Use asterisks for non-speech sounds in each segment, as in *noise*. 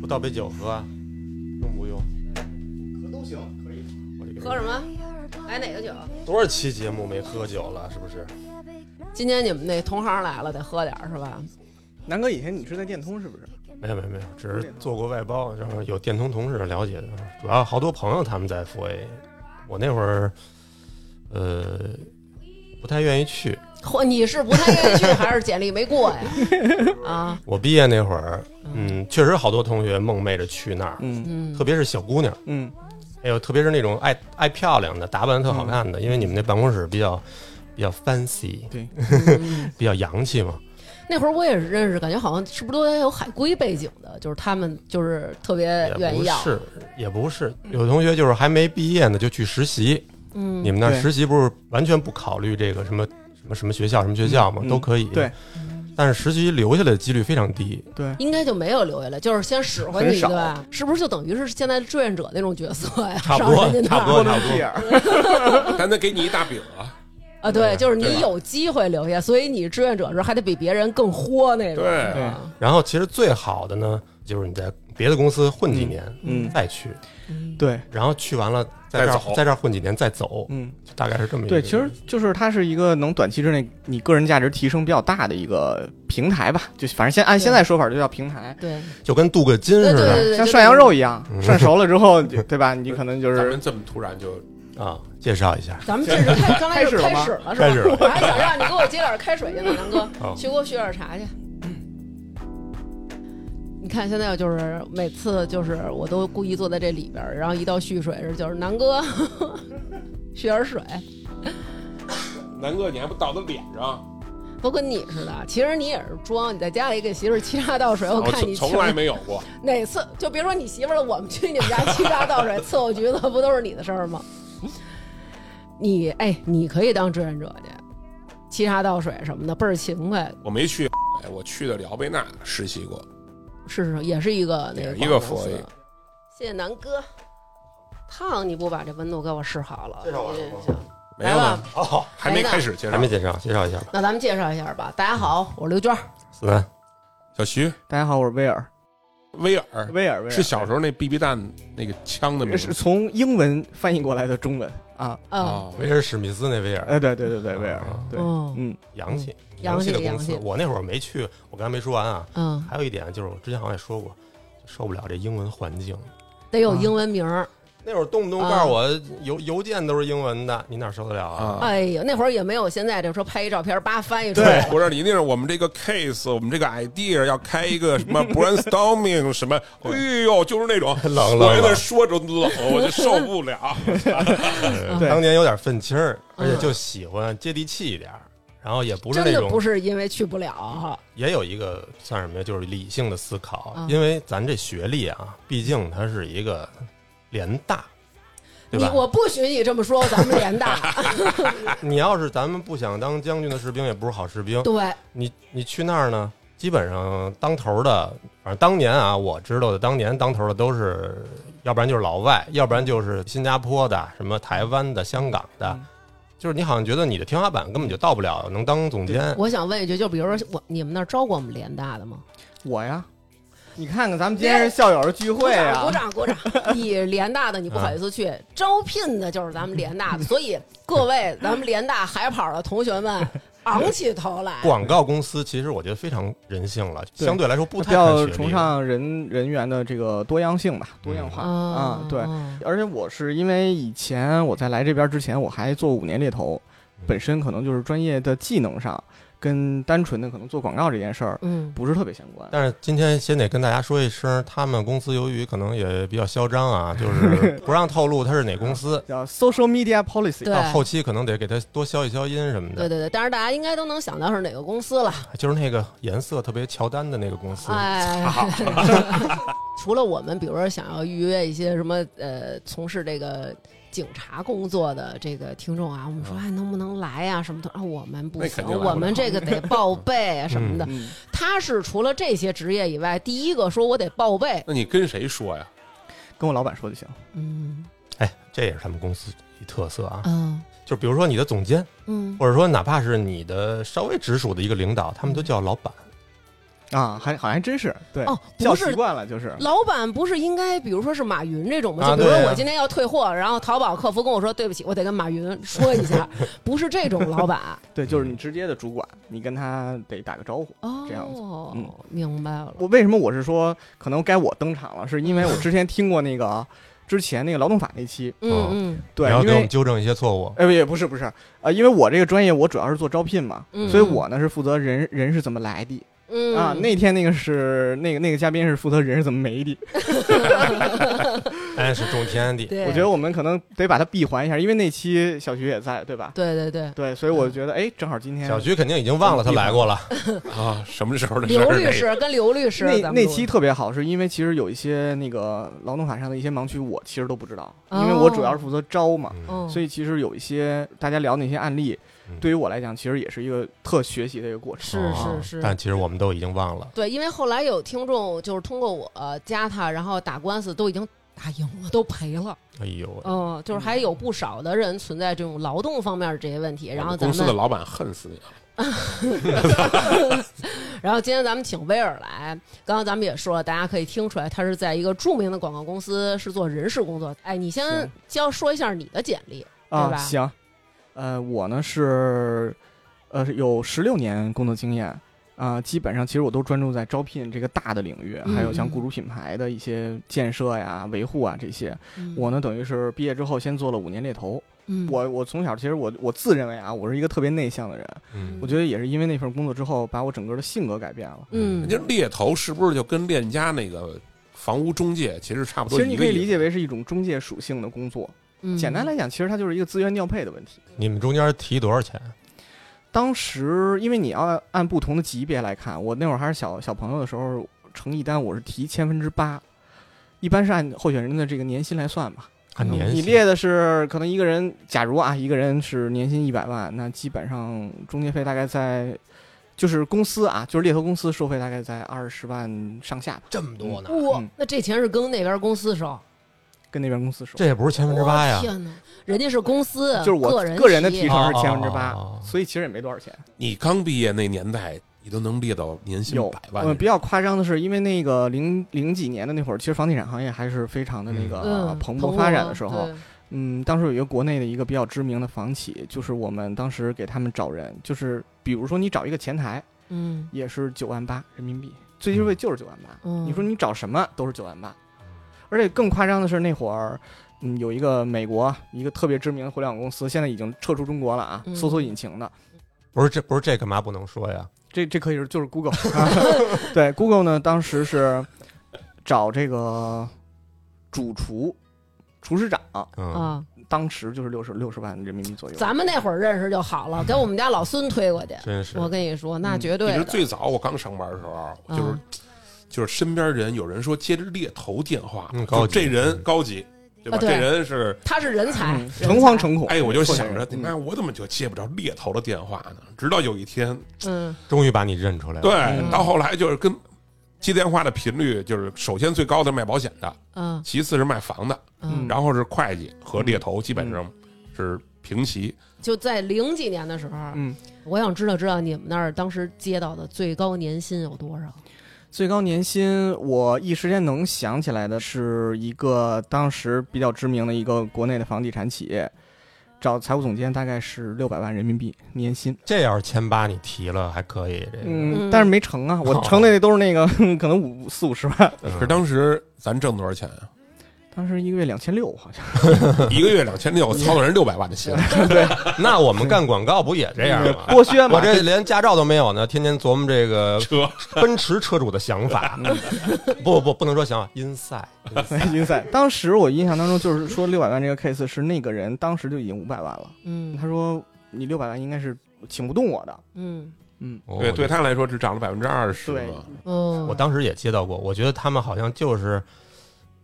不倒杯酒喝啊？用不用？都行，可以。我这个喝什么？来哪个酒？多少期节目没喝酒了？是不是？今天你们那同行来了，得喝点儿是吧？南哥以前你是在电通是不是？没有没有没有，只是做过外包，然后有电通同事了解的，啊主要好多朋友他们在复 A，我那会儿，呃，不太愿意去。嚯，你是不太愿意去，还是简历没过呀？啊，我毕业那会儿，嗯，确实好多同学梦寐着去那儿，嗯嗯特，别是小姑娘，嗯哎呦，特别是那种爱爱漂亮的，打扮得特好看的，因为你们那办公室比较比较 fancy，对，比较洋气嘛。那会儿我也是认识，感觉好像是不是都得有海归背景的，就是他们就是特别也愿意不要。是，也不是，有同学就是还没毕业呢就去实习，嗯，你们那儿对实习不是完全不考虑这个什么什么什么学校什么学校吗？嗯都可以。对，但是实习留下来的几率非常低。对，应该就没有留下来，就是先使唤你，很少对吧？是不是就等于是现在志愿者那种角色呀？差不多上人家那儿差不多多伦这样， *laughs* 但他给你一大饼啊，啊，对，就是对你吧有机会留下，所以你志愿者的时候还得比别人更豁那种。对是吧然后其实最好的呢，就是你在别的公司混几年，嗯，再去，对，然后去完了在这再儿走在这儿混几年再走，嗯，就大概是这么一个。对，其实就是它是一个能短期之内你个人价值提升比较大的一个平台吧，就反正现按对现在说法就叫平台，对就跟镀个金对似对的对，像就涮羊肉一样嗯，涮熟了之后，对吧？你可能就咱是们这么突然就啊。介绍一下，咱们这是开刚才是开开始了吗始了是吧？开始 *laughs* 了。我还想让你给我接点开水去呢，南 *laughs* 哥，哦好去给我续点茶去。你看现在就是每次就是我都故意坐在这里边儿，然后一到蓄水时就是南哥续点水，南哥，你还不倒到脸啊上？都跟你似的。其实你也是装，你在家里给媳妇儿沏茶倒水，我我哦看哦从你从来没有过，哪次就别说你媳妇儿了，我们去你们家沏茶倒水、 *laughs* 伺候橘子，不都是你的事儿吗？你哎，你可以当志愿者去，沏茶倒水什么的，倍儿勤快。我没去，哎，我去的辽贝纳实习过，是是，也是一个那也个是一个广告公司 4A 谢谢南哥，烫你不把这温度给我试好了？介绍完了吗行没有呢来，哦，还没开始介还绍没，介绍，介绍一下吧。那咱们介绍一下吧。大家好，我是刘娟儿。思南，小徐大家好，我是威尔，威尔威尔，威尔是小时候那 BB 弹那个枪的名字是从英文翻译过来的中文啊，嗯，哦威尔史密斯那威尔，哎，对对对对，威尔，对，嗯嗯，洋气，洋气气的公洋司。气我那会儿没去，我刚才没说完啊。嗯，还有一点就是，我之前好像也说过，受不了这英文环境。得有啊英文名儿。那会儿动不动啊告诉我邮邮件都是英文的，你哪受得了啊？啊。哎呦，那会儿也没有现在这说拍一照片儿叭翻译出对来，，我让你那是我们这个 case，我们这个 idea 要开一个什么 brainstorming 什么，哎呦，就是那种冷冷我跟他冷说着冷，我就受不了。 *laughs* 对当年有点愤青儿，嗯而且就喜欢接地气一点儿，然后也不是那真的种，不是因为去不了哈。也有一个算什么呀？就是理性的思考，嗯因为咱这学历啊，毕竟它是一个联大，对你吧？我不许你这么说，咱们联大。你要是咱们不想当将军的士兵，也不是好士兵。对，你你去那儿呢，基本上当头的，反正当年啊，我知道的，当年当头的都是，要不然就是老外，要不然就是新加坡的，什么台湾的、香港的，嗯就是你好像觉得你的天花板根本就到不了能当总监。我想问一句，就比如说我你们那儿招过我们联大的吗？我呀，你看看咱们今天是校友聚鼓会掌，鼓啊，掌，鼓掌！ *laughs* 你联大的你不好意思去，招聘的就是咱们联大的，所以各位咱们联大海跑的同学们，昂起头来。广告公司其实我觉得非常人性了，对相对来说不比太看学较历崇尚人人员的这个多样性吧，多样化啊啊，，对，嗯而且我是因为以前我在来这边之前，我还做五年猎头，嗯本身可能就是专业的技能上跟单纯的可能做广告这件事儿嗯，不是特别相关。但是今天先得跟大家说一声，他们公司由于可能也比较嚣张啊，就是 *laughs* 不让透露他是哪公司，叫 social media policy，对到后期可能得给他多消一消音什么的对。对对，但是大家应该都能想到是哪个公司了。就是那个颜色特别乔丹的那个公司，嗯 *laughs* 哎， *laughs* 除了我们，比如说想要预约一些什么呃，从事这个警察工作的这个听众啊，我们说哎，能不能来呀、什么的啊，我们不那行肯定，来不了我们这个得报备啊什么的。嗯，他是除了这些职业以外，第一个说我得报备，那你跟谁说呀？跟我老板说就行。嗯哎，这也是他们公司一特色啊。嗯就比如说你的总监，嗯，或者说哪怕是你的稍微直属的一个领导，他们都叫老板。啊，还好像还真是对，哦不叫是嗯习惯了就是老板不是应该，比如说是马云这种吗？啊就比如对说啊我今天要退货，然后淘宝客服跟我说对不起，我得跟马云说一 *laughs* 下，不是这种老板。对，嗯就是你直接的主管，你跟他得打个招呼。哦，这样子嗯明白了。我为什么我是说可能该我登场了，是因为我之前听过那个之前那个劳动法那期，哦嗯嗯对，你要因给我为们纠正一些错误。哎，不也不是不是，呃，因为我这个专业我主要是做招聘嘛，嗯所以我呢是负责人人是怎么来的、嗯啊。那天那个是那个那个嘉宾是负责人是怎么没的，哎，是种天地，对，我觉得我们可能得把它闭环一下，因为那期小徐也在，对吧？对对 *laughs* 对。嗯对，所以我觉得哎，正好今天小徐肯定已经忘了他来过了。啊，什么时候的事刘儿？律这个师跟刘律师那咱们那录期特别好，是因为其实有一些那个劳动法上的一些盲区，我其实都不知道，哦因为我主要是负责招嘛，嗯，所以其实有一些大家聊那些案例嗯，对于我来讲，其实也是一个特学习的一个过程。是哦是是，但其实我们都已经忘了。对，因为后来有听众就是通过我、呃加他，然后打官司都已经打赢了，都赔了。哎呦喂，嗯、就是还有不少的人存在这种劳动方面的这些问题。然后咱公司的们，嗯老板恨死你了， *laughs* 然后今天咱们请威尔来，刚刚咱们也说了，大家可以听出来，他是在一个著名的广告公司是做人事工作。哎，你先行教说一下你的简历。对啊，吧行，呃，我呢是，呃，有十六年工作经验啊、基本上其实我都专注在招聘这个大的领域，还有像嗯雇主品牌的一些建设呀、维护啊这些。我呢，呢等于是毕业之后先做了五年猎头，嗯、我我从小其实我我自认为啊，我是一个特别内向的人，嗯我觉得也是因为那份工作之后，把我整个的性格改变了。嗯人家猎头是不是就跟链家那个房屋中介其实差不其多实你一可个以意理思？解为是一种中介属性的工作。嗯简单来讲，其实它就是一个资源调配的问题。你们中间提多少钱？当时因为你要按不同的级别来看，我那会儿还是小小朋友的时候，成一单我是提千分之八，一般是按候选人的这个年薪来算嘛。按年你薪列的是可能一个人，假如啊一个人是年薪一百万，那基本上中介费大概在，就是公司啊，就是猎头公司收费大概在二十万上下吧，这么多呢？哇、嗯那这钱是跟那边公司收？跟那边公司收。这也不是千分之八呀我。天哪，人家是公司， *laughs* 就是我个人个人的提提成是哦千分之八哦哦，所以其实也没多少钱。你刚毕业那年代，你都能猎到年薪有百，嗯，万比，较夸张的是，因为那个零零几年的那会儿，其实房地产行业还是非常的那个、嗯、呃蓬勃勃发展的时候对，嗯，当时有一个国内的一个比较知名的房企，就是我们当时给他们找人，就是比如说你找一个前台，嗯也是九万八人民币，最低位就是九万八、嗯你说你找什么都是九万八，而且更夸张的是那会儿。嗯，有一个美国一个特别知名的互联网公司，现在已经撤出中国了啊，嗯搜索引擎的，不是这不是这干嘛不能说呀？这这可以是就 *laughs* 是 Google，、啊、对 Google 呢，当时是找这个主厨、厨师长，嗯，啊，当时就是六十六十万人民币左右。咱们那会儿认识就好 *laughs* 了，给我们家老孙推过去。真是我跟你说，那嗯绝你对知道的。最早我刚上班的时候，啊我就是嗯就是身边人有人说接着猎头电话嗯，就高是级这人高级，对吧？啊这对人是。他是人才，嗯人才诚惶诚恐。哎，我就想着，嗯妈，我怎么就接不着猎头的电话呢？直到有一天，嗯，终于把你认出来了。对，嗯到后来就是跟接电话的频率，就是首先最高的是卖保险的，嗯其次是卖房的，嗯，然后是会计和猎头，基本上是平齐。就在零几年的时候，嗯，我想知道知道你们那儿当时接到的最高年薪有多少？最高年薪，我一时间能想起来的是一个当时比较知名的一个国内的房地产企业，找财务总监大概是六百万人民币年薪。这要是千八你提了还可以，这个嗯，嗯但是没成啊，我成的那都是那个嗯可能五四五十万，嗯是当时咱挣多少钱啊？当时一个月两千六好 *laughs* 像。一个月两千六，操作人六百万的薪，那我们干广告不也这样 *laughs* 吗？剥削嘛，我这连驾照都没有呢，天天琢磨这个 *laughs* 车奔驰车主的想 *laughs* 法。嗯不不，不能说想法，inside。金赛。当时我印象当中就是说六百万这个 case 是那个人当时就已经五百万了，嗯他说你六百万应该是请不动我的，嗯嗯，对对，他来说只涨了百分之二十对嘛。嗯，我当时也接到过，我觉得他们好像就是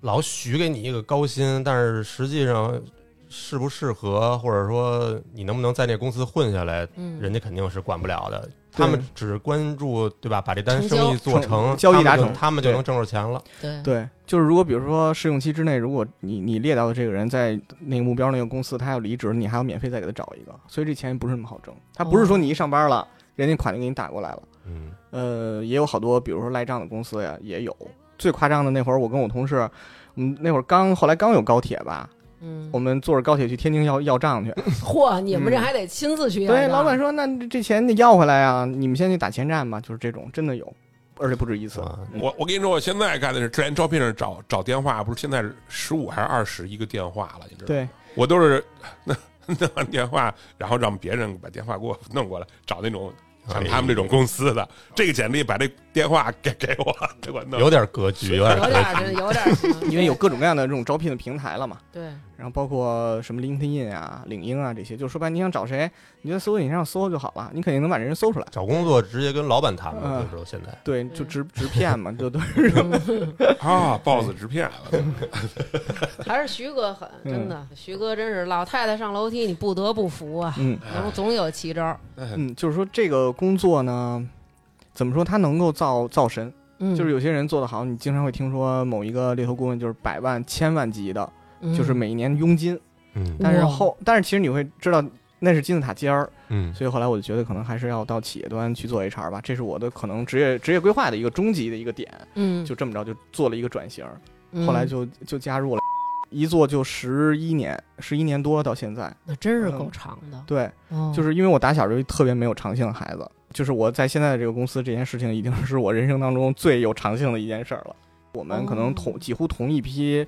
老许给你一个高薪，但是实际上适不适合，或者说你能不能在那公司混下来，嗯人家肯定是管不了的。他们只关注对吧，把这单成生意交做成成，交易达他们就成他们就对能挣着钱了。对对，就是如果比如说试用期之内，如果你你列到的这个人在那个目标那个公司他要离职，你还要免费再给他找一个，所以这钱不是那么好挣，他不是说你一上班了，人家款就给你打过来了，嗯，呃，也有好多，比如说赖账的公司呀，也有。最夸张的那会儿，我跟我同事，嗯，那会儿刚后来刚有高铁吧，嗯我，们坐着高铁去天津要要账去。嚯，你们这还得亲自去要对，账老板说那这这钱得要回来啊，你们先去打前站吧，就是这种，真的有，而且不止一次。嗯啊，我我跟你说，我现在干的是之前招聘上找找电话，不是现在是十五还是二十一个电话了，你知道吗？对，我都是弄弄完电话，然后让别人把电话给我弄过来，找那种像他们这种公司的，这个简历把这电话给给我，给我嗯弄。有点格局，有点格有局点儿，有点儿，因为有各种各样的这种招聘的平台了嘛， *laughs* 对，然后包括什么 LinkedIn 啊、领英啊这些，就说白，了，你想找谁，你就在搜索引擎上搜就好了，你肯定能把这人搜出来。找工作直接跟老板谈嘛，嗯就是现在对，就嗯直直骗嘛，就都 *laughs* 是这种啊，boss 直骗了，还是徐哥狠，嗯真的，徐哥真是老太太上楼梯，你不得不服啊，嗯然后总有奇招儿，嗯，就是说这个工作呢，怎么说它能够造造神，嗯，就是有些人做得好，你经常会听说某一个猎头顾问就是百万、千万级的，嗯就是每一年佣金，嗯但是哇后，但是其实你会知道那是金字塔尖儿，嗯所以后来我就觉得可能还是要到企业端去做 HR 吧，这是我的可能职业职业规划的一个终极的一个点，嗯，就这么着就做了一个转型，嗯后来就就加入了，一做就十一年，十一年多到现在，嗯那真是够长的，嗯对，哦就是因为我打小就特别没有长性的孩子，就是我在现在的这个公司这件事情，已经是我人生当中最有长性的一件事儿了。我们可能同哦几乎同一批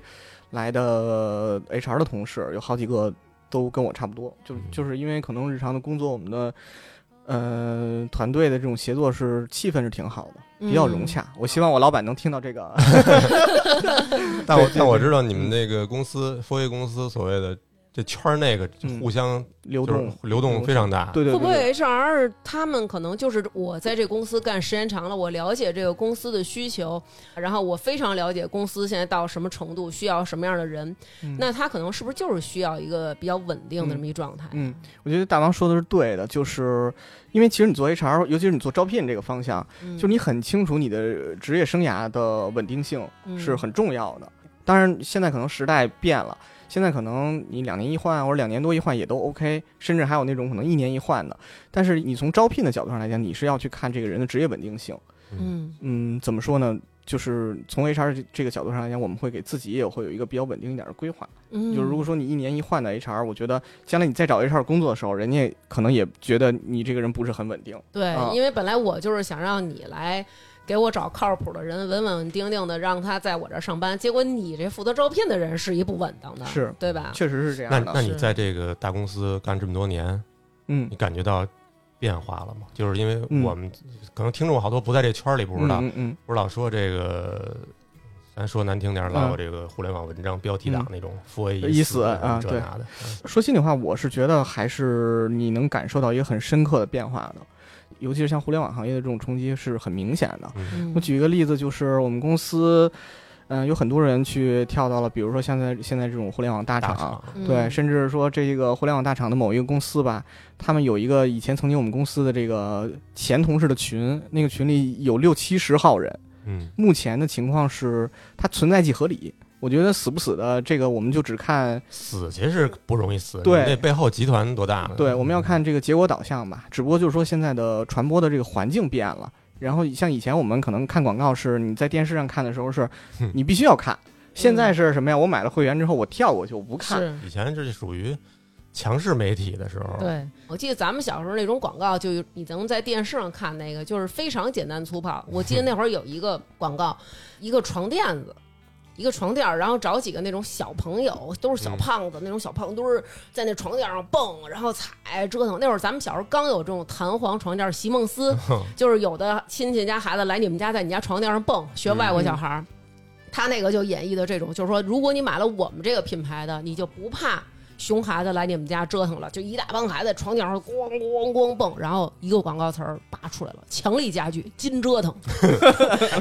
来的 HR 的同事，有好几个都跟我差不多，就嗯就是因为可能日常的工作，我们的呃团队的这种协作是气氛是挺好的，比较嗯融，洽。我希望我老板能听到这个， *laughs* 但我对但我知道你们那个公司，佛业公司所谓的这圈儿内个嗯互相流就是动，流动非常大，对对会对不对会 HR 他们可能就是我在这公司干时间长了，我了解这个公司的需求，然后我非常了解公司现在到什么程度，需要什么样的人，嗯那他可能是不是就是需要一个比较稳定的这么一状态？嗯，我觉得大王说的是对的，就是因为其实你做 HR，尤其是你做招聘这个方向，嗯就是你很清楚你的职业生涯的稳定性嗯是很重要的。当然，现在可能时代变了，现在可能你两年一换或者两年多一换也都 OK，甚至还有那种可能一年一换的。但是你从招聘的角度上来讲，你是要去看这个人的职业稳定性。嗯嗯，怎么说呢？就是从 HR 这这个角度上来讲，我们会给自己也有会有一个比较稳定一点的规划。嗯，就是如果说你一年一换的 HR，我觉得将来你再找 HR 工作的时候，人家可能也觉得你这个人不是很稳定。对，啊因为本来我就是想让你来。给我找靠谱的人，稳稳定定的让他在我这儿上班。结果你这负责招聘的人是一不稳当的，是对吧？确实是这那样那的。你是在这个大公司干这么多年，嗯你，感觉到变化了吗？就是因为嗯我们可能听众好多不在这圈里，不知道，嗯嗯不知道说这个，咱说难听点儿，嗯老有这个互联网文章标题党那种佛爷已死死啊这对那的，嗯嗯。说心里话，我是觉得还是你能感受到一个很深刻的变化的，尤其是像互联网行业的这种冲击是很明显的。嗯嗯我举一个例子，就是我们公司，嗯、有很多人去跳到了，比如说现在现在这种互联网大大厂。厂，嗯对，甚至说这个互联网大厂的某一个公司吧，他们有一个以前曾经我们公司的这个前同事的群，那个群里有六七十号人。嗯目前的情况是，它存在即合理。我觉得死不死的这个，我们就只看，死其实不容易死，对你那背后集团多大呢？嗯对，我们要看这个结果导向吧。只不过就是说，现在的传播的这个环境变了。然后像以前我们可能看广告是你在电视上看的时候是哼，你必须要看。现在是什么呀？我买了会员之后，我跳过去，我不看。是以前这是属于强势媒体的时候，对，我记得咱们小时候那种广告，就有你能在电视上看那个，就是非常简单粗暴。我记得那会儿有一个广告，一个床垫子。一个床垫儿，然后找几个那种小朋友，都是小嗯胖子，那种小胖墩儿在那床垫上蹦，然后踩折腾。那会儿咱们小时候刚有这种弹簧床垫儿，席梦思，就是有的亲戚家孩子来你们家，在你家床垫上蹦，学外国小孩儿，他那个就演绎的这种，就是说，如果你买了我们这个品牌的，你就不怕熊孩子来你们家折腾了，就一大帮孩子在床垫上咣咣咣蹦，然后一个广告词儿拔出来了，强力家具，金折 *laughs* 腾。 *laughs*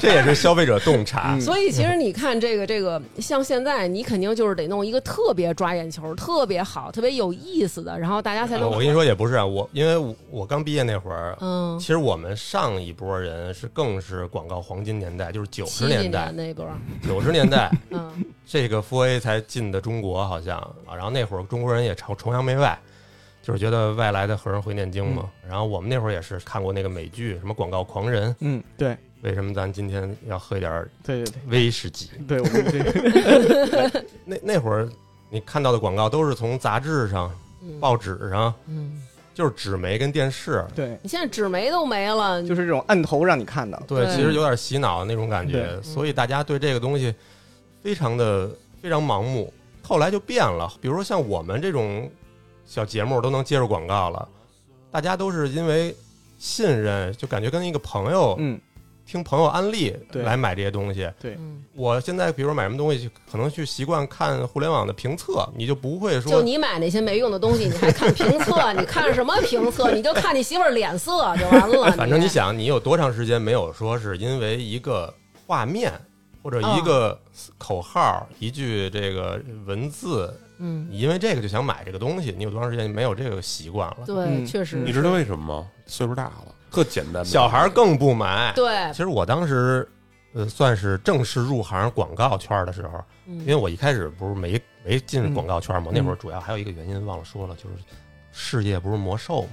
这也是消费者洞察 *laughs* 嗯。所以其实你看这个这个，像现在你肯定就是得弄一个特别抓眼球、特别好、特别有意思的，然后大家才呃能我跟你说也不是啊，我因为我我刚毕业那会儿，嗯其，实我们上一波人是更是广告黄金年代，就是九七十几年年代，那波儿，九十年代嗯这个 4A 才进的中国好像啊，然后那会儿中国人也崇崇洋媚外，就是觉得外来的和尚会念经嘛。然后我们那会儿也是看过那个美剧，什么《广告狂人》，嗯，对为什么咱今天要喝一点儿对对威士忌？对，我们这个那那会儿你看到的广告都是从杂志上、嗯报纸上，嗯，就是纸媒跟电视。对，你现在纸媒都没了，就是这种按头让你看到，对，对其实有点洗脑的那种感觉，对所以大家对这个东西非常的非常盲目。后来就变了，比如说像我们这种小节目都能接触广告了，大家都是因为信任，就感觉跟一个朋友、嗯，听朋友安利对来买这些东西。嗯，我现在比如说买什么东西，可能去习惯看互联网的评测，你就不会就说你买那些没用的东西，你还看评测？你看什么评测？你就看你媳妇儿脸色就完了。反正你想，你有多长时间没有说是因为一个画面或者一个口号、一句这个文字，嗯，你因为这个就想买这个东西，你有多长时间没有这个习惯了？对，嗯确实，你知道为什么吗？岁数大了，特简单的。小孩儿更不买。对其，实我当时，呃，算是正式入行广告圈儿的时候，因为嗯我一开始不是没没进广告圈嘛，嗯那会儿主要还有一个原因忘了说了，就是事业不是魔兽嘛，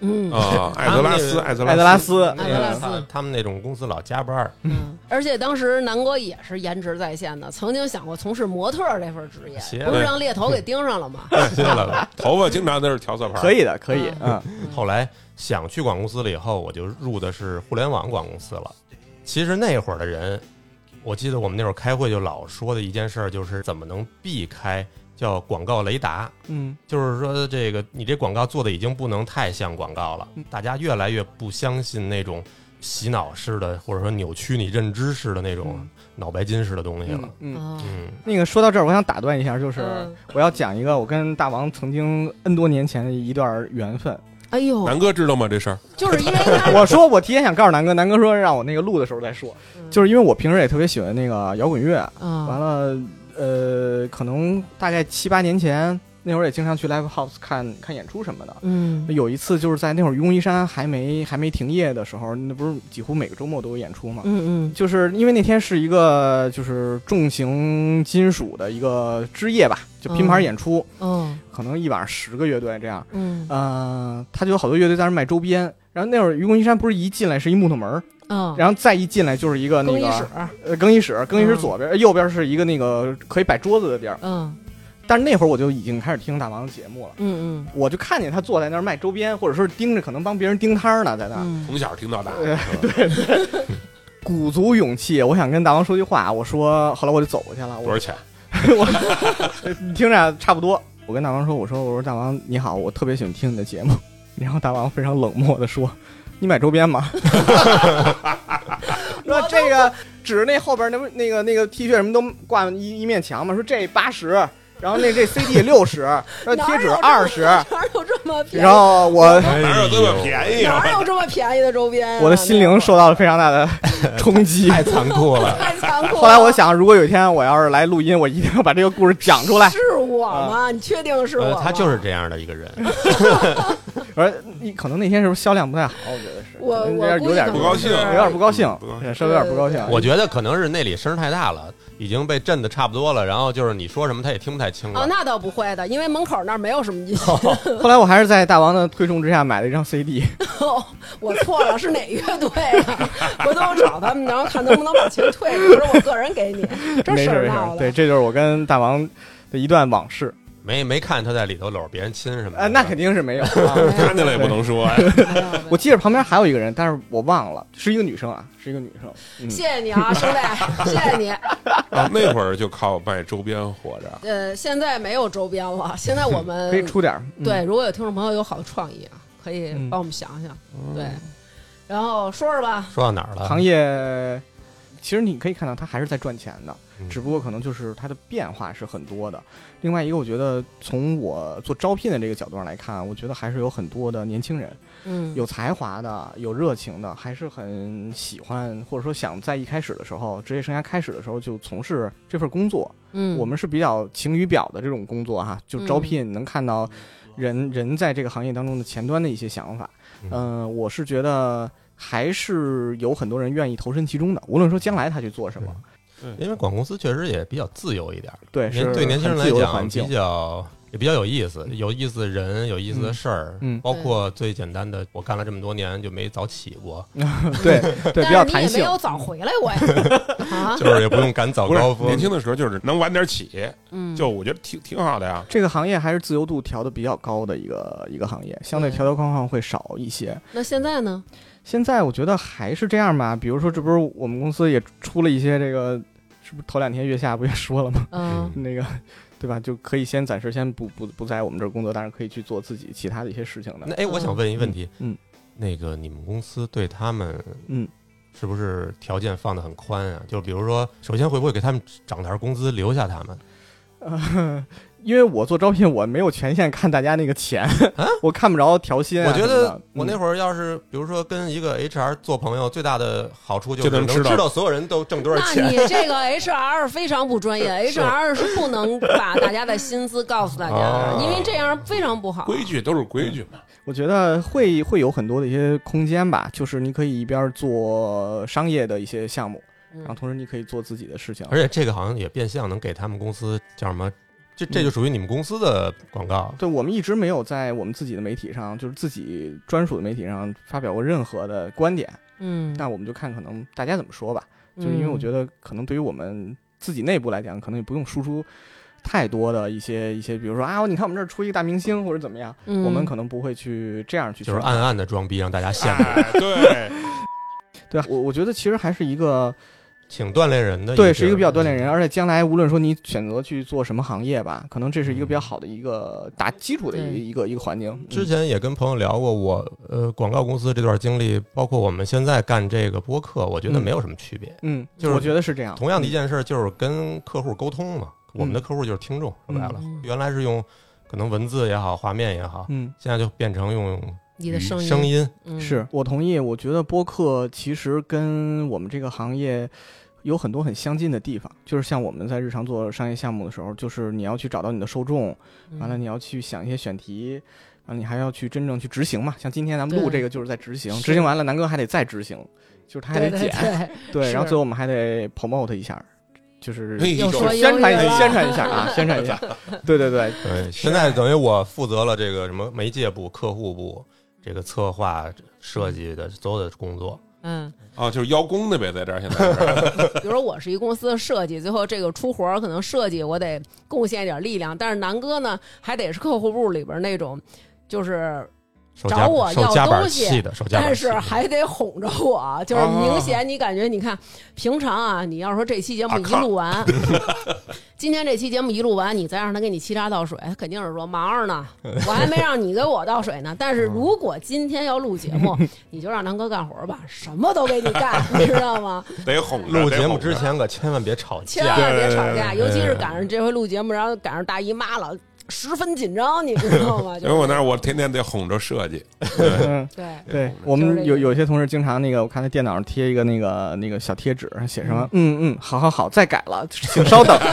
嗯 *laughs* 啊，艾泽拉斯，艾泽拉艾德拉斯，那艾德拉斯个他他们那种公司老加班儿，嗯，而且当时南哥也是颜值在线的，曾经想过从事模特儿这份职业鞋，嗯不是对让猎头给盯上了吗？ *laughs* 对了，头发经常都是调色盘，可以的，可以，嗯嗯，后来想去广告公司了以后，我就入的是互联网广告公司了。其实那会儿的人，我记得我们那会儿开会就老说的一件事儿，就是怎么能避开叫广告雷达，嗯，就是说这个你这广告做的已经不能太像广告了嗯，大家越来越不相信那种洗脑式的，或者说扭曲你认知式的那种嗯脑白金式的东西了嗯。嗯，哦嗯那个说到这儿，我想打断一下，就是嗯我要讲一个我跟大王曾经 N 多年前的一段缘分。哎呦，南哥知道吗？这事儿就是 *laughs* 因为他我说我提前想告诉南哥，南哥说让我那个录的时候再说，嗯嗯就是因为我平时也特别喜欢那个摇滚乐，完啊，了，呃，可能大概七八年前那会儿也经常去 live house 看看演出什么的。嗯有一次就是在那会儿愚公移山还没还没停业的时候，那不是几乎每个周末都有演出嘛。嗯嗯就是因为那天是一个就是重型金属的一个之夜吧，就拼盘演出，哦可能一晚上十个乐队这样。嗯呃，他就有好多乐队在那儿卖周边。然后那会儿愚公移山不是一进来是一木头门儿，嗯，然后再一进来就是一个那更衣室个，呃更衣室，更衣室左边、右边是一个那个可以摆桌子的地儿。嗯但是那会儿我就已经开始听大王的节目了，嗯我就看见他坐在那儿卖周边，或者说是盯着可能帮别人盯摊儿呢，在那儿。嗯 *laughs* 从小听到大，呃是吧鼓足勇气，我想跟大王说句话。我说，后来我就走过去了。多我少钱？你 *laughs* 听着差不多。我跟大王说，我说我说大王你好，我特别喜欢听你的节目。 *laughs* 然后大王非常冷漠的说：“你买周边吗？” *laughs* 说这个指着那后边那不那个那个 T 恤什么都挂一一面墙嘛，说这八十，然后那这 *laughs* CD 六十，然后嗯，贴纸哪二有这十，么哪有这么便宜？然后嗯我哎哪有这么便宜啊？哪有这么便宜的周边啊？我的心灵受到了非常大的冲击。太残酷了。 *laughs* 太残酷了。后来我想，如果有一天我要是来录音，我一定要把这个故事讲出来。啊是我吗？你确定 *laughs* 是我呃，吗？他就是这样的一个人，而你可能那天是不是销量不太好？我觉得是，我可能我有点估计有点不高兴，是有点不高兴嗯不高，兴稍微有点不高兴。我觉得可能是那里声儿太大了，已经被震得差不多了，然后就是你说什么他也听不太清了。哦，那倒不会的，因为门口那儿没有什么音响。后来我还是在大王的推崇之下买了一 *laughs* 张 CD，哦，我错了，是哪乐队啊？ *laughs* 回头我找他们，然后看能不能把钱退了，不是我个人 *laughs* 给你，这没事事儿没闹事。的。对，这就是我跟大王的一段往事。没没看他在里头搂着别人亲什么的。呃，那肯定是没 *laughs* 有。啊 *laughs* 看见了也不能说呀。没有没有我记得旁边还有一个人，但是我忘了，是一个女生啊，是一个女生。嗯谢谢你啊，兄弟，谢谢你。啊那会儿就靠卖周边活着。呃，现在没有周边了，现在我们可以出点儿。嗯对，，如果有听众朋友有好的创意啊，可以帮我们想想。哦对，然后说说吧，说到哪儿了？行业其实你可以看到它还是在赚钱的，嗯只不过可能就是它的变化是很多的。另外一个，我觉得从我做招聘的这个角度上来看，我觉得还是有很多的年轻人，嗯，有才华的，有热情的，还是很喜欢或者说想在一开始的时候，职业生涯开始的时候就从事这份工作。嗯，我们是比较晴雨表的这种工作哈，就招聘能看到人、人在这个行业当中的前端的一些想法。嗯、我是觉得还是有很多人愿意投身其中的，无论说将来他去做什么，因为广告公司确实也比较自由一点儿，对，年是对年轻人很自来由的讲环比境，较也比较有意思，有意思的人，有意思的事儿，嗯嗯包括最简单的，我干了这么多年就没早起过， *laughs* 对对，比较但弹是你也性没。有早回来我呀， *laughs* 啊，就是也不用赶早不高是峰年。轻的时候就是能晚点起，嗯，就我觉得挺挺好的啊呀。这个行业还是自由度调的比较高的一个一个行业，相对对条条框框会少一些。那现在 *laughs* 呢？现在我觉得还是这样吧，比如说这不是我们公司也出了一些这个，是不是头两天月下不也说了吗？嗯嗯那个，对吧？就可以先暂时先不不不在我们这儿工作，但是可以去做自己其他的一些事情的那。哎，我想问一问题，嗯，那个你们公司对他们，嗯，是不是条件放的很宽啊？就比如说，首先会不会给他们涨点工资，留下他们？呃，因为我做招聘，我没有权限看大家那个钱， *laughs* 我看不着调薪啊啊我什么觉的。得我那嗯会儿要是，比如说跟一个 HR 做朋友，最大的好处就就是能能知道知道所有人都挣多少那钱你这个 HR 非常不专业 *laughs* ，HR 是不能把大家的薪资告诉大家啊的，因为这样非常不好。规矩都是规矩嘛，我觉得会会有很多的一些空间吧，就是你可以一边做商业的一些项目，嗯啊然后同时你可以做自己的事情。而且这个好像也变相能给他们公司叫什么？这嗯这就属于你们公司的广告。对我们一直没有在我们自己的媒体上，就是自己专属的媒体上发表过任何的观点，嗯，那我们就看可能大家怎么说吧。嗯就是因为我觉得可能对于我们自己内部来讲，可能也不用输出太多的一些一些，比如说啊，你看我们这儿出一个大明星或者怎么样，嗯我们可能不会去这样去就是宣传暗暗的装逼，让大家羡慕，哎，对，对啊我我觉得其实还是一个挺锻炼人的。对，是一个比较锻炼嗯人，而且将来无论说你选择去做什么行业吧，可能这是一个比较好的一个打基础的一个对一个一个环境。嗯嗯之前也跟朋友聊过我，呃广告公司这段经历，包括我们现在干这个播客，我觉得嗯没有什么区别。嗯，就是我觉得是这样，嗯同样的一件事，就是跟客户沟通嘛。我们的客户就是听众，说嗯白了嗯，原来是用可能文字也好，画面也好，嗯。现在就变成用你的声音声 *laughs* 音。嗯是我同意，我觉得播客其实跟我们这个行业有很多很相近的地方，就是像我们在日常做商业项目的时候，就是你要去找到你的受众，嗯完了你要去想一些选题，完了你还要去真正去执行嘛。像今天咱们录对这个就是在执行，是执行完了南哥还得再执行，就是他还得对剪，对对，对，是然后最后我们还得 promote 一下，就是哎又就说是宣传一又下，有宣传一下 *laughs* 啊，宣传一下。对对对，对，现在等于我负责了这个什么媒介部、客户部。这个策划、设计的所有的工作，嗯，啊，就是邀功的呗，在这儿现 *laughs* 在是比如说我是一公司的设计，最后这个出活儿可能设计我得贡献一点力量，但是南哥呢还得是客户部里边那种，就是手夹找我手要夹板东西气的，手夹板但气是的。还得哄着啊我，啊就是明显你感觉，你看平常啊，你要说这期节目一录完， *laughs* 今天这期节目一录完，你再让他给你沏茶倒水，他肯定是说忙着 *laughs* 呢，我还没让你给我倒水呢。但是如果今天要录节 *laughs* 目，你就让南哥干活吧，什么都给你干，你知道吗？得哄着。录得节目哄着之，前可千万别吵千架，万别吵架，对对对尤其是赶上这回录节目，然后赶上大姨妈了，十分紧张，你知道 *laughs* 吗？因就为是我那儿我天天得哄着设计，嗯， *laughs* 对，对就是我这们有个有些同事经常那个，我看他电脑上贴一个那个那个小贴纸，写什么嗯嗯，好好好，再改了，请稍等。 *laughs*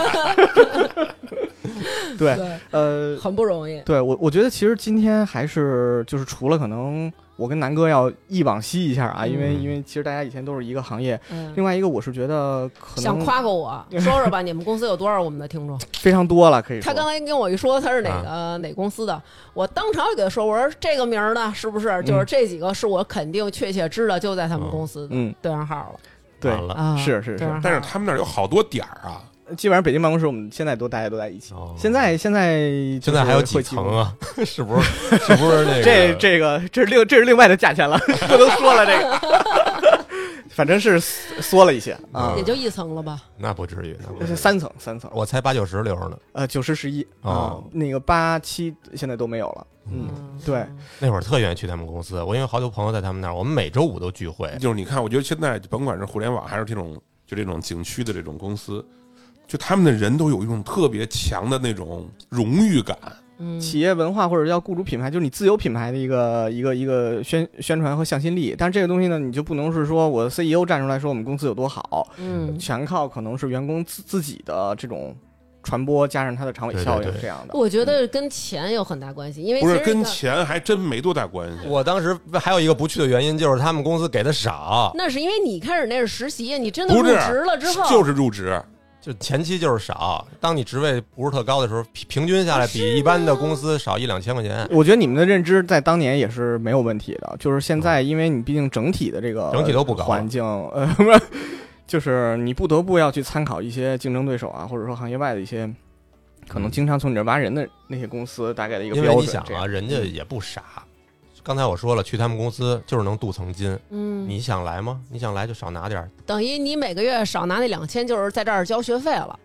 对，对，呃，很不容易。对我我觉得其实今天还是就是除了可能我跟南哥要忆往昔一下啊，因为嗯因为其实大家以前都是一个行业，嗯。另外一个我是觉得可想能夸夸 *laughs* 我，说说吧，你们公司有多少我们的听众？非常多了，啊可以他说。刚才跟我一说他是哪个、哪公司的，我当场就给他说，我说这个名儿呢，是不是就是这几个是我肯定确切知道就在他们公司的嗯，对上号了对完，了啊？是嗯是是对上号但是他们那儿有好多点儿啊，基本上北京办公室我们现在都大家都在一起。哦现在现在就是现在还有会几集层中？ *laughs* 啊？是不是？是不是那个？这这个这是另这是另外的价钱了， *laughs* 不能说了这个。反正是缩缩了一些啊嗯，也就一层了吧？那不至于，那不这至是于三层三层，我才八九十流呢。呃，九十十一啊哦，那个八七现在都没有了，嗯，对，那会儿特愿意去他们公司，我因为好多朋友在他们那儿，我们每周五都聚会。哎就是你看，我觉得现在甭管是互联网还是这种就这种景区的这种公司，就他们的人都有一种特别强的那种荣誉感，嗯，企业文化或者叫雇主品牌，就是你自有品牌的一个一个一个宣宣传和向心力。但是这个东西呢，你就不能是说我 CEO 站出来说我们公司有多好，嗯。全靠可能是员工自自己的这种传播，加上它的长尾对对效应对这样的。我觉得跟钱有很大关系，因为不是其实一跟个钱还真没多大关系。我当时还有一个不去的原因就是他们公司给的少，那是因为你开始那是实习，你真的入不是嗯职了之后，就是入职，就前期就是少，当你职位不是特高的时候，平平均下来比一般的公司少一两千块钱，我觉得你们的认知在当年也是没有问题的，就是现在，因为你毕竟整体的这个嗯整体都不高啊环境，呃， *laughs* 就是你不得不要去参考一些竞争对手啊，或者说行业外的一些可能经常从你这儿挖人的那些公司大概的一个因标为准。你想这啊，样嗯人家也不傻。刚才我说了，去他们公司就是能镀层金。嗯，你想来吗？你想来就少拿点儿，等于你每个月少拿那两千，就是在这儿交学费了。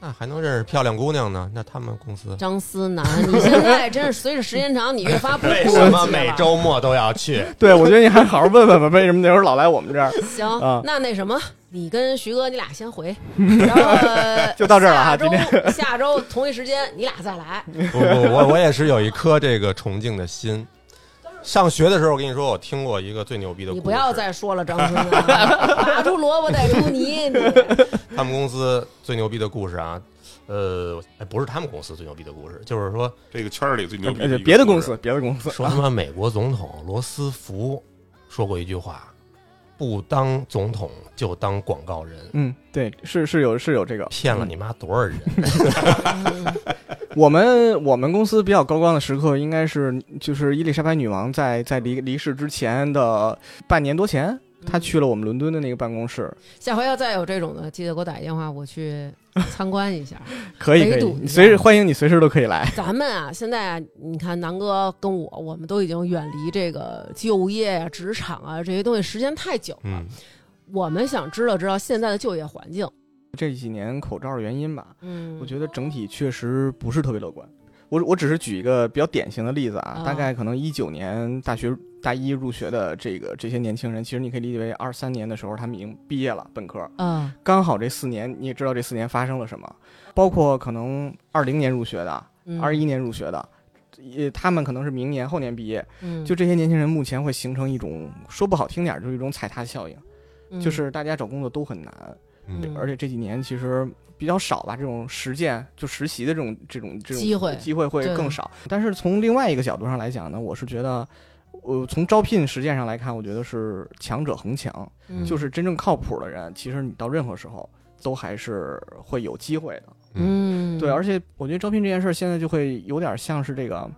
那还能认识漂亮姑娘呢。那他们公司张思南，你现在真是随着时间长，你越发不为顾什么忌每了周末都要去？对我觉得你还好好问问吧，为什么那时候老来我们 *laughs* 这儿？行，啊那那什么，你跟徐哥你俩先 *laughs* 回，然后呃就到这儿了下哈周今 *laughs* 下周同一时间你俩再来，不不，我我也是有一颗这个崇敬的心。上学的时候，我跟你说，我听过一个最牛逼的故事。你不要再说了，张思南，拔出萝卜带出 *laughs* 泥，你他们公司最牛逼的故事啊，呃，哎不是他们公司最牛逼的故事，就是说这个圈儿里最牛逼呃一个别的公事司，，别的公司，说他妈美国总统罗斯福说过一句话：不当总统就当广告人。嗯，对，是是有是有这个骗了你妈多少人？ *laughs* 我们我们公司比较高光的时刻，应该是就是伊丽莎白女王在在离离世之前的半年多嗯前，她去了我们伦敦的那个办公室。下回要再有这种的，记得给我打一电话，我去参观一下。可以可围以堵，你随时欢迎你随时都可以来。咱们啊，现在啊你看南哥跟我，我们都已经远离这个就业啊、职场啊这些东西时间太久了，嗯，我们想知道知道现在的就业环境。这几年口罩的原因吧，嗯我觉得整体确实不是特别乐观。我我只是举一个比较典型的例子啊啊，大概可能一九年大学大一入学的这个这些年轻人，其实你可以理解为二三年的时候他们已经毕业了本科，啊，刚好这四年，你也知道这四年发生了什么，包括可能二零年入学的、嗯二一年入学的，也他们可能是明年后年毕业。嗯就这些年轻人目前会形成一种说不好听点儿，就是一种踩踏效应，嗯就是大家找工作都很难，嗯而且这几年其实比较少吧，这种实践就实习的这种这种这种机会机会会对更少。但是从另外一个角度上来讲呢，我是觉得。呃，从招聘实践上来看，我觉得是强者恒强。嗯就是真正靠谱的人，其实你到任何时候都还是会有机会的。嗯对，而且我觉得招聘这件事儿现在就会有点像是这个，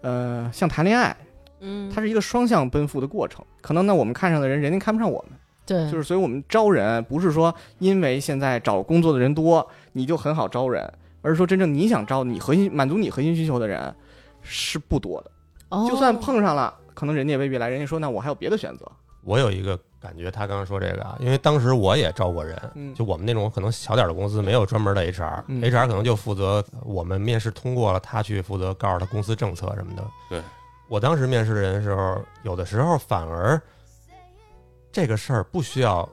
呃，像谈恋爱，嗯它是一个双向奔赴的过程。可能呢，我们看上的人，人家看不上我们，对就是所以我们招人不是说因为现在找工作的人多，你就很好招人，而是说真正你想招你核心满足你核心需求的人是不多的。哦就算碰上了，可能人家也未必来，人家说那我还有别的选择。我有一个感觉，他刚刚说这个啊，因为当时我也招过人，嗯就我们那种可能小点儿的公司没有专门的 HR，HR、嗯 HR 可能就负责我们面试通过了，他去负责告诉他公司政策什么的。对，我当时面试人的时候，有的时候反而这个事儿不需要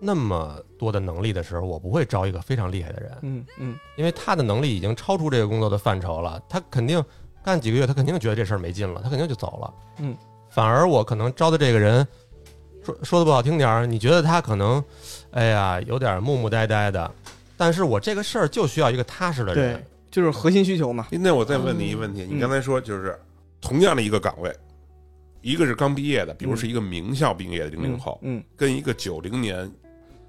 那么多的能力的时候，我不会招一个非常厉害的人，嗯嗯，因为他的能力已经超出这个工作的范畴了，他肯定干几个月，他肯定觉得这事儿没劲了，他肯定就走了。嗯，反而我可能招的这个人，说说的不好听点儿，你觉得他可能，哎呀，有点木木呆呆的，但是我这个事儿就需要一个踏实的人对。，就是核心需求嘛。那我再问你一个问题，嗯你刚才说就是同样的一个岗位，一个是刚毕业的，比如是一个名校毕业的零零后，嗯跟一个九零年，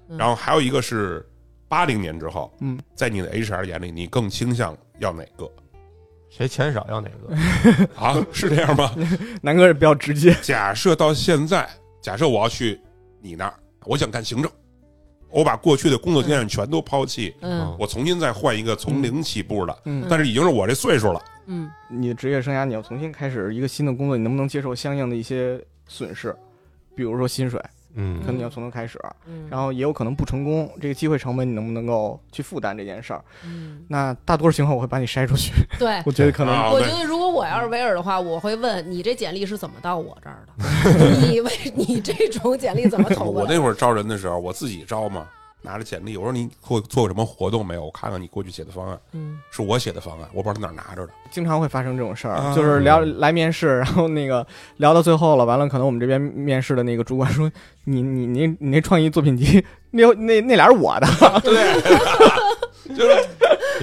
嗯然后还有一个是八零年之后，嗯，在你的 HR 眼里，你更倾向要哪个谁钱少要哪个？啊？是这样吗？嗯，南哥是比较直接。假设到现在，假设我要去你那儿，我想干行政，我把过去的工作经验全都抛弃，啊嗯我重新再换一个从零起步的，嗯但是已经是我这岁数了，嗯你的职业生涯你要重新开始一个新的工作，你能不能接受相应的一些损失？比如说薪水，可嗯能你要从头开始，啊嗯，然后也有可能不成功，这个机会成本你能不能够去负担这件事儿？嗯那大多数情况我会把你筛出去，对。我觉得可能啊我对觉得如果我要是维尔的话，我会问你这简历是怎么到我这儿 *laughs* 的？你为你这种简历怎么投过我来？那会儿招人的时候，我自己招嘛，拿着简历，我说你做做过什么活动没有？我看看你过去写的方案，嗯，是我写的方案，我不知道他哪儿拿着的。经常会发生这种事儿，啊就是聊来面试，然后那个聊到最后了，完了可能我们这边面试的那个主管说：“你你你你那创意作品集，那那那俩是我的。就是”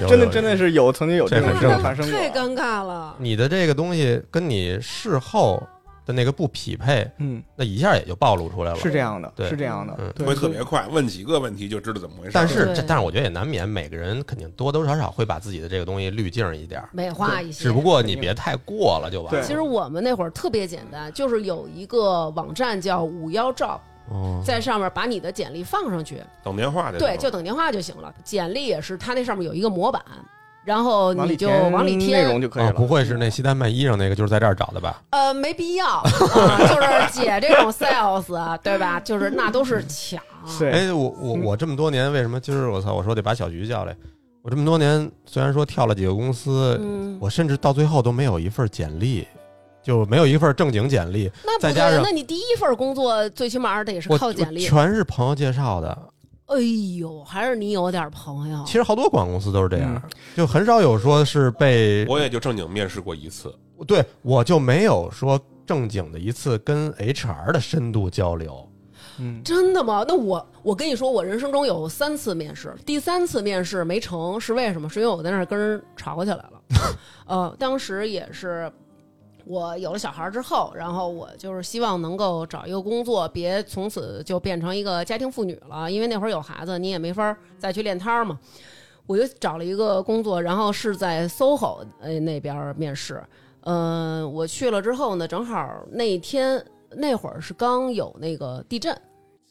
*laughs* 真的真的。是有曾经有这这很种事正儿常发生过，太尴尬了。你的这个东西跟你事后的那个不匹配，嗯，那一下也就暴露出来了。是这样的，对是这样的嗯，对会特别快，问几个问题就知道怎么回事。但是对这，但是我觉得也难免，每个人肯定多多少少会把自己的这个东西滤镜一点儿，美化一些。只不过你别太过了就完对了。其实我们那会儿特别简单，就是有一个网站叫五幺 job，哦在上面把你的简历放上去，等电话的时候对，就等电话就行了。简历也是，它那上面有一个模板，然后往你里就填嗯往里内填容，就可以哦了。不会是那西单卖衣裳那个，就是在这儿找的吧？呃，没必要，啊就是姐这种 sales，对啊吧？就是那都是抢，对，哎，我我嗯我这么多年为什么今儿我操，我说得把小菊叫来？我这么多年虽然说跳了几个公司，嗯，我甚至到最后都没有一份简历，就没有一份正经简历，那不再对加上，那你第一份工作最起码得是我靠简我历。全是朋友介绍的。哎呦，还是你有点朋友其。实好多广告公司都是这样，嗯就很少有说是被我也就正经面试过一次，对我就没有说正经的一次跟 HR 的深度交流。嗯，真的吗？那我我跟你说，我人生中有三次面试，第三次面试没成是为什么？是因为我在那儿跟人吵起来了。呃，当时也是我有了小孩之后，然后我就是希望能够找一个工作，别从此就变成一个家庭妇女了，因为那会儿有孩子，你也没法儿再去练摊儿嘛。我就找了一个工作，然后是在 SOHO 呃那边儿面试。嗯、我去了之后呢，正好那一天那会儿是刚有那个地震，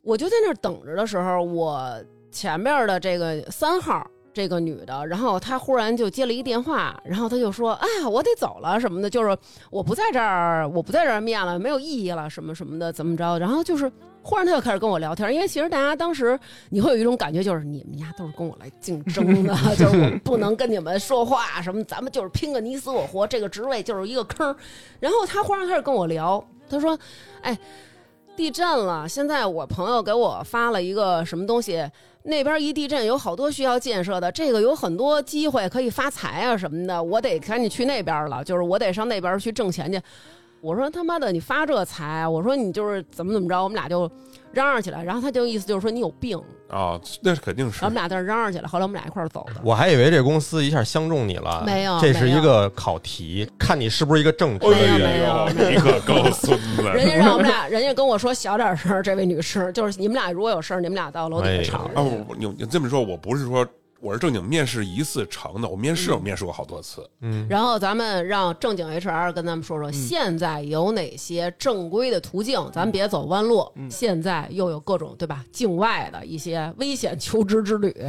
我就在那儿等着的时候，我前面的这个三号这个女的，然后她忽然就接了一电话，然后她就说：“哎呀，我得走了什么的，就是我不在这儿，我不在这儿面了，没有意义了，什么什么的，怎么着？”然后就是忽然她就开始跟我聊天，因为其实大家当时你会有一种感觉，就是你们家都是跟我来竞争的，就是我不能跟你们说话什么，咱们就是拼个你死我活，这个职位就是一个坑。然后她忽然开始跟我聊，她说：“哎。”地震了，现在我朋友给我发了一个什么东西，那边一地震有好多需要建设的，这个有很多机会可以发财啊什么的，我得赶紧去那边了，就是我得上那边去挣钱去。我说他妈的，你发这财，啊我说你就是怎么怎么着，我们俩就嚷嚷起来，然后他就意思就是说你有病，啊，那是肯定是然后我们俩在那嚷嚷起来，后来我们俩一块儿走 *laughs* 的。我还以为这公司一下相中你了，没有这是没一有个考题，看你是不是一个正哎直。呦没有没有你可够孙子人 *laughs* 家让我们俩，人家跟我说小点声儿，这位女士，就是你们俩如果有事儿，你们俩到楼底下吵哎去。啊！我你你这么说，我不是说我是正经面试一次成的，我面试我面试过好多次，嗯，然后咱们让正经 HR 跟咱们说嗯说，现在有哪些正规的途径，咱别走弯路。嗯现在又有各种对吧，境外的一些危险求职之旅， *laughs* 对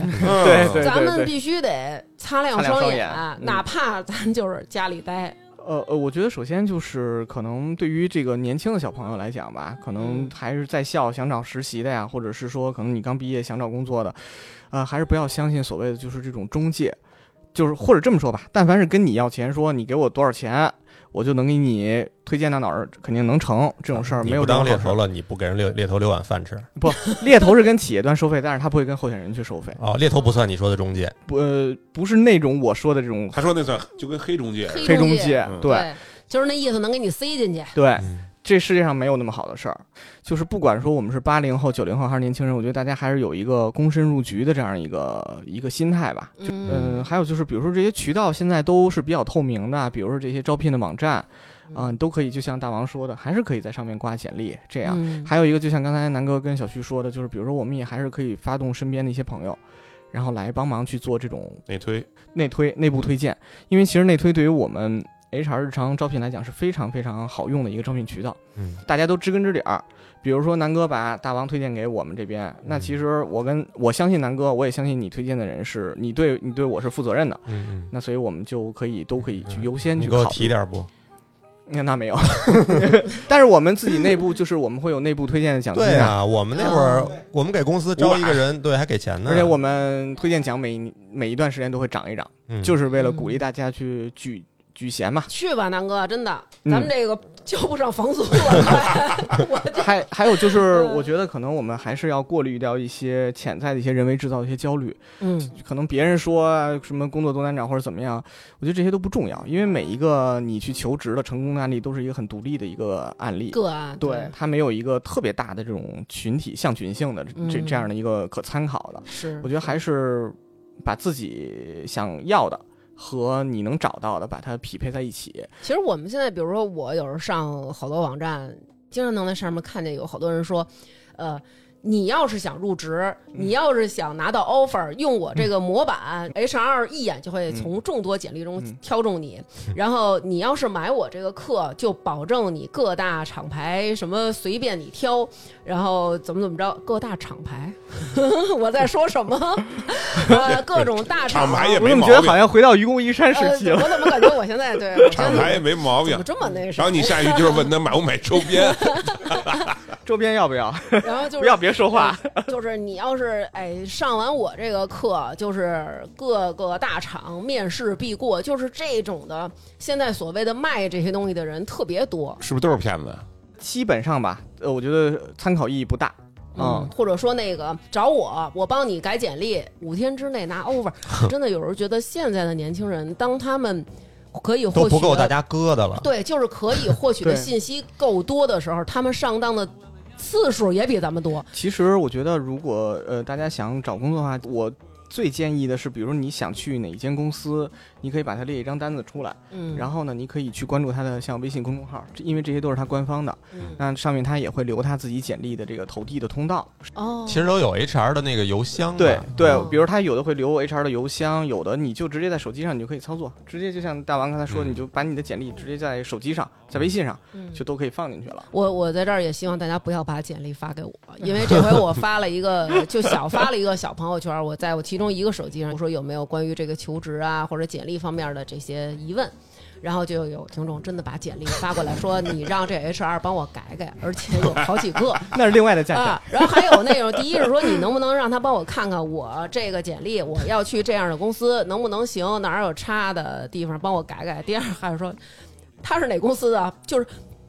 嗯对咱对们对。必须得擦亮擦亮双双眼嗯哪怕咱就是家里待。呃呃，我觉得首先就是可能对于这个年轻的小朋友来讲吧，可能嗯还是在校想找实习的呀，或者是说可能你刚毕业想找工作的，呃，还是不要相信所谓的就是这种中介，就是或者这么说吧，但凡是跟你要钱，说你给我多少钱，我就能给你推荐到哪儿，肯定能成这种事儿，你没有不当任猎何事儿头了，你不给人猎猎头留碗饭吃不，猎头是跟企业端收费，但是他不会跟候选人去收费，哦，猎头不算你说的中介，不、呃、不是那种我说的这种他说那算就跟黑中介似的，非中中介，嗯对就是那意思，能给你塞进去。对。嗯这世界上没有那么好的事儿，就是不管说我们是八零后、九零后还是年轻人，我觉得大家还是有一个躬身入局的这样一个一个心态吧。嗯，嗯，还有就是，比如说这些渠道现在都是比较透明的，比如说这些招聘的网站，啊、你都可以，就像大王说的，还是可以在上面挂简历这样。嗯还有一个，就像刚才南哥跟小旭说的，就是比如说我们也还是可以发动身边的一些朋友，然后来帮忙去做这种内推内推、内部推荐，因为其实内推对于我们 HR 日常招聘来讲是非常非常好用的一个招聘渠道，嗯，大家都知根知底儿。比如说南哥把大王推荐给我们这边，那嗯其实我跟我相信南哥，我也相信你推荐的人是你对你对我是负责任的，嗯那所以我们就可以都可以去优嗯，先你去给考我虑。提点儿不？那那 *laughs* 没有， *laughs* 但是我们自己内部就是我们会有内部推荐的奖金对的，啊，我们那会儿我们给公司招一个人，对，还给钱呢。而且我们推荐奖每每一段时间都会涨一涨，嗯就是为了鼓励大家去举举贤嘛。去吧，南哥，真的，嗯咱们这个交不上房 *laughs* 租了。还还有就是，我觉得可能我们还是要过滤掉一些潜在的一些人为制造的一些焦虑，嗯，可能别人说啊什么工作多难找或者怎么样，我觉得这些都不重要，因为每一个你去求职的成功的案例都是一个很独立的一个案例。个案对，它没有一个特别大的这种群体象群性的这嗯这嗯样的一个可参考的，是我觉得还是把自己想要的和你能找到的，把它匹配在一起。其实我们现在，比如说我有时候上好多网站，经常能在上面看见有好多人说，呃。你要是想入职，你要是想拿到 offer，用我这个模板，HR 一眼就会从众多简历中嗯挑中你。然后你要是买我这个课，就保证你各大厂牌什么随便你挑，然后怎么怎么着，各大厂牌， *laughs* 我在说 *laughs* 什么？呃，各种大厂厂牌也我没怎么毛觉得好病，像回到愚公移山时呃，期了？我怎么感觉我现在对，我觉厂牌得也没毛怎病么。这么那什然么？后你下一句就是问他买不买周边，周边要不要？然后就不是要，别说话。就是你要是哎上完我这个课，就是各个大厂面试必过，就是这种的。现在所谓的卖这些东西的人特别多，嗯是不是都是骗子？基本上吧，呃，我觉得参考意义不大。嗯，或者说那个找我，我帮你改简历，五天之内拿 over。真 *laughs* 的有时候觉得现在的年轻人，当他们可以获都取不够大的家疙瘩了。对，就是可以获取的对信息够多的时候，他们上当的次数也比咱们多。其实我觉得，如果呃大家想找工作的话，我最建议的是，比如你想去哪一间公司，你可以把它列一张单子出来，嗯，然后呢，你可以去关注它的像微信公众号，这因为这些都是它官方的，嗯那上面它也会留它自己简历的这个投递的通道。哦，其实都有 HR 的那个邮箱吧，对对哦，比如它有的会留 HR 的邮箱，有的你就直接在手机上你就可以操作，直接就像大王刚才说，嗯的，你就把你的简历直接在手机上，在微信上嗯就都可以放进去了。我我在这儿也希望大家不要把简历发给我，因为这回我发了一个，就小发了一个小朋友圈，我在我其中一个手机上，我说有没有关于这个求职啊或者简历方面的这些疑问。然后就有听众真的把简历发过来，说你让这 HR 帮我改改，而且有好几个，那是另外的价格。啊。然后还有那种，第一是说你能不能让他帮我看看我这个简历，我要去这样的公司能不能行，哪儿有差的地方帮我改改。第二还是说他是哪公司的，就是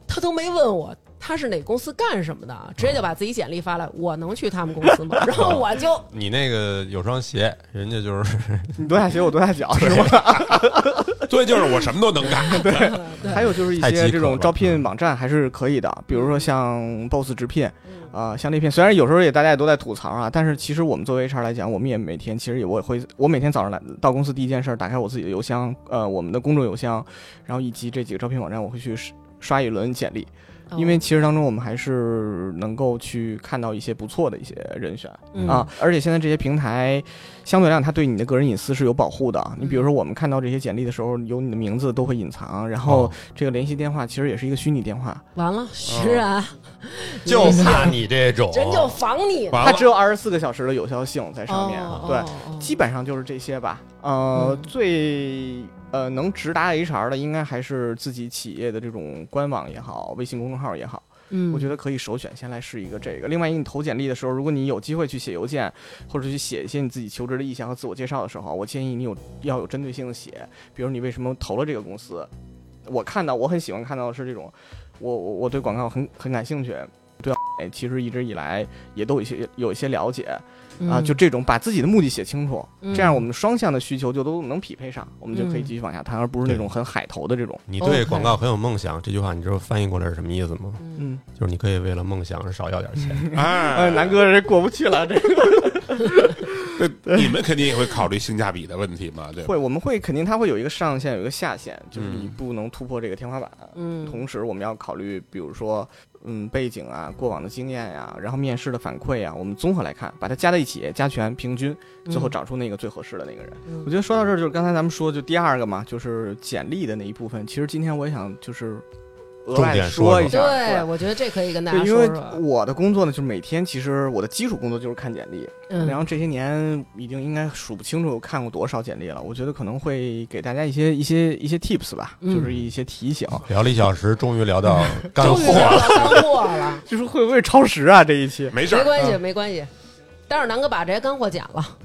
他都没问我。他是哪公司干什么的？直接就把自己简历发来，我能去他们公司吗？ *laughs* 然后我就你那个有双鞋，人家 *laughs* 就是你多大鞋，我多大脚，是吧？ *laughs* 对，就是我什么都能干。对还有就是一太些饥渴这种了嗯招聘网站还是可以的，比如说像 Boss 直聘，嗯啊、像猎聘，虽然有时候也大家也都在吐槽啊，但是其实我们作为 HR 来讲，我们也每天其实也我也会，我每天早上来到公司第一件事，打开我自己的邮箱，呃，我们的公众邮箱，然后以及这几个招聘网站，我会去刷刷一轮简历，哦嗯因为其实当中我们还是能够去看到一些不错的一些人选。嗯啊，而且现在这些平台相对来讲，它对你的个人隐私是有保护的。啊你嗯比如说，我们看到这些简历的时候，有你的名字都会隐藏，然后哦这个联系电话其实也是一个虚拟电话，完了，徐 *laughs* 然就 *laughs* 怕你这种，人就防你完它了只，有二十四个小时的有效性在上面。啊哦对，哦哦基本上就是这些吧。呃，嗯最呃能直达 HR 的，应该还是自己企业的这种官网也好，微信公众号也好。嗯，我觉得可以首选先来试一个这个。另外，一个你投简历的时候，如果你有机会去写邮件，或者去写一些你自己求职的意向和自我介绍的时候，我建议你有要有针对性的写，比如你为什么投了这个公司。我看到我很喜欢看到的是这种，我我我对广告很很感兴趣，对哎其实一直以来也都有一些有一些了解啊，嗯就这种把自己的目的写清楚，嗯这样我们双向的需求就都能匹配上，我们就可以继续往下谈，而不是那种很海投的这种。你对广告很有梦想，这句话你知道翻译过来是什么意思吗？嗯嗯，就是你可以为了梦想少要点钱。哎呃，，南哥这过不去了，这对你们肯定也会考虑性价比的问题嘛，对吧？会，我们会肯定它会有一个上限，有一个下限，就是你嗯不能突破这个天花板。嗯同时，我们要考虑，比如说，嗯，背景啊、过往的经验呀、然后面试的反馈呀、我们综合来看，把它加在一起，加权平均，最后嗯找出那个最合适的那个人。嗯我觉得说到这儿，就是刚才咱们说，就第二个嘛，就是简历的那一部分。其实今天我也想就是额重外点说说一说下，对，我觉得这可以跟大对家因说为说，我的工作呢，就是每天其实我的基础工作就是看简历，嗯然后这些年已经应该数不清楚看过多少简历了，我觉得可能会给大家一些一些一些 tips 吧，嗯就是一些提醒， *laughs* 聊了一小时，终于聊 *laughs* 到干终于货聊了。到干货了。就是会不会超时啊这一期？没事没儿，关系，没关系。待会儿南哥把这些干货剪了。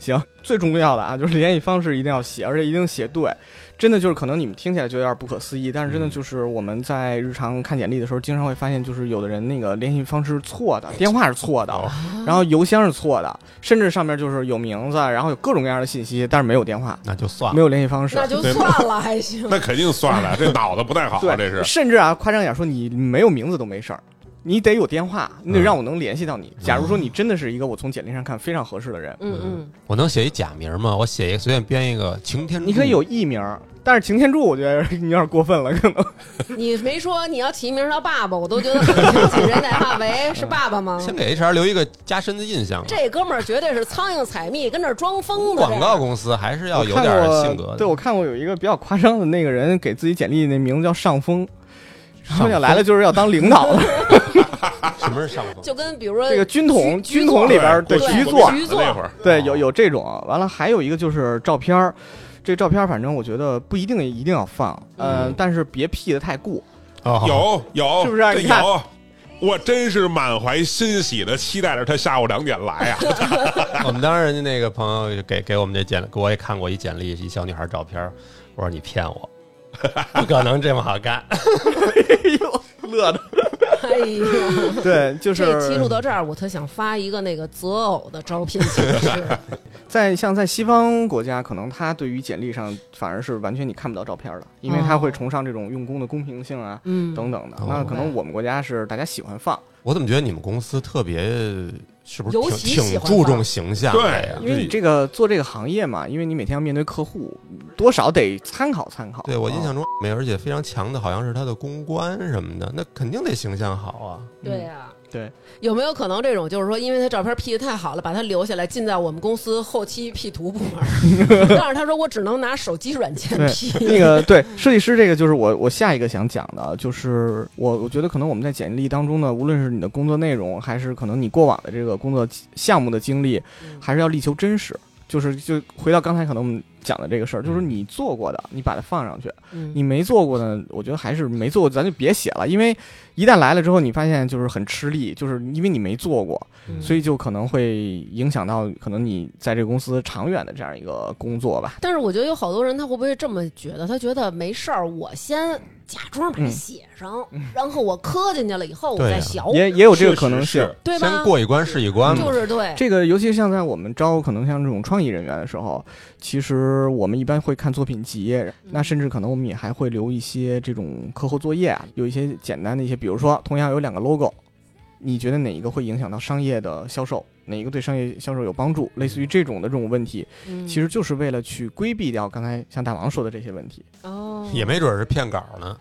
行，最重要的啊，就是联系方式一定要写，而且一定写对。真的就是可能你们听起来觉得有点不可思议，但是真的就是我们在日常看简历的时候，经常会发现，就是有的人那个联系方式是错的，电话是错的，哦然后邮箱是错的，甚至上面就是有名字，然后有各种各样的信息，但是没有电话，那就算没了，有联系方式那。就算了，还行。那肯定算了，这脑子不太好对，啊，这是甚至啊，夸张一点说，你没有名字都没事儿，你得有电话，你得嗯让我能联系到你。假如说你真的是一个我从简历上看非常合适的人，嗯嗯，我能写一假名吗？我写一个随便编一个晴天柱，你可以有艺名，但是擎天柱我觉得 *laughs* 你有点过分了，可能嗯你没说你要起名叫爸爸，我都觉得很想起人奶化为是爸爸吗？先给 HR 留一个加深的印象吧。这哥们儿绝对是苍蝇采蜜，跟这儿装疯的。广告公司还是要有我点看过性格的。对我看过有一个比较夸张的那个人给自己简历那名字叫上峰，上上要来了就是要当领导 *laughs* 的什么是上峰？就跟比如说这个军统，局军统里边对对对局我座们，局座那会儿对有有这种。完了还有一个就是照片儿。这照片儿反正我觉得不一定一定要放，呃嗯，但是别 P 的太过。哦，有有，是不是啊这你看有，我真是满怀欣喜的期待着他下午两点来啊！我们当时人家那个朋友给给我们这简，给我也看过一简历，一小女孩照片儿。我说你骗 *laughs* 我，不可能这么好干。 *laughs* 哎呦，乐的。哎呦，对，就是这期录到这儿，我特想发一个那个择偶的招聘启事。在像在西方国家，可能他对于简历上反而是完全你看不到照片的，因为他会崇尚这种用工的公平性啊、嗯，等等的哦。那可能我们国家是大家喜欢放，我怎么觉得你们公司特别是不是尤其挺喜挺欢注放重形象的呀？嗯因为你这个做这个行业嘛，因为你每天要面对客户，多少得参考参考。对我印啊象中没有，而且非常强的好像是他的公关什么的，那肯定得形象好啊。对呀、对，有没有可能这种就是说，因为他照片 P 的太好了，把他留下来进到我们公司后期 P 图部门？但是他说我只能拿手机软件对 *laughs* *laughs* P。那个对设计师这个就是我我下一个想讲的，就是我我觉得可能我们在简历当中呢，无论是你的工作内容，还是可能你过往的这个工作项目的经历，嗯还是要力求真实。就是就回到刚才可能我们讲的这个事儿，嗯就是你做过的，你把它放上去；嗯你没做过的，我觉得还是没做过，咱就别写了，因为一旦来了之后，你发现就是很吃力，就是因为你没做过，嗯所以就可能会影响到可能你在这个公司长远的这样一个工作吧。但是我觉得有好多人，他会不会这么觉得？他觉得没事儿，我先假装把它嗯啊写上，然后我磕进去了以后，我对再呀小，也也有哦这个哦确实可能性是，对吧先？过一关是一关嘛。就是对，这个尤其像在我们招可能像这种创意人员的时候，其实我们一般会看作品集，那甚至可能我们也还会留一些这种课后作业啊，有一些简单的一些，比如说同样有两个 logo，你觉得哪一个会影响到商业的销售？哪一个对商业销售有帮助？类似于这种的这种问题，嗯其实就是为了去规避掉刚才像大王说的这些问题。 *laughs* 哦，也没准儿是骗稿呢，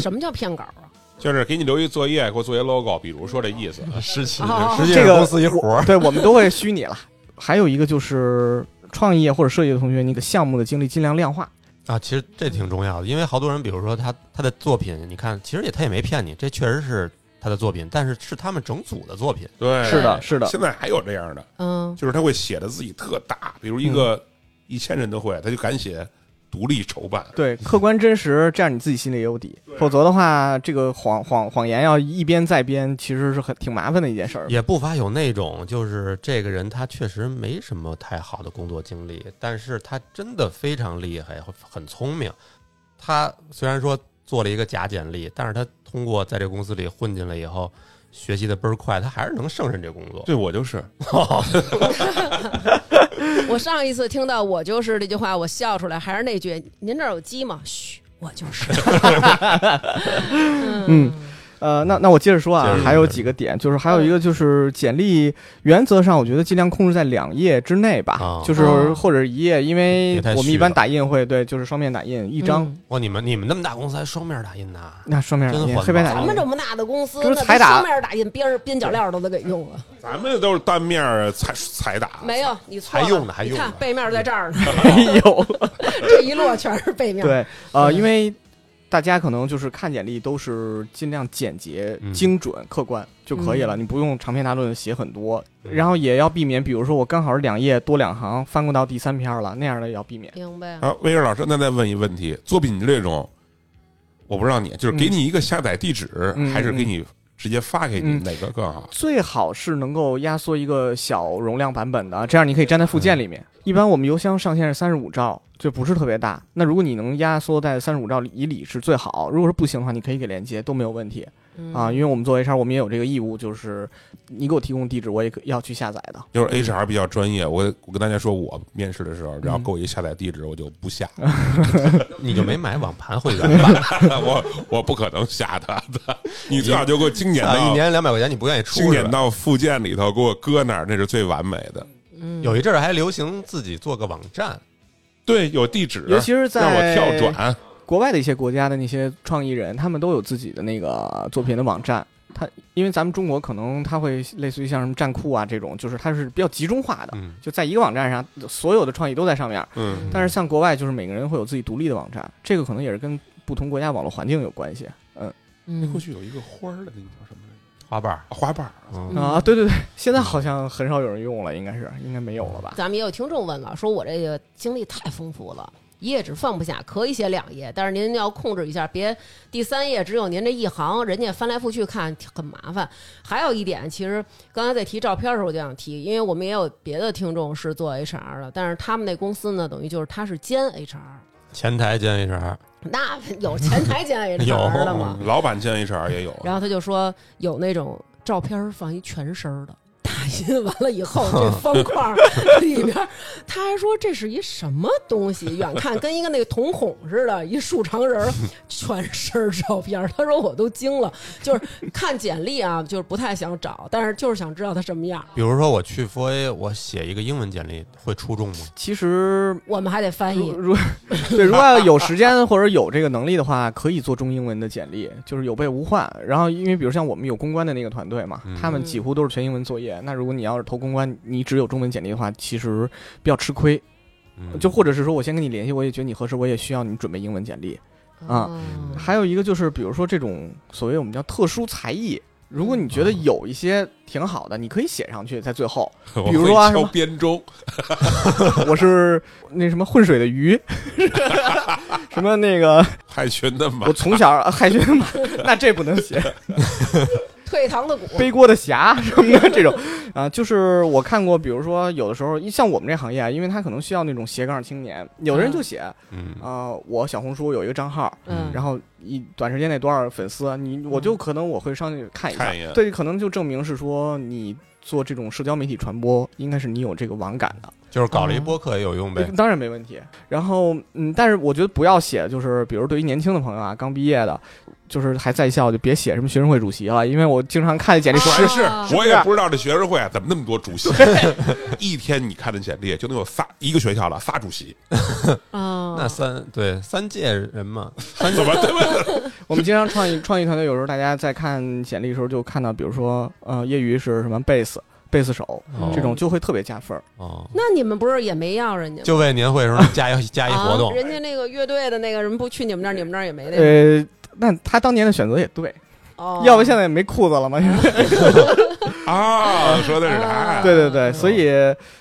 什么叫骗稿啊？就是给你留一作业，给我做一 logo，比如说这意思。实际哦实际这上个公司一活儿。对我们都会虚拟了。还有一个就是创意或者设计的同学，你个项目的经历尽量量化。啊，其实这挺重要的，因为好多人，比如说他他的作品，你看，其实也他也没骗你，这确实是他的作品，但是是他们整组的作品，对，是的，是的，现在还有这样的，嗯，就是他会写的自己特大，比如一嗯个一千人都会，他就敢写独立筹办。对，客观真实，这样你自己心里也有底。啊否则的话，这个谎谎谎言要一编再编，其实是很挺麻烦的一件事儿。也不乏有那种就是这个人他确实没什么太好的工作经历，但是他真的非常厉害，很聪明。他虽然说做了一个假简历，但是他通过在这公司里混进来以后，学习的倍儿快，他还是能胜任这工作。对我就是，我上一次听到我就是这句话，我笑出来，还是那句“您这儿有鸡吗？”嘘，我 *laughs* 就是。 *laughs* 嗯，呃，那那我接着说接啊着，还有几个点，就是还有一个就是简历原则上，我觉得尽量控制在两页之内吧，啊就是哦或者一页，因为别太我们一虚般了打印会对，就是双面打印一张，嗯哇，你们你们那么大公司还双面打印呢？那双面打真印环黑白保打咱印们。这么大的公司，就是那彩打双面打印边儿边角料都得给用了。咱们都是单面儿彩彩打，没有，你错了。啊还用呢还用你呢看背面在这儿呢， *laughs* 没 *laughs* 有，这一摞全是背面。，对，呃，对因为大家可能就是看简历都是尽量简洁、嗯精准、客观就可以了，嗯你不用长篇大论地写很多，嗯然后也要避免，比如说我刚好是两页多两行，翻过到第三篇了，那样的也要避免。明白。啊，威尔老师，那再问一问题，作品这种，我不知道你就是给你一个下载地址，嗯还是给你直接发给你，嗯哪个更好？最好是能够压缩一个小容量版本的，这样你可以粘在附件里面。一般我们邮箱上限是三十五兆，就不是特别大。那如果你能压缩在三十五兆以里是最好，如果是不行的话，你可以给连接都没有问题。嗯啊，因为我们做 HR，我们也有这个义务，就是你给我提供地址，我也可要去下载的。就是 HR 比较专业，我我跟大家说，我面试的时候，然嗯后给我一下载地址，我就不下，嗯你就没买网盘会员啊吧？ *laughs* 我我不可能下他的。你最好就给我精简啊一到年两百块钱你不愿意出精是简吧到附件里头，给我搁那儿，那是最完美的。嗯有一阵儿还流行自己做个网站，对，有地址，尤其是在啊让我跳转，国外的一些国家的那些创意人，他们都有自己的那个作品的网站。他因为咱们中国可能他会类似于像什么站酷啊这种，就是它是比较集中化的，嗯，就在一个网站上，所有的创意都在上面。嗯，但是像国外，就是每个人会有自己独立的网站，这个可能也是跟不同国家网络环境有关系。嗯 *laughs* 嗯过去有一个花儿的那个叫什么来着？花瓣儿，花瓣儿，嗯，啊，对对对，现在好像很少有人用了，应该是应该没有了吧？咱们也有听众问了，说我这个经历太丰富了，一页纸放不下，可以写两页，但是您要控制一下，别第三页只有您这一行，人家翻来覆去看很麻烦。还有一点，其实刚才在提照片的时候，我就想提，因为我们也有别的听众是做 HR 的，但是他们那公司呢，等于就是他是兼 HR，前台兼 HR，那有前台兼 HR 的吗？嗯老板见 HR 也有啊，然后他就说有那种照片儿放一全身儿的。打印完了以后，这方块儿里边儿，他还说这是一什么东西？远看跟一个那个瞳孔似的，一竖长人儿，全身儿照片儿。他说我都惊了，就是看简历啊，就是不太想找，但是就是想知道他什么样儿。比如说我去 f o A，我写一个英文简历会出众吗？其实我们还得翻如译，如对，如果要有时间或者有这个能力的话，可以做中英文的简历，就是有备无患。然后，因为比如像我们有公关的那个团队嘛，他们几乎都是全英文作业。那如果你要是投公关，你只有中文简历的话，其实比较吃亏。嗯就或者是说我先跟你联系，我也觉得你合适，我也需要你准备英文简历。啊嗯还有一个就是，比如说这种所谓我们叫特殊才艺，如果你觉得有一些挺好的，你可以写上去在最后。 *laughs* 我比如说啊会什敲么编钟，我是那什么浑水的鱼， *laughs* 什么那个海群的嘛我，从小啊海军嘛，那这不能写。退堂的鼓，背锅的侠什么的这种啊，就是我看过，比如说有的时候像我们这行业啊，因为他可能需要那种斜杠青年，有的人就写啊、嗯我小红书有一个账号，嗯，然后一短时间内多少粉丝，啊你我就可能我会上去看一下，看一眼对，可能就证明是说你做这种社交媒体传播，应该是你有这个网感的，就是搞了一播客也有用呗。呃当然没问题。然后嗯，但是我觉得不要写，就是比如对于年轻的朋友啊，刚毕业的。就是还在校就别写什么学生会主席了，因为我经常看简历说，全啊是是，我也不知道这学生会啊怎么那么多主席，一天你看的简历就能有仨一个学校了仨主席， *laughs* 啊，那三对三届人嘛，怎么怎么 *laughs* 我们经常创意创意团队，有时候大家在看简历的时候，就看到，比如说，呃，业余是什么贝斯、贝斯手哦这种，就会特别加分儿。哦，那你们不是也没要人家吗？就为年会的时候加一加一活动啊，，人家那个乐队的那个人不去你们那儿，你们那儿也没那个。呃，那他当年的选择也对，哦，要不现在也没裤子 *laughs* 了嘛。啊？说的是他，对对对，所以，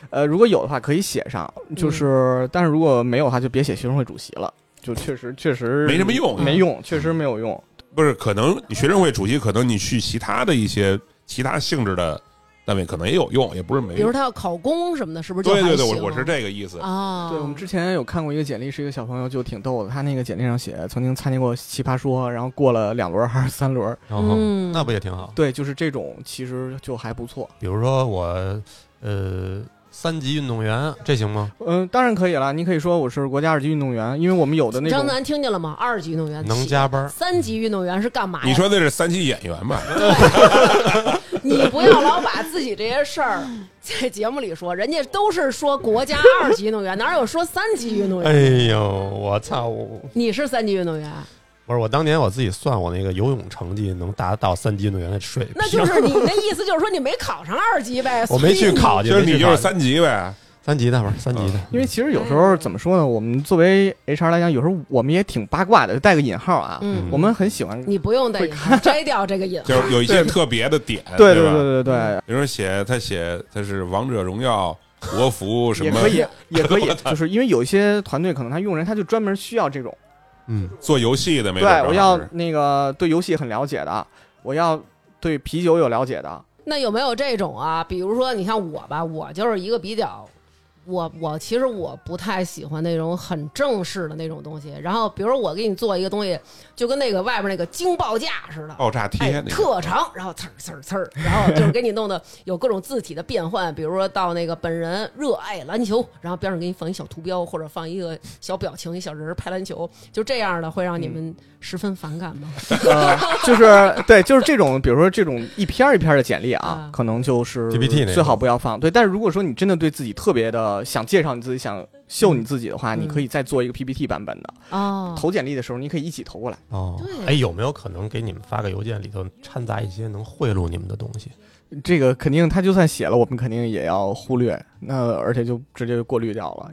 呃，如果有的话可以写上，嗯就是，但是如果没有的话，就别写学生会主席了，就确实确实没什么用没用，确实没有用。不是，可能你学生会主席，可能你去其他的一些其他性质的单位，可能也有用，也不是没哎比如用。他要考公什么的，是不是就对对还对，行我我是这个意思。啊。对我们之前有看过一个简历，是一个小朋友，就挺逗的，他那个简历上写曾经参加过奇葩说，然后过了两轮还是三轮，然后嗯那不也挺好？对，就是这种，其实就还不错。比如说我呃三级运动员，这行吗？嗯，当然可以了。你可以说我是国家二级运动员，因为我们有的那张种楠听见了吗？二级运动员能加班儿，三级运动员是干嘛哎呀？你说的是三级演员吧？你不要老把自己这些事儿在节目里说，人家都是说国家二级运动员，哪有说三级运动员？哎呦，我操！我你是三级运动员，不是我当年我自己算我那个游泳成绩能达到三级运动员的水平，那就是你那意思就是说你没考上二级呗？ *laughs* 我没去考去，就是你就是三三级呗。三级的，不是三级的，因为其实有时候怎么说呢，我们作为 HR 来讲，有时候我们也挺八卦的，带个引号啊，嗯我们很喜欢。你不用得 *laughs* 摘掉这个引就号。是有一些特别的点，对嗯对吧？对对对，比如说写他写他是王者荣耀国服什也 *laughs* 么可以，也可以，就是因为有一些团队可能他用人，他就专门需要这种。嗯，做游戏的，没对准儿我要是那个对游戏很了解的，我要对啤酒有了解的，那有没有这种啊？比如说，你像我吧，我就是一个比较我我其实我不太喜欢那种很正式的那种东西。然后，比如我给你做一个东西，就跟那个外边那个惊爆架似的，爆炸哦贴哎那，个特长，然后刺儿刺儿刺儿，然后就是给你弄的有各种字体的变换，比如说到那个本人热爱篮球，然后边上给你放一小图标或者放一个小表情，一小人儿拍篮球，就这样的会让嗯你们十分反感吗？呃，就是对，就是这种，比如说这种一篇儿一篇儿的简历啊啊，可能就是 PPT 那种最好不要放。对，但是如果说你真的对自己特别的想介绍你自己，想秀你自己的话，嗯你可以再做一个 PPT 版本的。哦，投简历的时候，你可以一起投过来。哦对，哎，有没有可能给你们发个邮件，里头掺杂一些能贿赂你们的东西？这个肯定他就算写了，我们肯定也要忽略，那而且就直接就过滤掉了，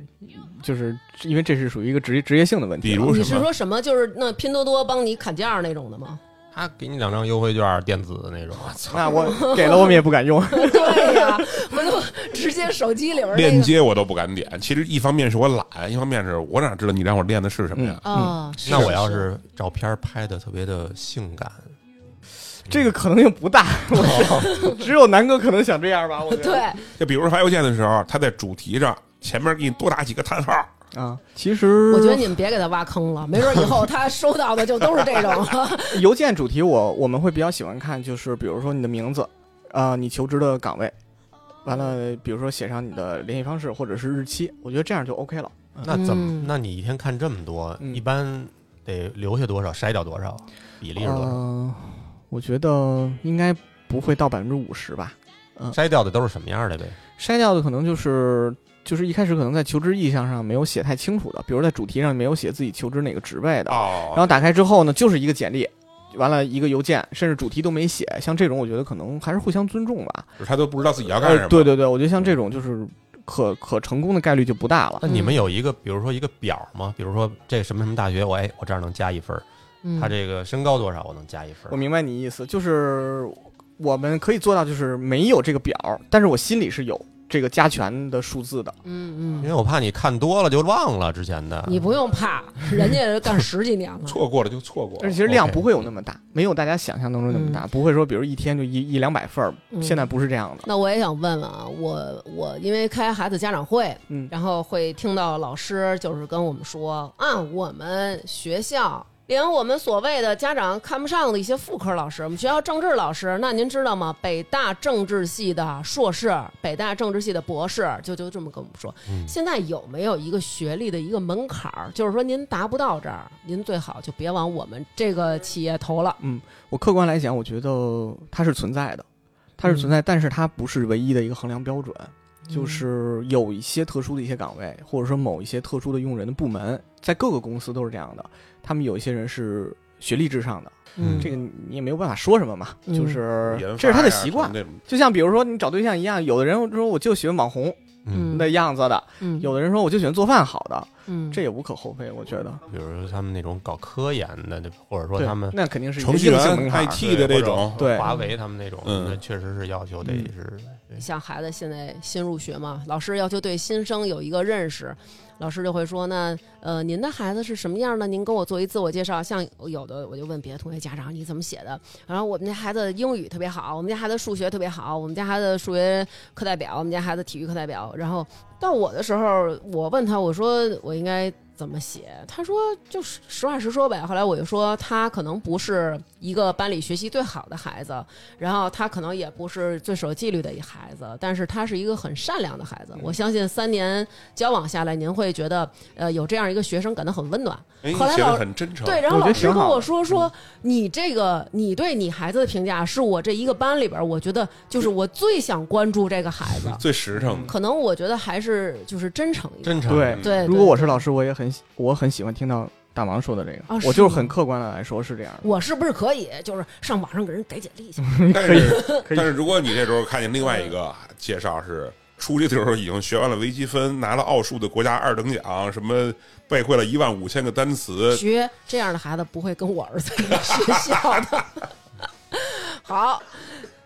就是因为这是属于一个职业职业性的问题了。比如你什是么？说什么？就是那拼多多帮你砍价那种的吗？他给你两张优惠券，电子的那种。那我给了，我们也不敢用。对呀、回头直接手机里边那链个接我都不敢点。其实一方面是我懒，一方面是我哪知道你让我练的是什么呀？啊、那我要是照片拍的特别的性感，这个可能性不 *laughs* 大，我只有南哥可能想这样吧。我觉得对，就比如说发邮件的时候，他在主题上前面给你多打几个叹号，啊，其实我觉得你们别给他挖坑了，没准以后他收到的就都是这种了。邮件主题我我们会比较喜欢看，就是比如说你的名字，啊、你求职的岗位，完了，比如说写上你的联系方式或者是日期，我觉得这样就 OK 了。那怎么嗯？那你一天看这么多，嗯一般得留下多少，筛掉多少，比例是多少？嗯、我觉得应该不会到百分之五十吧，筛掉的都是什么样的呗？筛掉的可能就是就是一开始可能在求职意向上没有写太清楚的，比如在主题上没有写自己求职哪个职位的，然哦，后打开之后呢，就是一个简历。完了一个邮件，甚至主题都没写，像这种我觉得可能还是互相尊重吧。就是他都不知道自己要干什呃，么。对对对，我觉得像这种就是可可成功的概率就不大了。嗯那你们有一个，比如说一个表吗？比如说这什么什么大学，我哎，我这儿能加一分儿，嗯他这个身高多少，我能加一分儿。我明白你意思，就是我们可以做到，就是没有这个表，但是我心里是有这个加权的数字的。哦嗯因嗯，为我怕你看多了就忘了之前的。你不用怕，人家干十几年了。错过了就错过但了是。其实量 OK 不会有那么大，没有大家想象当中那嗯么大，不会说比如一天就一一两百份儿，嗯现在不是这样的。那我也想问问啊，我我因为开孩子家长会，嗯然后会听到老师就是跟我们说啊，我们学校连我们所谓的家长看不上的一些副科老师，我们学校政治老师，那您知道吗？北大政治系的硕士，北大政治系的博士，就就这么跟我们说。嗯现在有没有一个学历的一个门槛儿？就是说您达不到这儿，您最好就别往我们这个企业投了。我客观来讲，我觉得它是存在的，它嗯是存在，但是它不是唯一的一个衡量标准。就是有一些特殊的一些岗位，或者说某一些特殊的用人的部门，在各个公司都是这样的。他们有一些人是学历至上的，嗯这个你也没有办法说什么嘛，嗯就是 *laughs* 研发呀这是他的习什惯么。那种就像比如说你找对象一样，有的人说我就喜欢网红嗯的样子的，嗯，有的人说我就喜欢做饭好的，嗯，这也无可厚非，我觉得。比如说他们那种搞科研的，对吧或者说对他们，那肯定是一个程序硬性门员、槛 IT 的这种，对华为他们那种，嗯那确实是要求得嗯是像孩子现在新入学嘛，老师要求对新生有一个认识，老师就会说那呃，您的孩子是什么样呢？您跟我做一自我介绍。像有的我就问别的同学家长你怎么写的，然后我们家孩子英语特别好，我们家孩子数学特别好，我们家孩子数学课代表，我们家孩子体育课代表。然后到我的时候，我问他，我说我应该怎么写？他说就是实话实说呗。后来我就说他可能不是一个班里学习最好的孩子，然后他可能也不是最守纪律的一孩子，但是他是一个很善良的孩嗯子。我相信三年交往下来，您会觉得呃有这样一个学生感到很温暖。哎，你后来写的老很真诚。。对，然后我老觉得师挺跟好我的嗯说说，你这个你对你孩子的评价是我这一个班里边儿，我觉得就是我最想关注这个孩子最实诚。可能我觉得还是就是真诚一点。真诚。对嗯对，如果对我是老师，我也很喜我很喜欢听到大王说的这个，啊我是就吗是很客观的来说是这样的。我是不是可以就是上网上给人改简历去？但是嗯 *laughs* 可以但是如果你这时候看见另外一个介绍是出去的时候已经学完了微积分，拿了奥数的国家二等奖，什么背会了一万五千个单词，学这样的孩子不会跟我儿子 *laughs* 一个学校的。 *laughs* 好，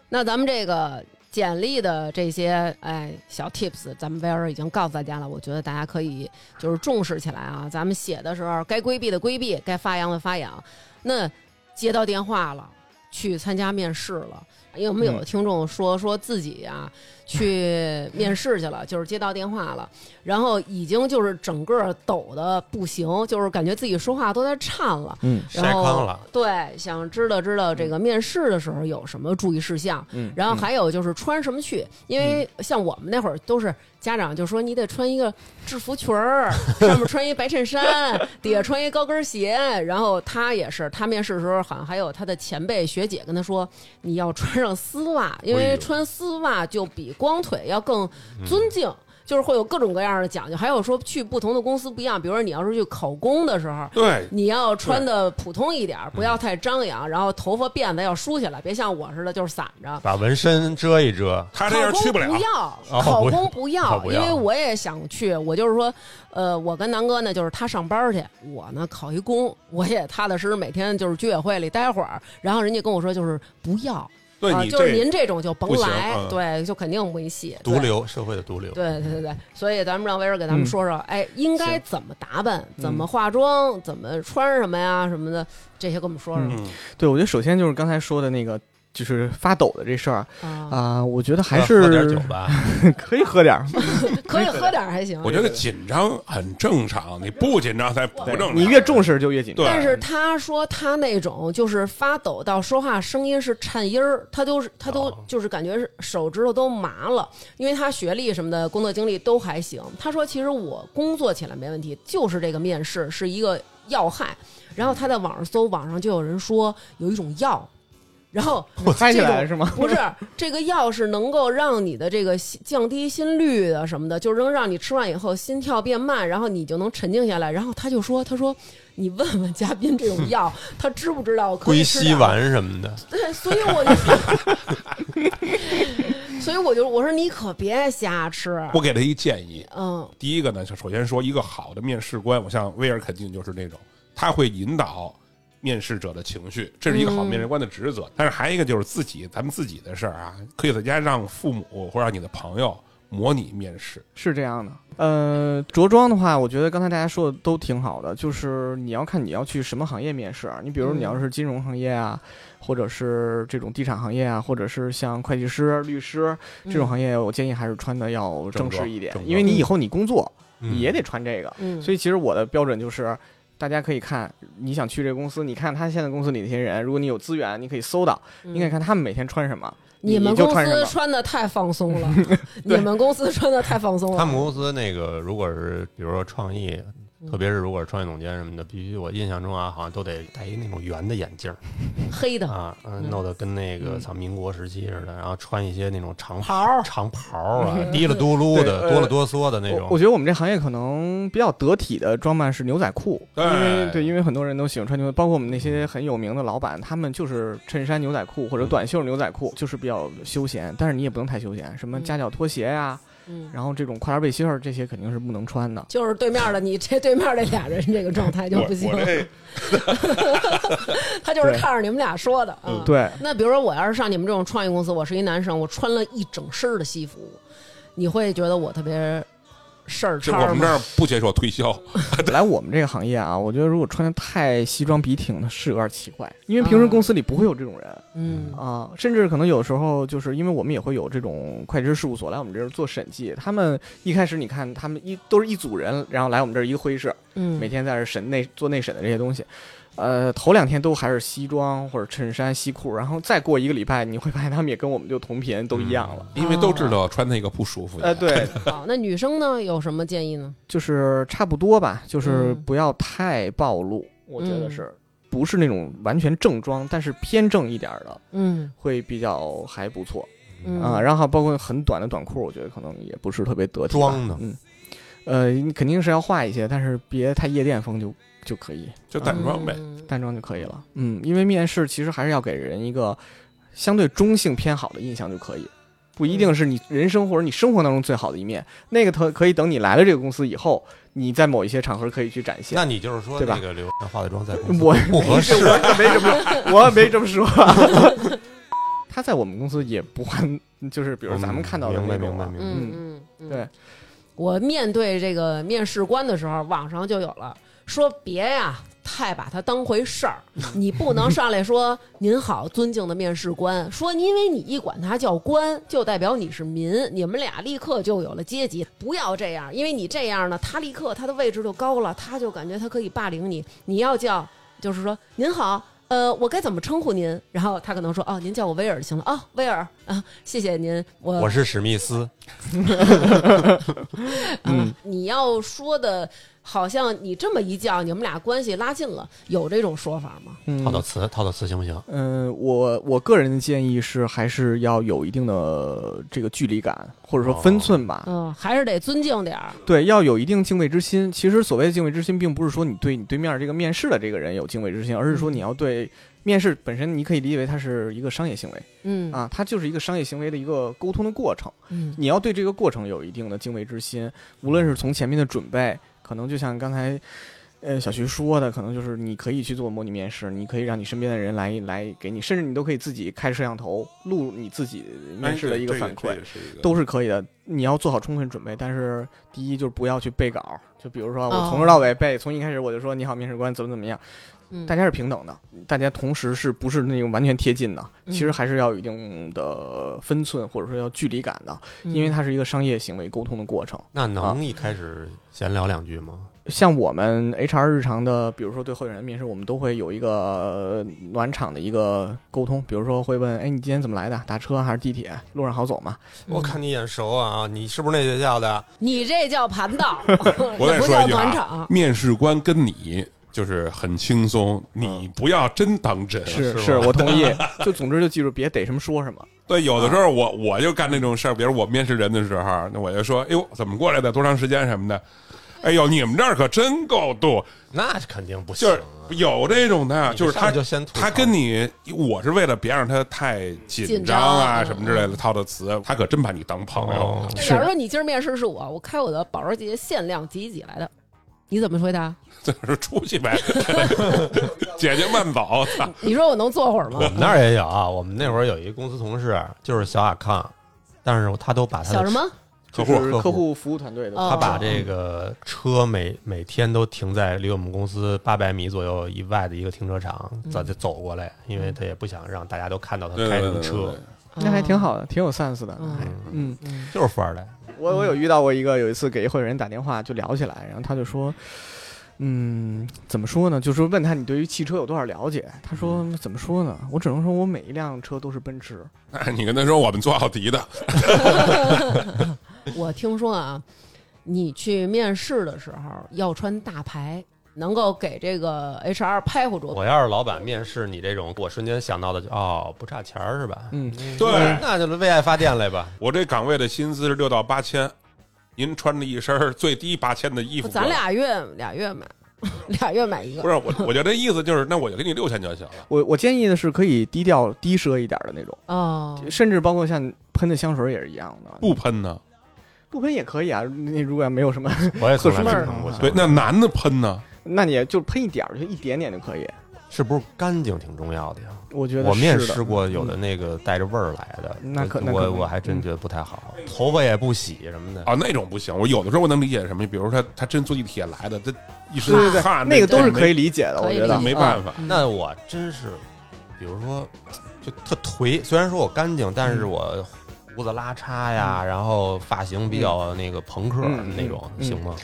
那咱们这个简历的这些哎小 tips，咱们威尔已经告诉大家了，我觉得大家可以就是重视起来啊。咱们写的时候该规避的规避，该发扬的发扬。那接到电话了。去参加面试了，因为我们有的听众说说自己啊去面试去了，就是接到电话了，然后已经就是整个抖的不行，就是感觉自己说话都在颤了。嗯筛然糠后了，对，想知道知道这个面试的时候有什么注意事项，嗯然后还有就是穿什么去，因为嗯像我们那会儿都是家长就说你得穿一个制服裙 *laughs* 儿，上面穿一白衬衫，底下穿一高跟鞋。然后他也是，他面试的时候好像还有他的前辈学姐跟他说，你要穿上丝袜，因哎为呦嗯穿丝袜就比光腿要更尊敬。就是会有各种各样的讲究，还有说去不同的公司不一样，比如说你要是去考公的时候，对，你要穿的普通一点儿，不要太张扬，然后头发辫子要梳起来，别像我似的就是散着。把纹身遮一遮，他这考样公去不了，啊要，哦考不公不要，哦不因要为我也想去。我就是说，呃，我跟南哥呢，就是他上班去，我呢考一公，我也踏踏实实每天就是居委会里待会儿。然后人家跟我说，就是不要，啊、对你就是这您这种就甭不行来，嗯对，就肯定没戏。对毒瘤，社会的毒瘤。对对对对，所以咱们让威尔给咱们说说，哎，应该行怎么打扮，怎么化妆，怎么穿什么呀，什么的，这些跟我们说说嗯，对，我觉得首先就是刚才说的那个，就是发抖的这事儿啊，啊、我觉得还喝是喝点酒吧， *laughs* 可以喝点儿。可以喝点儿还行。我觉得紧张很正常，你不紧张才不对正常。你越重视就越紧张。对但是他说他那种就是发抖到说话声音是颤音儿，他都是他都哦就是感觉是手指头都麻了，因为他学历什么的工作经历都还行。他说其实我工作起来没问题，就是这个面试是一个要害。然后他在网上搜，网上就有人说有一种药，然后我猜起这来种是吗？ *laughs* 不是这个药是能够让你的这个心降低心率的什么的，就是能让你吃完以后心跳变慢，然后你就能沉静下来。然后他就说：“他说你问问嘉宾这种 *laughs* 药，他知不知道我可以归吃西点儿丸什么的，对，所以我就，所以我就我 *laughs* 说你可别瞎吃。我给他一建议，嗯第一个呢，就首先说一个好的面试官，我像威尔肯定就是那种他会引导面试者的情绪，这是一个好面试官的职责。但是还有一个就是自己咱们自己的事儿啊，可以在家让父母或者让你的朋友模拟面试，是这样的。呃，着装的话，我觉得刚才大家说的都挺好的，就是你要看你要去什么行业面试啊。你比如嗯你要是金融行业啊，或者是这种地产行业啊，或者是像会计师、律师嗯这种行业，我建议还是穿的要正式一点正，装因为你以后你工作嗯也得穿这个。嗯，所以其实我的标准就是，大家可以看你想去这个公司，你看他现在公司里那些人，如果你有资源，你可以搜到，嗯你可以看他们每天穿什么，你们就公穿什司么。穿的太放松 *laughs* 了，你们公司穿的太放松了。他们公司那个，如果是比如说创意，特别是如果是创意总监什么的，必须我印象中啊，好像都得戴一那种圆的眼镜儿黑的啊，嗯，弄得跟那个像民国时期似的，然后穿一些那种 *laughs* 长袍儿长袍儿嗯啊，滴了嘟噜的，对呃哆了哆嗦的那我我种。觉得我们这行业可能比较得体的装扮是牛仔裤，对因为对，因为很多人都喜欢穿牛仔，包括我们那些很有名的老板，他们就是衬衫牛仔裤嗯或者短袖牛仔裤，就是比较休闲，但是你也不能太休闲，什么夹脚拖鞋呀、嗯，然后这种跨栏背心儿这些肯定是不能穿的。就是对面的你，这对面这俩人这个状态就我不行我。这他就是对看着你们俩说的啊。嗯对，那比如说，我要是上你们这种创业公司，我是一男生，我穿了一整身儿的西服，你会觉得我特别事儿就叉我儿们这吗？儿不接受推销， *laughs* 来我们这个行业啊，我觉得如果穿的太西装笔挺的是有点奇怪，因为平时公司里不会有这种人嗯啊、甚至可能有时候就是因为我们也会有这种会计师事务所来我们这儿做审计，他们一开始你看他们一都是一组人，然后来我们这儿一个会议室，嗯，每天在这儿审内做内审的这些东西。呃，头两天都还是西装或者衬衫、西裤，然后再过一个礼拜，你会发现他们也跟我们就同频，都一样了。因为都知道穿那个不舒服。呃，对，好，那女生呢有什么建议呢？就是差不多吧，就是嗯不要太暴露，我觉得嗯是、不是那种完全正装，但是偏正一点儿的嗯会比较还不错嗯啊、然后还包括很短的短裤，我觉得可能也不是特别得体吧。装的嗯，呃，你肯定是要画一些，但是别太夜店风就就可以，就淡妆呗，嗯淡妆就可以了。嗯，因为面试其实还是要给人一个相对中性偏好的印象就可以。不一定嗯是你人生或者你生活当中最好的一面，那个特可以等你来了这个公司以后，你在某一些场合可以去展现。那你就是说对吧那个刘化的妆在 *laughs* 公司我不合适，我可没这么说， *laughs* 我没这么说。他在我们公司也不换，就是比如咱们看到的嗯明白那明种白啊，明白。嗯嗯嗯，对。我面对这个面试官的时候，网上就有了说别呀。太把他当回事儿，你不能上来说“您好，尊敬的面试官”，说因为你一管他叫官，就代表你是民，你们俩立刻就有了阶级。不要这样，因为你这样呢，他立刻他的位置就高了，他就感觉他可以霸凌你。你要叫，就是说“您好”，呃，我该怎么称呼您？然后他可能说：“哦，您叫我威尔就行了。”哦，威尔啊，谢谢您，我我是史密斯，嗯，你要说的，好像你这么一叫，你们俩关系拉近了，有这种说法吗？嗯套套词，套套词行不行？嗯，我我个人的建议是，还是要有一定的这个距离感，或者说哦分寸吧。嗯，还是得尊敬点儿。对，要有一定敬畏之心。其实所谓的敬畏之心，并不是说你对你对面这个面试的这个人有敬畏之心，而是说你要对面试本身，你可以理解为它是一个商业行为嗯啊，它就是一个商业行为的一个沟通的过程。嗯你要对这个过程有一定的敬畏之心，无论是从前面的准备，可能就像刚才。呃，小徐说的可能就是你可以去做模拟面试，你可以让你身边的人来来给你，甚至你都可以自己开摄像头录你自己面哎试的一个反馈，都是是可以的。你要做好充分准备，但是第一就是不要去背稿，就比如说我哦从头到尾背，从一开始我就说你好，面试官怎么怎么样，嗯大家是平等的，大家同时是不是那种完全贴近的？嗯其实还是要有一定的分寸，或者说要距离感的，嗯因为它是一个商业行为沟通的过程。那啊能一开始闲聊两句吗？像我们 HR 日常的，比如说对候选人面试，我们都会有一个呃暖场的一个沟通，比如说会问，哎，你今天怎么来的？打车还是地铁？路上好走吗？我看你眼熟啊，你是不是那学校的？你这叫盘道，我那再不说叫一句暖啊场，。面试官跟你就是很轻松，你不要真当真。是是是，吧我同意。 *laughs* 就总之就记住，别逮什么说什么。对，有的时啊候我我就干那种事儿，比如我面试人的时候，那我就说，哎呦，怎么过来的？多长时间什么的？哎呦，你们这儿可真够多，那肯定不行就是啊。有这种的，你就是上来他就先吐槽他跟你，我是为了别让他太紧紧张张啊嗯什么之类的套的词，他可真把你当朋友哦。那是假如说你今儿面试是我，我开我的保时捷限量几几几来的，你怎么回 *laughs* 答？ *laughs* 就是出去呗， *laughs* 姐姐慢 *laughs* 走。操你说我能坐会儿吗我？们那儿也有啊，我们那会儿有一公司同事就是小雅康，但是他都把他的小什么？就客户是客客户服务团队的，哦他把这个车每每天都停在离我们公司八百米左右以外的一个停车场，咱就走过来，因为他也不想让大家都看到他对开对什么对对车对，那还挺好的，挺有 sense 的。嗯还嗯，嗯。就是富二代。我我有遇到过一个，有一次给一会人打电话就聊起来，然后他就说。嗯，怎么说呢？就是问他你对于汽车有多少了解？他说怎么说呢？我只能说我每一辆车都是奔驰。哎你跟他说我们做奥迪的，我听说啊，你去面试的时候要穿大牌，能够给这个 HR 拍糊住。我要是老板面试你这种，我瞬间想到的就哦，不差钱儿是吧？嗯，对那就是为爱发电来 *laughs* 吧。我这岗位的薪资是六到八千，您穿着一身儿最低八千的衣服，咱俩月俩月买， *laughs* 俩月买一个不。是我，我就这意思就是，那我就给你六千就行了。我我建议的是可以低调低奢一点的那种，哦，甚至包括像喷的香水也是一样的，不喷呢？不喷也可以啊。你如果没有什么， *laughs* 我也从来没可是看过味儿呢小对，那男的喷呢？那你也就喷一点儿，就一点点就可以。是不是干净挺重要的呀？我觉得我面是的试过有的那个带着味儿来的，嗯那可那可嗯我我还真觉得不太好，头发也不洗什么的。啊，那种不行。我有的时候我能理解什么，比如说他他真坐地铁来的，他一身对对对，汗，那个都是可以以，理解的，嗯可我以觉得理解没法。办嗯法。那我真是，比如说，就特颓。虽然说我干净，但嗯是我胡子拉碴呀，然后发型比较那个朋克嗯那种，嗯行吗？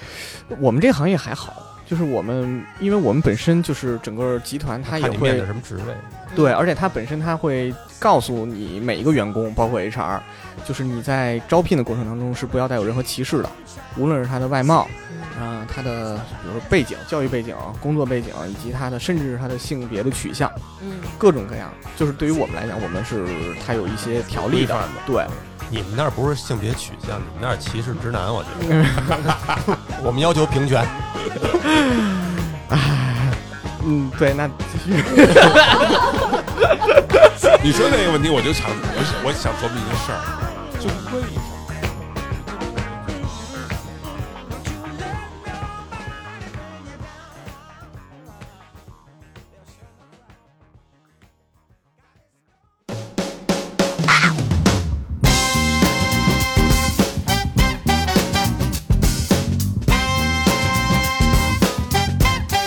我们这行业还好，就是我们，因为我们本身就是整个集团，它也看你面会的什么职位？对，而且它本身它会告诉你每一个员工，包括 HR，就是你在招聘的过程当中是不要带有任何歧视的，无论是他的外貌，嗯啊、他的比如说背景、教育背景、工作背景，以及他的甚至是他的性别的取向，嗯，各种各样。就是对于我们来讲，我们是它有一些条例的，对，你们那儿不是性别取向，你们那儿歧视直男，我觉得。 *laughs* 我们要求平权。嗯，对，那你说这个问题，我就想，我想我想琢磨一个事儿，就为什么？ Thank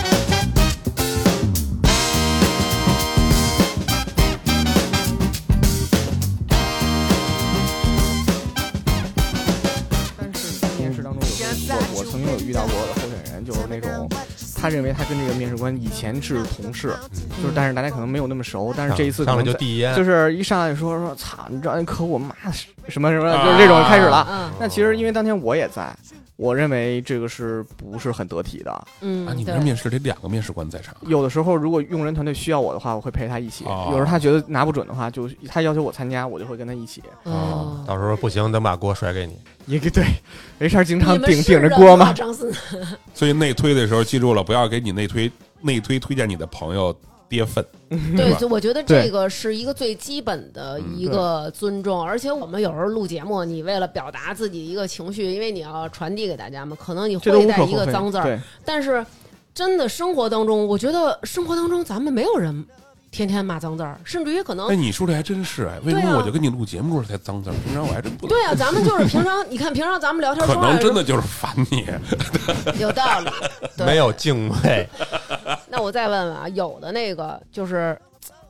那种，他认为他跟这个面试官以前是同事，嗯就是但是大家可能没有那么熟，但是这一次可上来能就在递烟，就是一上来就说说操，你知道那可我妈是什么什么，啊就是这种开始了。嗯那其实因为当天我也在，我认为这个是不是很得体的？嗯，啊，你们对这面试得两个面试官在场啊，有的时候如果用人团队需要我的话，我会陪他一起；哦有时候他觉得拿不准的话，就他要求我参加，我就会跟他一起。 *laughs* 啊哦，到时候不行，等把锅甩给你。也给对，没事儿经你常们顶是顶着人锅吗嘛。张 *laughs* 思南所以内推的时候记住了，不要给你内推内推推荐你的朋友跌份，嗯对吧，就我觉得对这个是一个最基本的嗯一个尊重，而且我们有时候录节目，你为了表达自己一个情绪，因为你要传递给大家嘛，可能你这都会无带可一厚个非。脏字儿，对，但是真的生活当中，我觉得生活当中咱们没有人天天骂脏字儿，甚至于可能哎，你说这还真是哎，为什对么啊我就跟你录节目的时候才脏字儿？平常我还真不。对啊，咱们就是平常，你看平常咱们聊天可说话能的时真候的就是烦你，有道理，对没有敬 *laughs* 畏，那我再问问啊，有的那个就是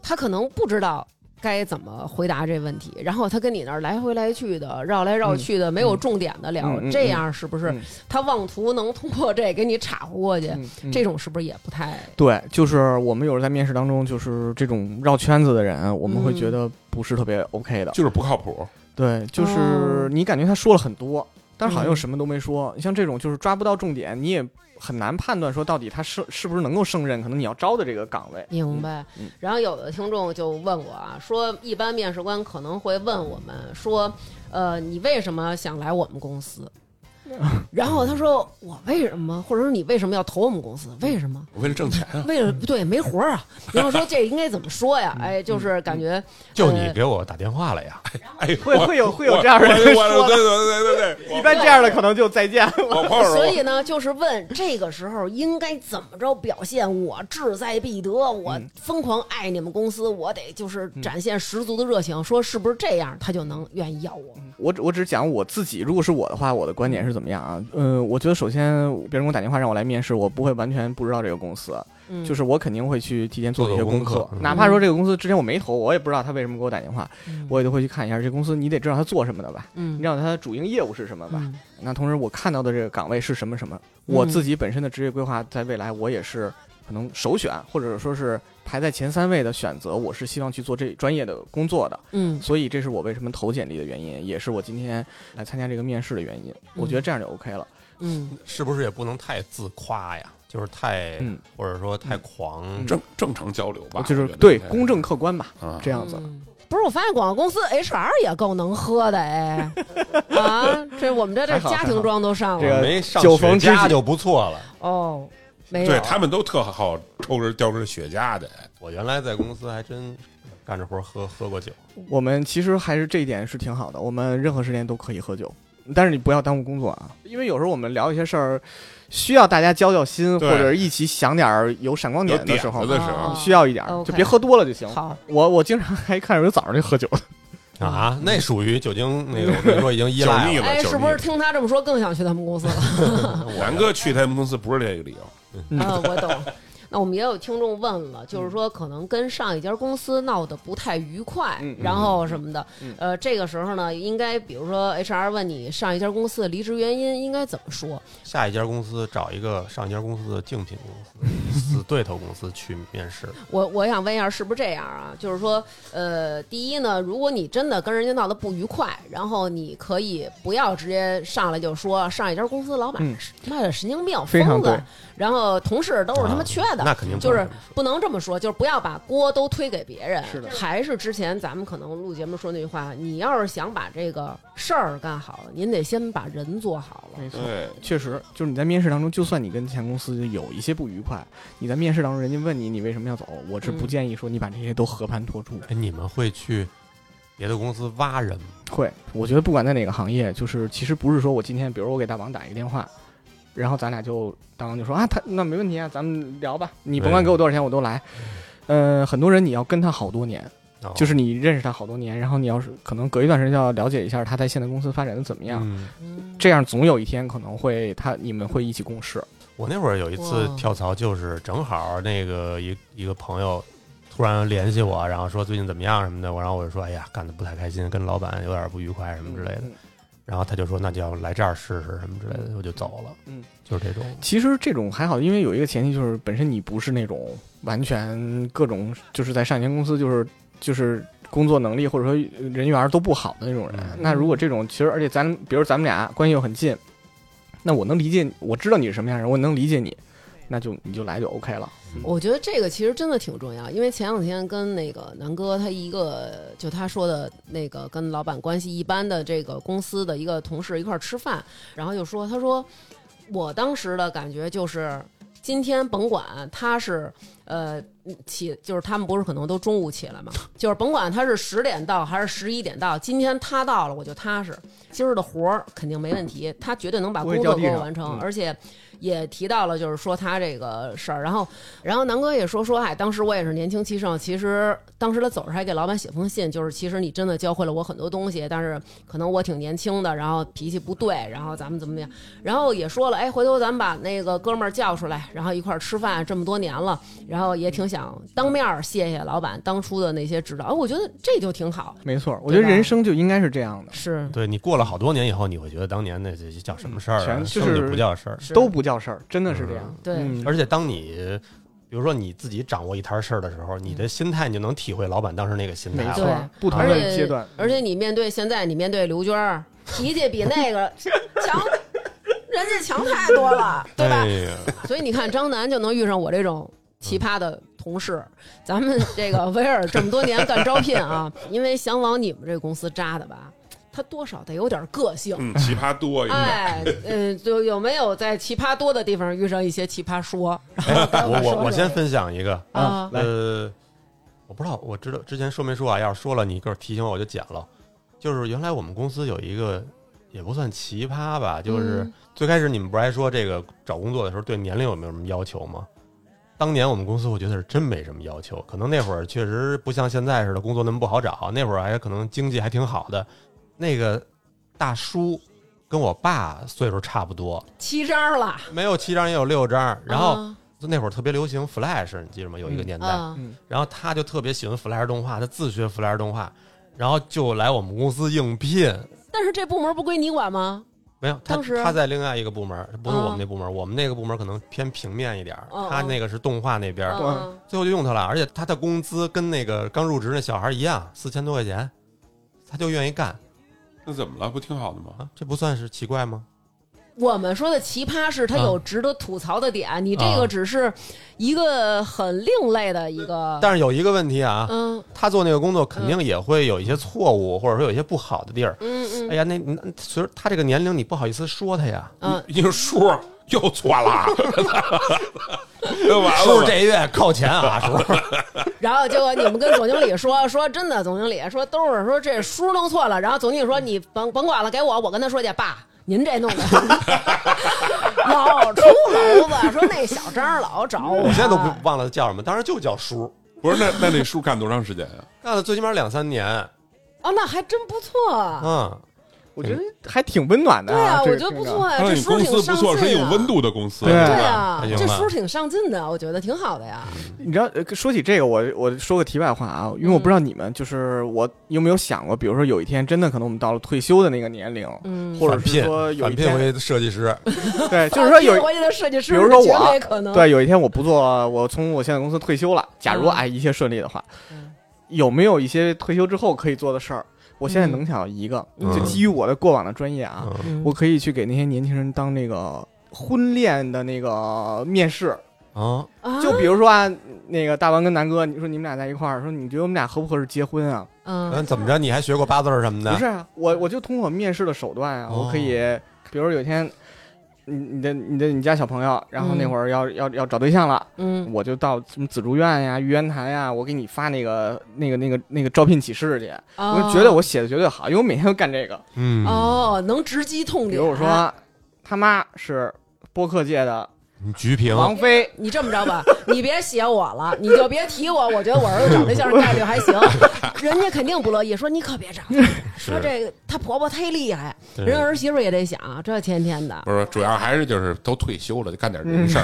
他可能不知道该怎么回答这问题，然后他跟你那儿来回来去的绕来绕去的，没有重点的聊，嗯嗯嗯嗯这样是不是、嗯他妄图能通过这给你岔乎过去？嗯嗯这种是不是也不太对，就是我们有时候在面试当中，就是这种绕圈子的人，我们会嗯觉得不是特别 OK 的。就是不靠谱。对，就哦是你感觉他说了很多，但是好像嗯又什么都没说。你像这种就是抓不到重点，你也很难判断说到底他是是不是能够胜任可能你要招的这个岗位。明白？嗯嗯然后有的听众就问我啊，说一般面试官可能会问我们说，呃，你为什么想来我们公 *laughs* 司？然后他说我为什么，或者说你为什么要投我们公司？为什么？我为了挣钱 *laughs* 啊，为了不对没活儿啊，然后说这应该怎么说呀？哎，嗯就是感觉就你给我打电话了呀？ *laughs* 哎，会我会有会有我这样的人我我说的对对对 *laughs* 对对，一般这样的可能就再 *laughs* 见了。我我朋友所说以呢，就是问这个时候应该怎么着表现？我志在必得，我嗯疯狂爱你们公司，我得就是展现十足的热情。说是不是这样，他就能愿意要我？我只我只讲我自己，如果是我的话，我的观点是怎么样啊？嗯，我觉得首先别人给我打电话让我来面试，我不会完全不知道这个公司，嗯，就是我肯定会去提前做做一些做功课课，嗯哪怕说这个公司之前我没投，我也不知道他为什么给我打电话，嗯我也都会去看一下这公司，你得知道他做什么的吧，你嗯知道他的主营业务是什么吧？嗯那同时我看到的这个岗位是什么什么，我自己本身的职业规划在未来我也是可能首选或者说是排在前三位的选择，我是希望去做这专业的工作的，嗯所以这是我为什么投简历的原因，也是我今天来参加这个面试的原因。我觉得这样就 OK 了。嗯，是不是也不能太自夸呀？就是太嗯，或者说太狂，嗯正正常交流吧，哦就是我觉得对应该公正客观吧，啊这样子。嗯不是，我发现广告公司 HR 也够能喝的 *laughs* 哎，啊，这我们这这还好家庭装都上这个了我没上酒逢雪知茄己就不错了。哦，没有对他们都特好抽根叼根雪茄的，我原来在公司还真干着活喝喝过酒，我们其实还是这一点是挺好的，我们任何时间都可以喝酒，但是你不要耽误工作啊，因为有时候我们聊一些事儿，需要大家交交心，或对者一起想点儿有闪光有点的点时候子，的时候哦，需要一点儿， OK 就别喝多了就行。好。我我经常还看有人早上就喝酒的，嗯啊，那属于酒精那个，我跟你说已经依 *laughs* 赖酒腻了。了哎，就是不是听他这么说更想去他们公司了？嗯南哥去他们公司不是这个理由，嗯，我懂。那我们也有听众问了，就是说可能跟上一家公司闹得不太愉快，嗯然后什么的，嗯呃，这个时候呢，应该比如说 HR 问你上一家公司的离职原因，应该怎么说？下一家公司找一个上一家公司的竞品公司、死对头公司去面 *laughs* 试，我我想问一下，是不是这样啊？就是说，呃，第一呢，如果你真的跟人家闹得不愉快，然后你可以不要直接上来就说上一家公司的老板嗯是妈的神经病、非疯常子对，然后同事都是他妈啊缺的，那肯定不就是能这么说不能这么说，就是不要把锅都推给别人。是的还是之前咱们可能录节目说那句话，你要是想把这个事儿干好，您得先把人做好了。没错。对，确实，就是你在面试当中，就算你跟前公司有一些不愉快，你在面试当中，人家问你你为什么要走，我是不嗯建议说你把这些都和盘托出。哎，你们会去别的公司挖人吗？会，我觉得不管在哪个行业，就是其实不是说我今天，比如我给大王打一个电话，然后咱俩就大王就说啊，他那没问题啊，咱们聊吧，你甭管对给我多少钱我都来。呃，很多人你要跟他好多年，哦就是你认识他好多年，然后你要是可能隔一段时间就要了解一下他在现在公司发展的怎么样，嗯，嗯这样总有一天可能会他你们会一起共事。我那会儿有一次哇跳槽，就是正好那个一一个朋友突然联系我，然后说最近怎么样什么的，我然后我就说，哎呀，干得不太开心，跟老板有点不愉快什么之类的。嗯然后他就说那就要来这儿试试什么之类的，我就走了。嗯，就是这种。其实这种还好，因为有一个前提就是本身你不是那种完全各种就是在上一间公司就是就是工作能力或者说人缘都不好的那种人。嗯那如果这种其实而且咱比如咱们俩关系又很近，那我能理解你，我知道你是什么样的人，我能理解你，那就你就来就 OK 了。我觉得这个其实真的挺重要，因为前两天跟那个南哥他一个就他说的那个跟老板关系一般的这个公司的一个同事一块儿吃饭，然后就说他说我当时的感觉就是今天甭管他是呃起就是他们不是可能都中午起来嘛，就是甭管他是十点到还是十一点到，今天他到了我就踏实，今儿的活儿肯定没问题，他绝对能把不会工作给掉地我上完成，嗯而且。也提到了，就是说他这个事儿，然后，然后南哥也说说，哎，当时我也是年轻气盛，其实当时他走时还给老板写封信，就是其实你真的教会了我很多东西，但是可能我挺年轻的，然后脾气不对，然后咱们怎么样，然后也说了，哎，回头咱们把那个哥们儿叫出来，然后一块儿吃饭，这么多年了，然后也挺想当面儿谢谢老板当初的那些指导，哎我觉得这就挺好，没错，我觉得对吧人生就应该是这样的，是对你过了好多年以后，你会觉得当年那这叫什么事儿、啊，全就根本是不叫事儿。是都不叫事儿，真的是这样。对嗯而且当你比如说你自己掌握一摊事儿的时候，嗯你的心态你就能体会老板当时那个心态没了。错对，不同而的且阶段，而且你面对现在，你面对刘娟儿，脾气比那个强，人家强太多 *laughs* 了，对吧哎？呀，所以你看，张楠就能遇上我这种奇葩的同事。咱们这个威尔这么多年干招聘啊，因为想往你们这公司扎的吧，他多少得有点个性。嗯，奇葩多一点。哎，嗯，就有没有在奇葩多的地方遇上一些奇葩说？我我我先分享一个，啊，来呃，我不知道，我知道之前说没说啊？要是说了，你给我提醒我，我就剪了。就是原来我们公司有一个，也不算奇葩吧，就是嗯最开始你们不是还说这个找工作的时候对年龄有没有什么要求吗？当年我们公司我觉得是真没什么要求，可能那会儿确实不像现在似的工作那么不好找，那会儿还可能经济还挺好的。那个大叔跟我爸岁数差不多，七张了，没有七张也有六张，然后啊那会儿特别流行 Flash，你记得吗？有一个年代，啊嗯然后他就特别喜欢 Flash 动画，他自学 Flash 动画，然后就来我们公司应聘。但是这部门不归你管吗？没有，他当时啊他在另外一个部门，不是嗯我们那部门，我们那个部门可能偏平面一点儿，嗯他那个是动画那边儿，管啊最后就用他了。而且他的工资跟那个刚入职那小孩一样，四千多块钱，他就愿意干那怎么了？不挺好的吗？啊，这不算是奇怪吗？嗯我们说的奇葩是啊它有值得吐槽的点，你这个只是一个很另类的一个，但是有一个问题啊，嗯他做那个工作肯定也会有一些错误，或者说有一些不好的地儿。嗯嗯，哎呀，那那随着他这个年龄，你不好意思说他呀。嗯，一叔又错 *laughs* 了，那完叔了吧。这月扣钱啊，叔。然后结果你们跟总经理说说真的，总经理说都是说这叔弄错了，然后总经理说你甭甭管了，给我，我跟他说去，爸。您这弄 *laughs* 的老出篓子，说那小张老找 *laughs* 我，我现在都不啊忘了叫什么，当时就叫叔，不是那那那叔干多长时间啊？干了最起码两三年，哦，那还真不错啊，嗯，我觉得还挺温暖的、对啊，这我个觉得这不个错呀，他说这哦你叔公挺司不上啊错，进是一的有温，度的公司，对是对吧？啊哎，呦这妈叔挺上进的，我觉得挺好的呀，你知道，呃说起这个，我我说个题外话啊，因为我不知道你们就是我有没有想过，比如说有一天真的可能我们到了退休的那个年龄，嗯，或者是说有一天，回设计啊师， *laughs* 对，就是 *laughs* 说有哎我觉得设计师，比如说我绝对可能，对有一天我不做，我从我现在公司退休了，假如嗯哎一切顺利的话嗯，有没有一些退休之后可以做的事儿？我现在嗯能想到一个，嗯就基于我的过往的专业啊，嗯嗯我可以去给那些年轻人当那个婚恋的那个面试，啊，啊就比如说啊，那个大王跟南哥，你说你们俩在一块儿，说你觉得我们俩合不合适结婚啊？嗯嗯，怎么着？你还学过八字儿什么不的是？啊，我我就通过面试的手段啊，哦我可以，比如有一天，你你的你的你家小朋友，然后那嗯会儿要、要要找对象了，嗯我就到什么紫竹院呀、玉渊潭呀，我给你发那个那个那个那个招聘启事去，啊，我就觉得我写的绝对好，因为我每天都干这个。嗯，哦，能直击痛点。比如我说，他妈是播客界的你菊萍，王菲，你这么着吧，你别写我了，你就别提我，我觉得我儿子找对象概率还行，人家肯定不乐意，说你可别找，说这个她婆婆忒厉害，对人儿媳妇也得想，这天天的不是，主要还是就是都退休了，就干点人嗯事儿。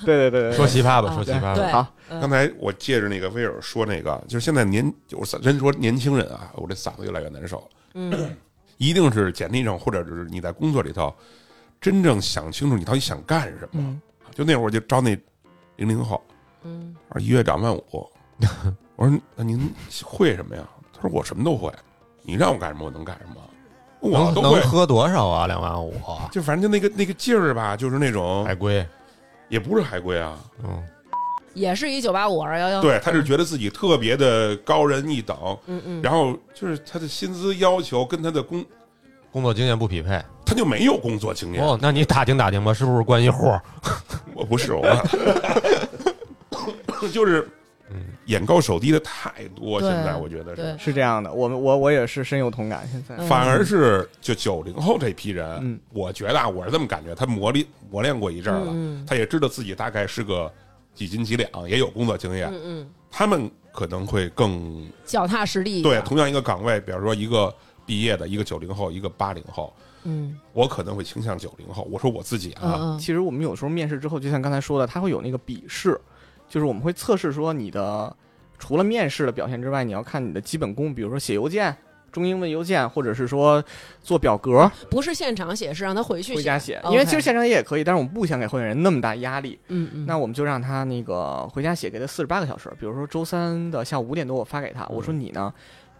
对对对对说对，奇葩吧，啊说奇葩对吧，好，刚才我借着那个威尔说那个，就是现在年，我真说年轻人啊，我这嗓子越来越难受了。嗯 *clears throat* 一定是简历上或者是你在工作里头真正想清楚你到底想干什么。嗯，就那会儿我就招那零零后，嗯，啊，一月两万五。我说那您会什么呀？他说我什么都会，你让我干什么我能干什么，我能都会能。喝多少啊？两万五，就反正就那个那个劲儿吧，就是那种海龟，也不是海归啊，嗯，也是一九八五啊二幺幺，对，他是觉得自己特别的高人一等，嗯嗯，然后就是他的薪资要求跟他的工，工作经验不匹配。他就没有工作经验。哦，那你打听打听吧，是不是关系户？嗯我不是我，就是嗯眼高手低的太多，对现在我觉得是，对，是这样的，我们我我也是深有同感。现在，嗯反而是就九零后这批嗯人，我觉得啊，我是这么感觉，他磨砺磨练过一阵儿了，嗯他也知道自己大概是个几斤几两，也有工作经验，嗯嗯，他们可能会更脚踏实地，对，，同样一个岗位，比如说一个毕业的，一个九零后，一个八零后，嗯我可能会倾向九零后。我说我自己啊，嗯嗯其实我们有时候面试之后，就像刚才说的，他会有那个笔试，就是我们会测试说你的除了面试的表现之外，你要看你的基本功，比如说写邮件、中英文邮件，或者是说做表格不是现场嗯写，是让他回去回写，哦家写。 OK 因为其实现场也可以，但是我们不想给候选人那么大压力，嗯嗯，那我们就让他那个回家写，给他四十八个小时。比如说周三的下午五点多我发给嗯他，我说你呢，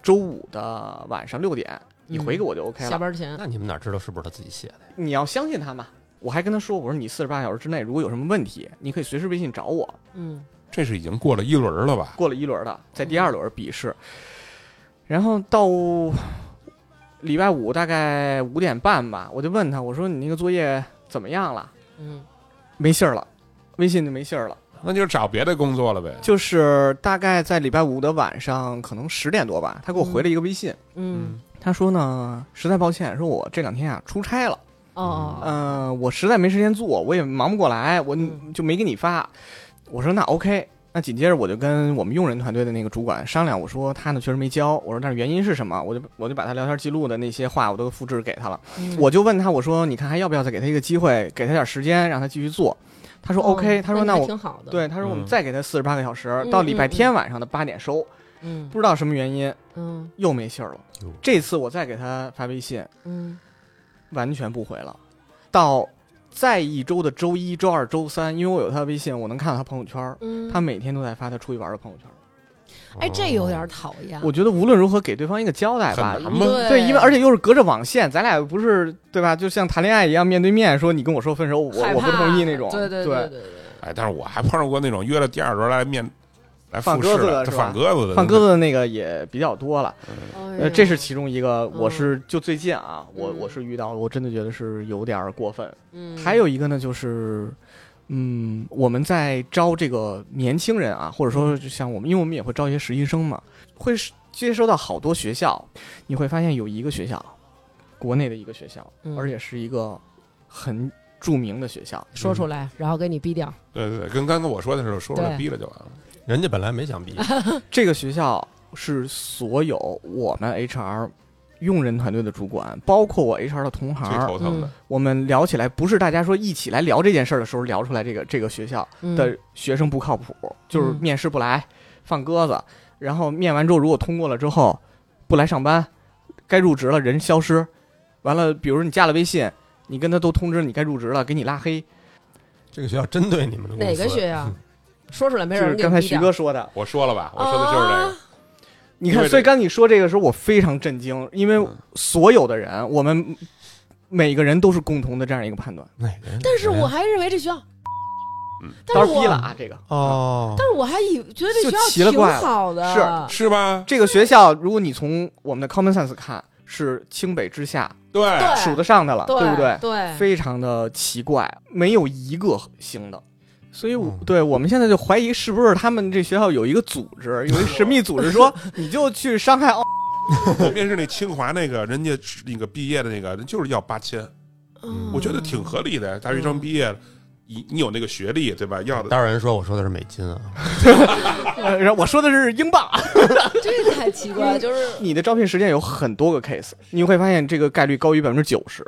周五的晚上六点你回给我就 OK 了下。班前，那你们哪知道是不是他自己写的？你要相信他嘛。我还跟他说，我说你四十八小时之内如果有什么问题，你可以随时微信找我。嗯这是已经过了一轮了吧？过了一轮的，在第二轮笔试，然后到礼拜五大概五点半吧，我就问他，我说你那个作业怎么样了？嗯没信儿了，微信就没信儿了。那就找别的工作了呗。就是大概在礼拜五的晚上，可能十点多吧，他给我回了一个微信，嗯，他说呢，实在抱歉，说我这两天啊出差了。哦哦，哦嗯，我实在没时间做，我也忙不过来，我嗯就没给你发。我说那 OK，那紧接着我就跟我们用人团队的那个主管商量，我说他呢确实没交，我说但是原因是什么？我就我就把他聊天记录的那些话我都复制给他了，嗯我就问他我说你看还要不要再给他一个机会，给他点时间让他继续做？他说 OK，、哦他说那那还我挺好的，对他说我们嗯再给他四十八个小时，嗯到礼拜嗯天晚上的八点收，嗯不知道什么原因嗯又没信儿了哟。这次我再给他发微信，嗯完全不回了。到再一周的周一、周二、周三，因为我有他的微信，我能看到他朋友圈儿，嗯，他每天都在发他出去玩的朋友圈儿。哎，这有点讨厌，哦我觉得无论如何给对方一个交代吧很。难吗？对对，因为而且又是隔着网线，咱俩又不是对吧？就像谈恋爱一样，面对面说你跟我说分手，我害我不怕同意那种。对对对对对，哎，但是我还碰上过那种约了第二轮来面来放复鸽试子的这是吧放鸽子的，放鸽子的那个也比较多了，哎呃，呦这是其中一个。嗯我是就最近啊，我嗯我是遇到了，我真的觉得是有点儿过分。嗯还有一个呢，就是，嗯，我们在招这个年轻人啊，或者说嗯就像我们，因为我们也会招一些实习生嘛，会是接收到好多学校，你会发现有一个学校，国内的一个学校，嗯而且嗯是一个很著名的学校，说出来，然后给你逼掉，对对对，跟刚才我说的时候说出来对逼了就完了。哦人家本来没想 *laughs* 毕业，这个学校是所有我们 HR 用人团队的主管，包括我 HR 的同最行，头疼嗯的，我们聊起来不是大家说一起来聊这件事儿的时候聊出来这个这个学校。嗯的学生不靠谱，就是嗯面试不来，放鸽子，然后面完之后如果通过了之后不来上班，该入职了人消失，完了，比如你加了微信，你跟他都通知你该入职了，给你拉黑，这个学校针对你们的公司哪个学校？说出来没就人是给刚才你逼徐掉哥说的。我说了吧，我说的就是这个。你因看，为所以这刚你说这个时候，我非常震惊，因为嗯所有的人，我们每个人都是共同的这样一个判断，哪个人？但是哪个我人哎还认为这学校嗯，当但是然逼了我啊，这个。哦，但是我还以觉得这就奇学了校怪挺了好的，是是吧？这个学校，如果你从我们的 common sense 看，是清北之下对，对数得上的了，对不对？对，非常的奇怪，没有一个行的。所以我，嗯对我们现在就怀疑是不是他们这学校有一个组织，有一神秘组织说你就去伤害奥，我面试那清华那个，人家是那个毕业的那个人就是要八千，嗯我觉得挺合理的。大学生毕业，你你有那个学历对吧？要的当然人说我说的是美金啊，呃然后我说的是英镑。 *laughs* 这个太奇怪了，就是你的招聘实践有很多个 case，你会发现这个概率高于百分之九十，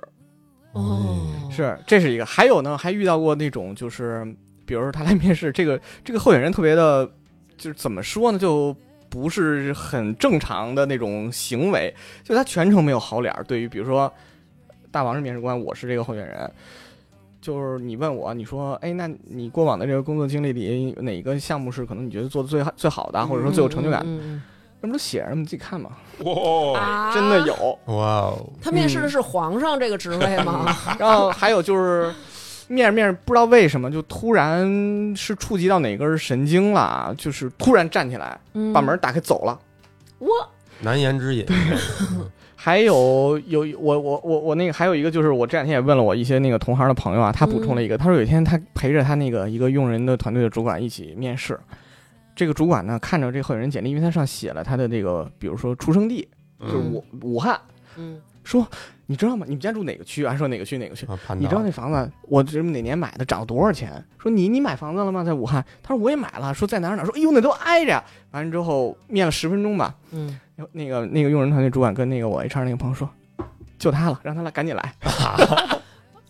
哦，嗯是这是一个。还有呢，还遇到过那种就是，比如说他来面试，这个这个候选人特别的，就是怎么说呢，就不是很正常的那种行为，就他全程没有好脸儿。对于比如说，大王是面试官，我是这个候选人，就是你问我，你说，哎，那你过往的这个工作经历里，哪个项目是可能你觉得做的最好最好的啊，或者说最有成就感？嗯嗯那不都写着吗？你自己看嘛，哦嗯哇，啊真的。有。嗯哇哦，他面试的是皇上这个职位吗？然后还有就是。面着面着不知道为什么就突然是触及到哪根神经了，啊就是突然站起来嗯把门打开走了，我难言之 *laughs* 隐。还有有我我我我那个还有一个就是我这两天也问了我一些那个同行的朋友啊，他补充了一个，他说有一天他陪着他那个一个用人的团队的主管一起面试，这个主管呢看着这个候选人简历，因为他上写了他的这个比如说出生地就是嗯武武汉，嗯说你知道吗？你们家住哪个区？还说哪个区哪个区？啊，盘你道知道那房子我这哪年买的，涨了多少钱？说你你买房子了吗？在武汉？他说我也买了。说在哪儿哪儿？说哎呦那都挨着呀。完了之后面了十分钟吧，嗯，那个那个用人团队主管跟那个我 HR 那个朋友说，就他了，让他来赶紧来，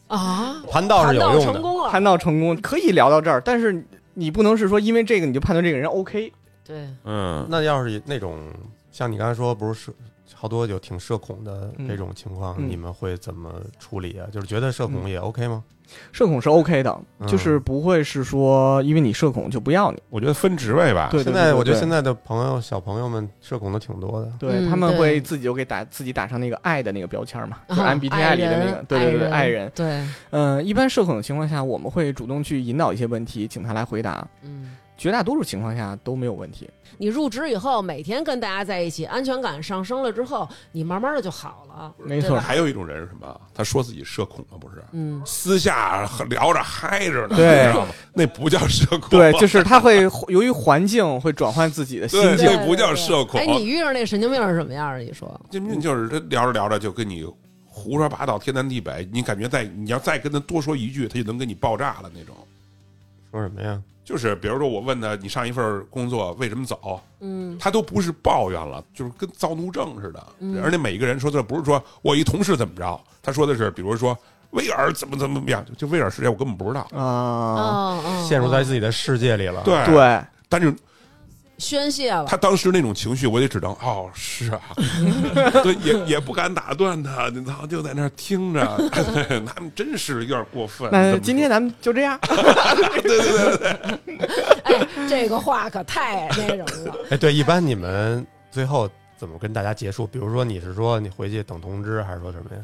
啊，盘道是有用成的，功了，谈到成功可以聊到这儿，但是你不能是说因为这个你就判断这个人 OK，对，嗯，那要是那种像你刚才说，不是社好多有挺社恐的这种情况，嗯嗯嗯你们会怎么处理啊？就是觉得社恐也 OK 吗？社恐是 OK 的，嗯就是不会是说因为你社恐就不要你，我觉得分职位吧，对啊现在我觉得现在在的朋友小朋友们社恐的挺多的，对嗯他们对会自己就给打自己打上那个爱的那个标签嘛，就是啊 MBTI 里的那个，对对对，爱爱人，对，嗯，一般社恐的情况下，我们会主动去引导一些问题，请他来回答，嗯。绝大多数情况下都没有问题。你入职以后，每天跟大家在一起，安全感上升了之后，你慢慢的就好了。没对错吧，还有一种人是什么？他说自己社恐了，不是？嗯，私下聊着嗨着呢，对你知道吗？那不叫社恐，对，就是他会由于环境会转换自己的心对境。这不叫社恐哎，你遇上那神经病是什么样的？哎你说，这命就是他聊着聊着就跟你胡说八道，天南地北，你感觉再你要再跟他多说一句，他就能跟你爆炸了那种。嗯说什么呀？就是比如说我问他你上一份工作为什么走，嗯他都不是抱怨了，就是跟躁怒症似的。嗯而且每一个人说的不是说我一同事怎么着，他说的是比如说威尔怎么怎么怎么样，就就威尔世界我根本不知道。啊，哦哦陷入在哦自己的世界里了。，对，嗯对，但是宣泄了他，当时那种情绪，我也只能哦，是 *laughs* 啊，对，也也不敢打断他，你操，就在那儿听着， *laughs* 他们真是有点过分。那怎么今天咱们就这样。 *laughs* 哎，这个话可太那什 *laughs* 么了。哎，对，一般你们最后怎么跟大家结束？比如说你是说你回去等通知，还是说什么呀？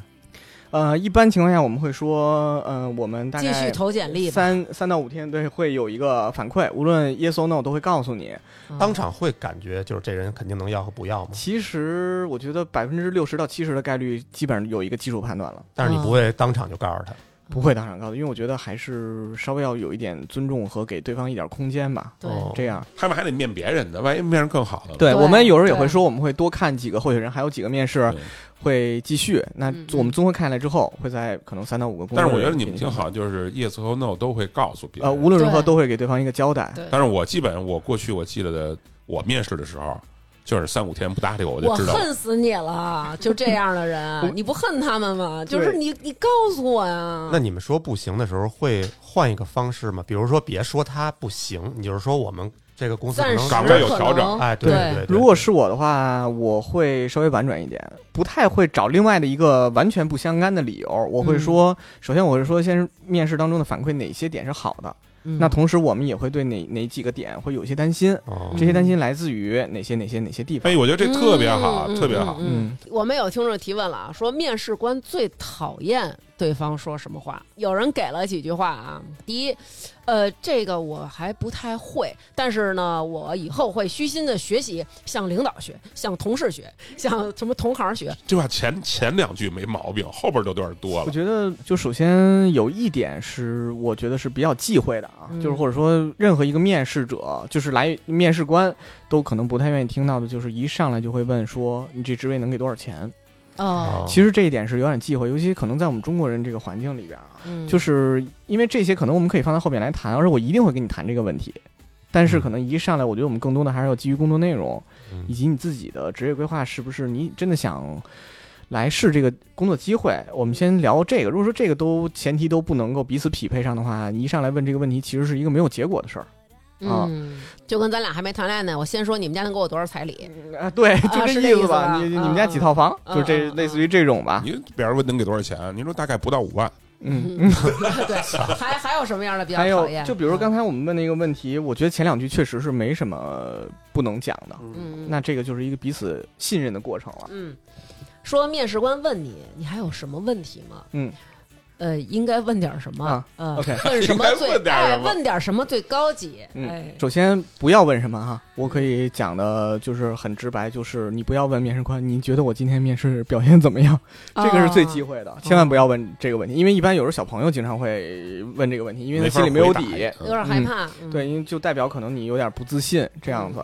呃，一般情况下我们会说，呃，我们大继续概投简历吧，三三到五天，对，会有一个反馈，无论 yes or no 都会告诉你。嗯当场会感觉就是这人肯定能要和不要吗？其实我觉得百分之六十到七十的概率，基本上有一个基础判断了。但是你不会当场就告诉他。不会当场告诉，因为我觉得还是稍微要有一点尊重和给对方一点空间吧。对哦这样，他们还得面别人的，万一面上更好的呢。对对我们有时候也会对说，我们会多看几个候选人，还有几个面试对会继续。那嗯我们综合看下来之后，会在可能三到五个工作但日是给我你们觉得你们挺好，就是 yes 和 no 都会告诉别呃，人。无论如何对都会给对方一个交代。对但是我基本我过去我记得的，我面试的时候就是三五天不搭理我，我就我知道了。恨死你了！就这样的人，你不恨他们吗？就是你，你告诉我呀。那你们说不行的时候，会换一个方式吗？比如说，别说他不行，你就是说我们这个公司可暂时能岗位有可调整能哎，对对对，如果是我的话，我会稍微婉转一点，不太会找另外的一个完全不相干的理由。我会嗯说，首先我是说，先面试当中的反馈哪些点是好的，嗯那同时我们也会对哪哪几个点会有一些担心。哦嗯这些担心来自于哪些哪些哪些地方？哎，我觉得这特别好，嗯特别好。嗯，嗯嗯我们有听众提问了啊，说面试官最讨厌对方说什么话？有人给了几句话啊。第一，呃，这个我还不太会，但是呢，我以后会虚心的学习，向领导学，向同事学，向什么同行学。这话前前两句没毛病，后边就有点多我了。觉得就首先有一点是，我觉得是比较忌讳的啊，嗯就是或者说任何一个面试者，就是来面试官都可能不太愿意听到的，就是一上来就会问说你这职位能给多少钱？哦，其实这一点是有点忌讳，尤其可能在我们中国人这个环境里边啊，嗯就是因为这些可能我们可以放在后面来谈，而且我一定会跟你谈这个问题。但是可能一上来，我觉得我们更多的还是要基于工作内容，以及你自己的职业规划是不是你真的想来试这个工作机会。我们先聊这个。如果说这个都前提都不能够彼此匹配上的话，你一上来问这个问题，其实是一个没有结果的事儿。啊嗯，就跟咱俩还没谈恋爱呢，我先说你们家能给我多少彩礼？啊，对， *laughs* 就啊是这这意意思吧。吧你你嗯们家几套房？嗯就这嗯嗯类似于这种吧。你比方说能给多少钱？您说大概不到五万，嗯，嗯， *laughs* 对，还还有什么样的比较还有讨厌？嗯就比如说刚才我们问的一个问题，我觉得前两句确实是没什么不能讲的。嗯，嗯那这个就是一个彼此信任的过程了。嗯，说面试官问你，你还有什么问题吗？嗯，呃，应该问点什么？啊呃 OK 问 *laughs* 什么最应哎该问点什么问点什么最高级？嗯哎，首先不要问什么哈，我可以讲的就是很直白，就是你不要问面试官，你觉得我今天面试表现怎么样？这哦个是最忌讳的，千万不要问这个问题，因为一般有时候小朋友经常会问这个问题，因为他心里没有底没，啊有点害怕。嗯，对，因为就代表可能你有点不自信这样子。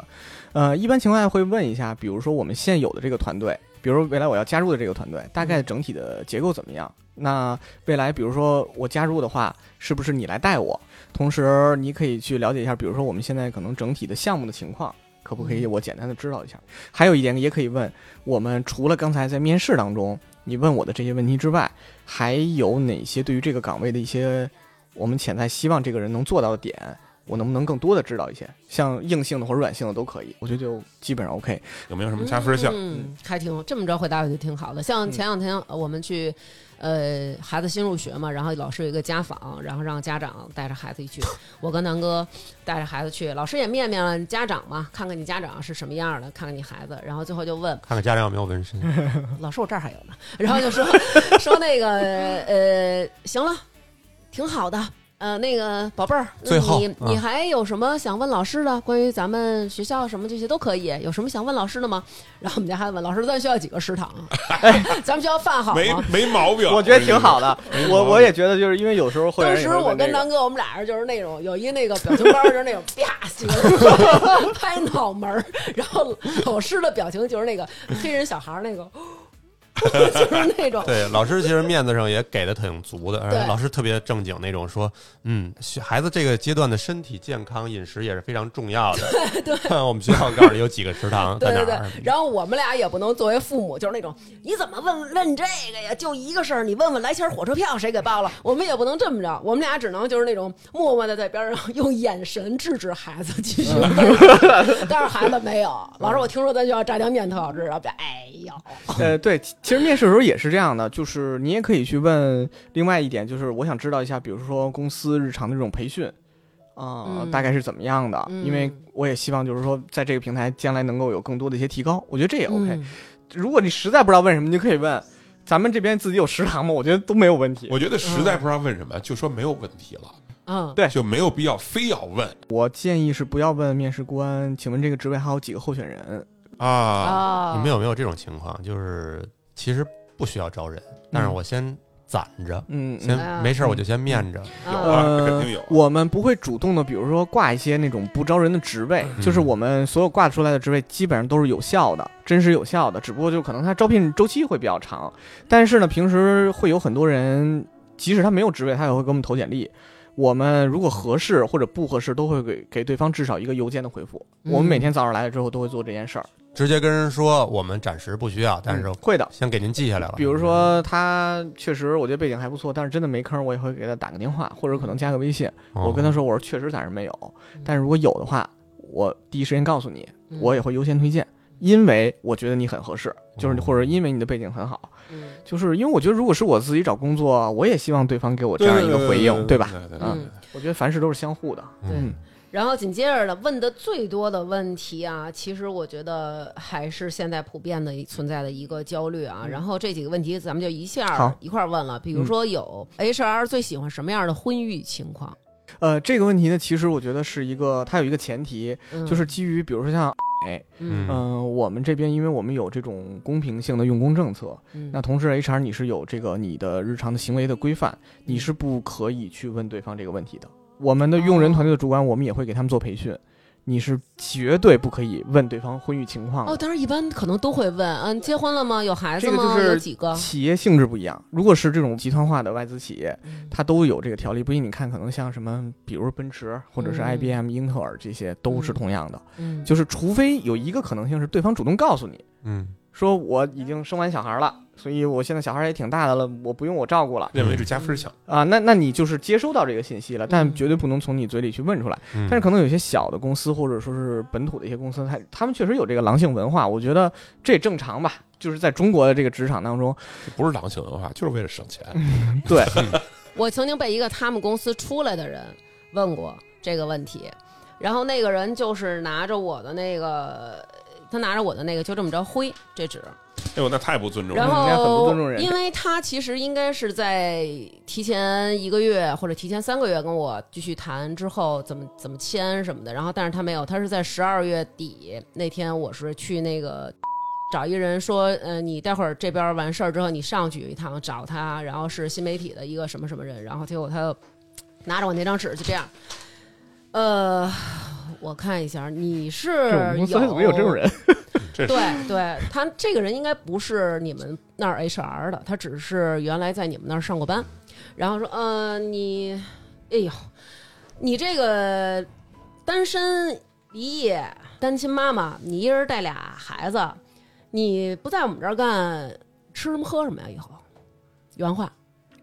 呃，一般情况下会问一下，比如说我们现有的这个团队，比如说未来我要加入的这个团队，大概整体的结构怎么样？那未来比如说我加入的话，是不是你来带我？同时你可以去了解一下，比如说我们现在可能整体的项目的情况。可不可以？我简单的知道一下。还有一点也可以问，我们呃除了刚才在面试当中你问我的这些问题之外，还有哪些对于这个岗位的一些我们潜在希望这个人能做到的点？我能不能更多的知道一些，像硬性的或者软性的都可以，我觉得就基本上 OK。有没有什么加分项？嗯，还挺这么着回答我就挺好的。像嗯前两天呃我们去，呃，孩子新入学嘛，然后老师有一个家访，然后让家长带着孩子一 *laughs* 去，我跟南哥带着孩子去，老师也面面了家长嘛，看看你家长是什么样的，看看你孩子，然后最后就问看看家长有没有纹身。老师我这儿还有呢，然后就说说那个呃，行了，挺好的。呃，那个宝贝儿，那最后你、啊你还有什么想问老师的？关于咱们学校什么这些都可以，有什么想问老师的吗？然后我们家孩子问老师，咱学校几个食堂 *laughs* 啊？哎咱们学校饭好没吗？没毛病，我觉得挺好的，我毛我也觉得就是因为有时候会有当人也时会我问这跟个南哥，我们俩人就是那种有一那个表情包，就是那种啪几个人拍脑门儿，然后老师的表情就是那个黑人小孩儿那个， *laughs* 就是那种对，老师其实面子上也给的挺足的，而且对老师特别正经那种，说，嗯，学孩子这个阶段的身体健康、饮食也是非常重要的。对我们学校告诉你有几个食 *laughs* 堂在对哪对儿。对，嗯然后我们俩也不能作为父母，就是那种你怎么问问这个呀？就一个事儿，你问问来钱儿火车票谁给报了？我们也不能这么着，我们俩只能就是那种默默的在边上用眼神制止孩子继续问。但是孩子没有，老师，我听说咱学校炸酱面特好吃，然后就哎呦，呃，对，其其实面试的时候也是这样的，就是你也可以去问。另外一点就是，我想知道一下，比如说公司日常的这种培训，啊、嗯大概是怎么样的？嗯因为我也希望就是说，在这个平台将来能够有更多的一些提高，我觉得这也 OK。如嗯果你实在不知道问什么，你就可以问咱们这边自己有食堂吗？我觉得都没有问题。我觉得实在不知道问什么，就说没有问题了，嗯，对就没有必要非要问我建议是不要问面试官，请问这个职位还有几个候选人？啊。啊嗯你们有没有这种情况？就是其实不需要招人，但是我先攒着，嗯，嗯先没事儿我就先面着。有啊啊，呃肯定有啊。我们不会主动的，比如说挂一些那种不招人的职位，嗯就是我们所有挂出来的职位基本上都是有效的，真实有效的，只不过就可能它招聘周期会比较长。但是呢，平时会有很多人，即使他没有职位，他也会给我们投简历。我们如果合适或者不合适，都会给给对方至少一个邮件的回复。嗯我们每天早上来了之后都会做这件事儿，直接跟人说我们暂时不需要，但是嗯会的。先给您记下来了。比如说他确实我觉得背景还不错，但是真的没坑，我也会给他打个电话，或者可能加个微信。嗯，我跟他说，我说确实暂时没有，但是如果有的话，我第一时间告诉你，嗯我也会优先推荐，因为我觉得你很合适，就是哦或者因为你的背景很好，嗯就是因为我觉得如果是我自己找工作，我也希望对方给我这样一个回应，对吧？对对对嗯我觉得凡事都是相互的，对。然后紧接着的问的最多的问题啊，其实我觉得还是现在普遍的存在的一个焦虑啊。嗯然后这几个问题咱们就一下好嗯儿一块儿问了，比如说有 HR 最喜欢什么样的婚育情况？呃，这个问题呢，其实我觉得是一个，它有一个前提，嗯就是基于比如说像，哎，嗯嗯嗯、我们这边因为我们有这种公平性的用工政策，嗯那同时 HR 你是有这个你的日常的行为的规范，你是不可以去问对方这个问题的。我们的用人团队的主管，我们也会给他们做培训，你是绝对不可以问对方婚育情况哦，的。当然一般可能都会问，嗯，结婚了吗？有孩子这个吗？就是有几个？企业性质不一样，如果是这种集团化的外资企业，嗯它都有这个条例。不信你看，可能像什么，比如奔驰或者是嗯 IBM、英特尔这些都是同样的，嗯，就是除非有一个可能性是对方主动告诉你嗯说我已经生完小孩了，所以我现在小孩也挺大的了，我不用我照顾了认为是加分项。啊。那那你就是接收到这个信息了，但嗯绝对不能从你嘴里去问出来。嗯但是可能有些小的公司或者说是本土的一些公司，它他们确实有这个狼性文化，我觉得这也正常吧。就是在中国的这个职场当中，不是狼性文化，就是为了省钱。 *laughs* 对，我曾经被一个他们公司出来的人问过这个问题，然后那个人就是拿着我的那个，他拿着我的那个就这么着挥这纸，哎呦，那太不尊重然了。应该很不后尊重人因为他其实应该是在提前一个月或者提前三个月跟我继续谈之后怎么怎么签什么的，然后但是他没有，他是在十二月底那天我是去那个。 *laughs* 找一人说，呃，你待会儿这边完事儿之后，你上去一趟找他，然后是新媒体的一个什么什么人，然后结果他拿着我那张纸就这样，呃，我看一下，你是这我们公司怎么有这种人？ *laughs* 这是对对，他这个人应该不是你们那儿 HR 的，他只是原来在你们那儿上过班，然后说，呃，你，哎呦，你这个单身离异单亲妈妈，你一人带俩孩子，你不在我们这儿干，吃什么喝什么呀？以后，原话，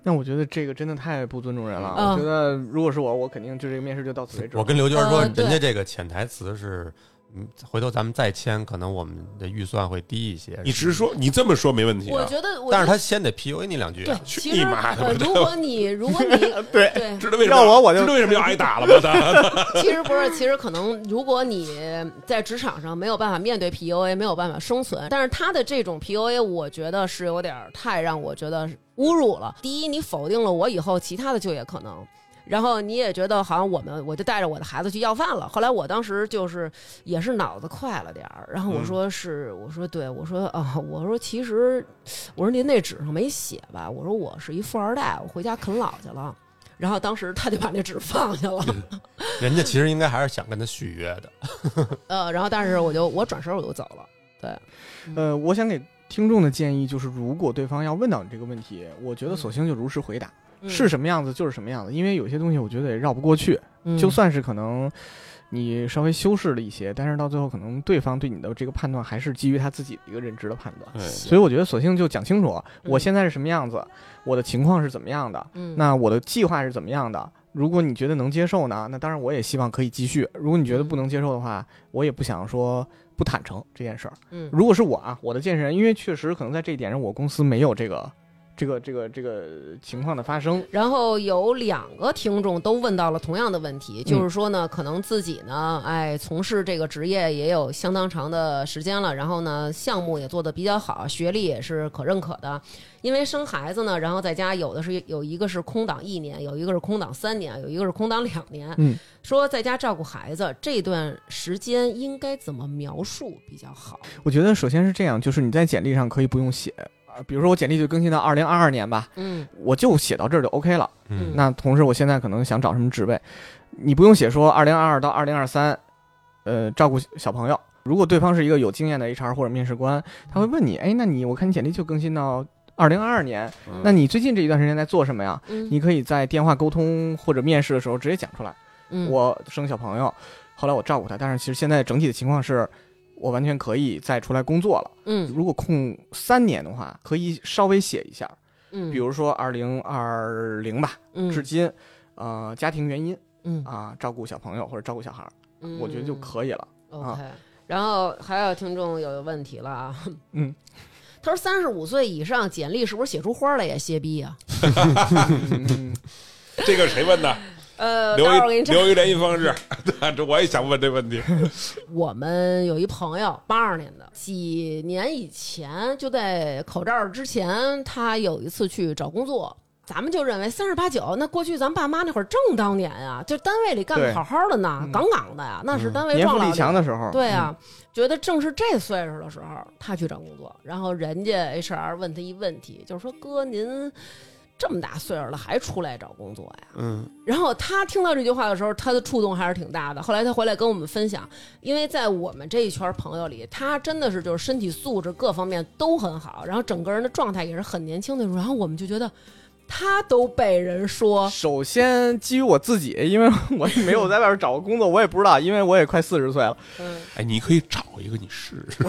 那我觉得这个真的太不尊重人了。嗯我觉得如果是我，我肯定就这个面试就到此为止。我跟刘娟说，呃对人家这个潜台词是，嗯，回头咱们再签，可能我们的预算会低一些。你直说，你这么说没问题我啊。觉得我觉得，但是他先得 PUA 你两句对啊，，去其你实妈的呃吧如果你如果你对对知道为什么要我我就知道为什么要挨打了吗？他 *laughs* 其实不是，其实可能如果你在职场上没有办法面对 PUA，没有办法生存，但是他的这种 PUA，我觉得是有点儿太让我觉得侮辱了。第一，你否定了我以后其他的就业可能。然后你也觉得好像我们我就带着我的孩子去要饭了。后来我当时就是也是脑子快了点儿，然后我说是、我说对我说啊我说其实我说您那纸上没写吧？我说我是一富二代，我回家啃老去了。然后当时他就把那纸放下了。人家其实应该还是想跟他续约的。呃，然后但是我就我转身我就走了。呃，我想给听众的建议就是，如果对方要问到你这个问题，我觉得索性就如实回答，是什么样子就是什么样子。因为有些东西我觉得也绕不过去，嗯就算是可能你稍微修饰了一些，但是到最后可能对方对你的这个判断还是基于他自己的一个认知的判断。所以我觉得索性就讲清楚，我现在是什么样子，我的情况是怎么样的，嗯那我的计划是怎么样的？如果你觉得能接受呢，那当然我也希望可以继续；如果你觉得不能接受的话，我也不想说不坦诚这件事儿。嗯如果是我啊，我的见识人，因为确实可能在这一点上，我公司没有这个、这个、这个、这个情况的发生。然后有两个听众都问到了同样的问题，就是说呢，可能自己呢，哎，从事这个职业也有相当长的时间了，然后呢，项目也做得比较好，学历也是可认可的。因为生孩子呢，然后在家有的是有一个是空档一年，有一个是空档三年，有一个是空档两年。嗯，说在家照顾孩子这段时间应该怎么描述比较好？我觉得首先是这样，就是你在简历上可以不用写，啊，比如说我简历就更新到二零二二年吧，嗯我就写到这儿就 OK 了。嗯那同时，我现在可能想找什么职位，你不用写说二零二二到二零二三，呃，照顾小朋友。如果对方是一个有经验的 HR 或者面试官，他会问你，哎，那你我看你简历就更新到二零二二年，那你最近这一段时间在做什么呀？嗯，你可以在电话沟通或者面试的时候直接讲出来，嗯我生小朋友，后来我照顾他，但是其实现在整体的情况是。我完全可以再出来工作了。嗯如果空三年的话，可以稍微写一下，嗯，比如说二零二零吧，嗯至今，呃，家庭原因嗯啊，照顾小朋友或者照顾小孩儿，嗯我觉得就可以了。啊 OK，然后还有听众有问题了啊，嗯， *laughs* 他说三十五岁以上简历是不是写出花来也歇逼啊？ *laughs* 嗯这个谁问的？呃，留待会儿我给一你查。留一联系方式。对这我也想问这问题。我们有一朋友八二年的，几年以前就在口罩之前，他有一次去找工作。咱们就认为三十八九，那过去咱爸妈那会儿正当年啊，就单位里干对得好好的呢嗯，杠杠的呀，那是单位年壮富老力年强的时候，对啊，觉得正是这岁数的时候，他去找工作，然后人家 HR 问他一问题，就是说哥您这么大岁数了还出来找工作呀？嗯，然后他听到这句话的时候，他的触动还是挺大的。后来他回来跟我们分享，因为在我们这一圈朋友里，他真的是就是身体素质各方面都很好，然后整个人的状态也是很年轻的时候。然后我们就觉得，他都被人说，首先，基于我自己，因为我也没有在外边找过工作，我也不知道，因为我也快四十岁了。嗯，哎，你可以找一个你试试。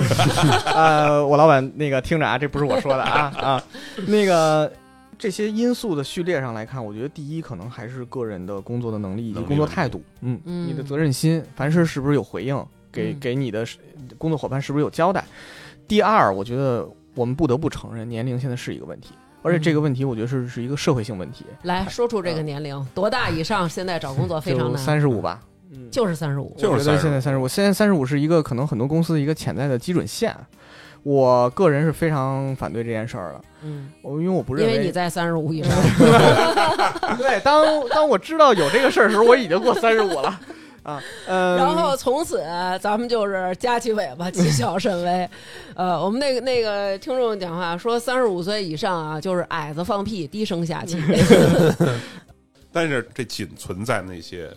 呃，我老板那个听着啊，这不是我说的啊啊，那个这些因素的序列上来看，我觉得第一可能还是个人的工作的能力以及能力工作问题态度，嗯，嗯你的责任心，凡事是不是有回应，给嗯给你的是工作伙伴是不是有交代。第二，我觉得我们不得不承认，年龄现在是一个问题，而且这嗯个问题我觉得是是一个社会性问题，来说出这个年龄，多大以上现在找工作哦非常就难，三十五吧，嗯，就是三十五。就我是觉得35现在三十五，现在三十五是一个可能很多公司的一个潜在的基准线。我个人是非常反对这件事儿的，嗯，我因为我不因认为你在三十五以上， *laughs* 对，当当我知道有这个事儿的时候，我已经过三十五了啊。呃，然后从此咱们就是夹起尾巴，谨小慎微。呃，我们那个那个听众讲话说，三十五岁以上啊，就是矮子放屁，低声下气。但是这仅存在那些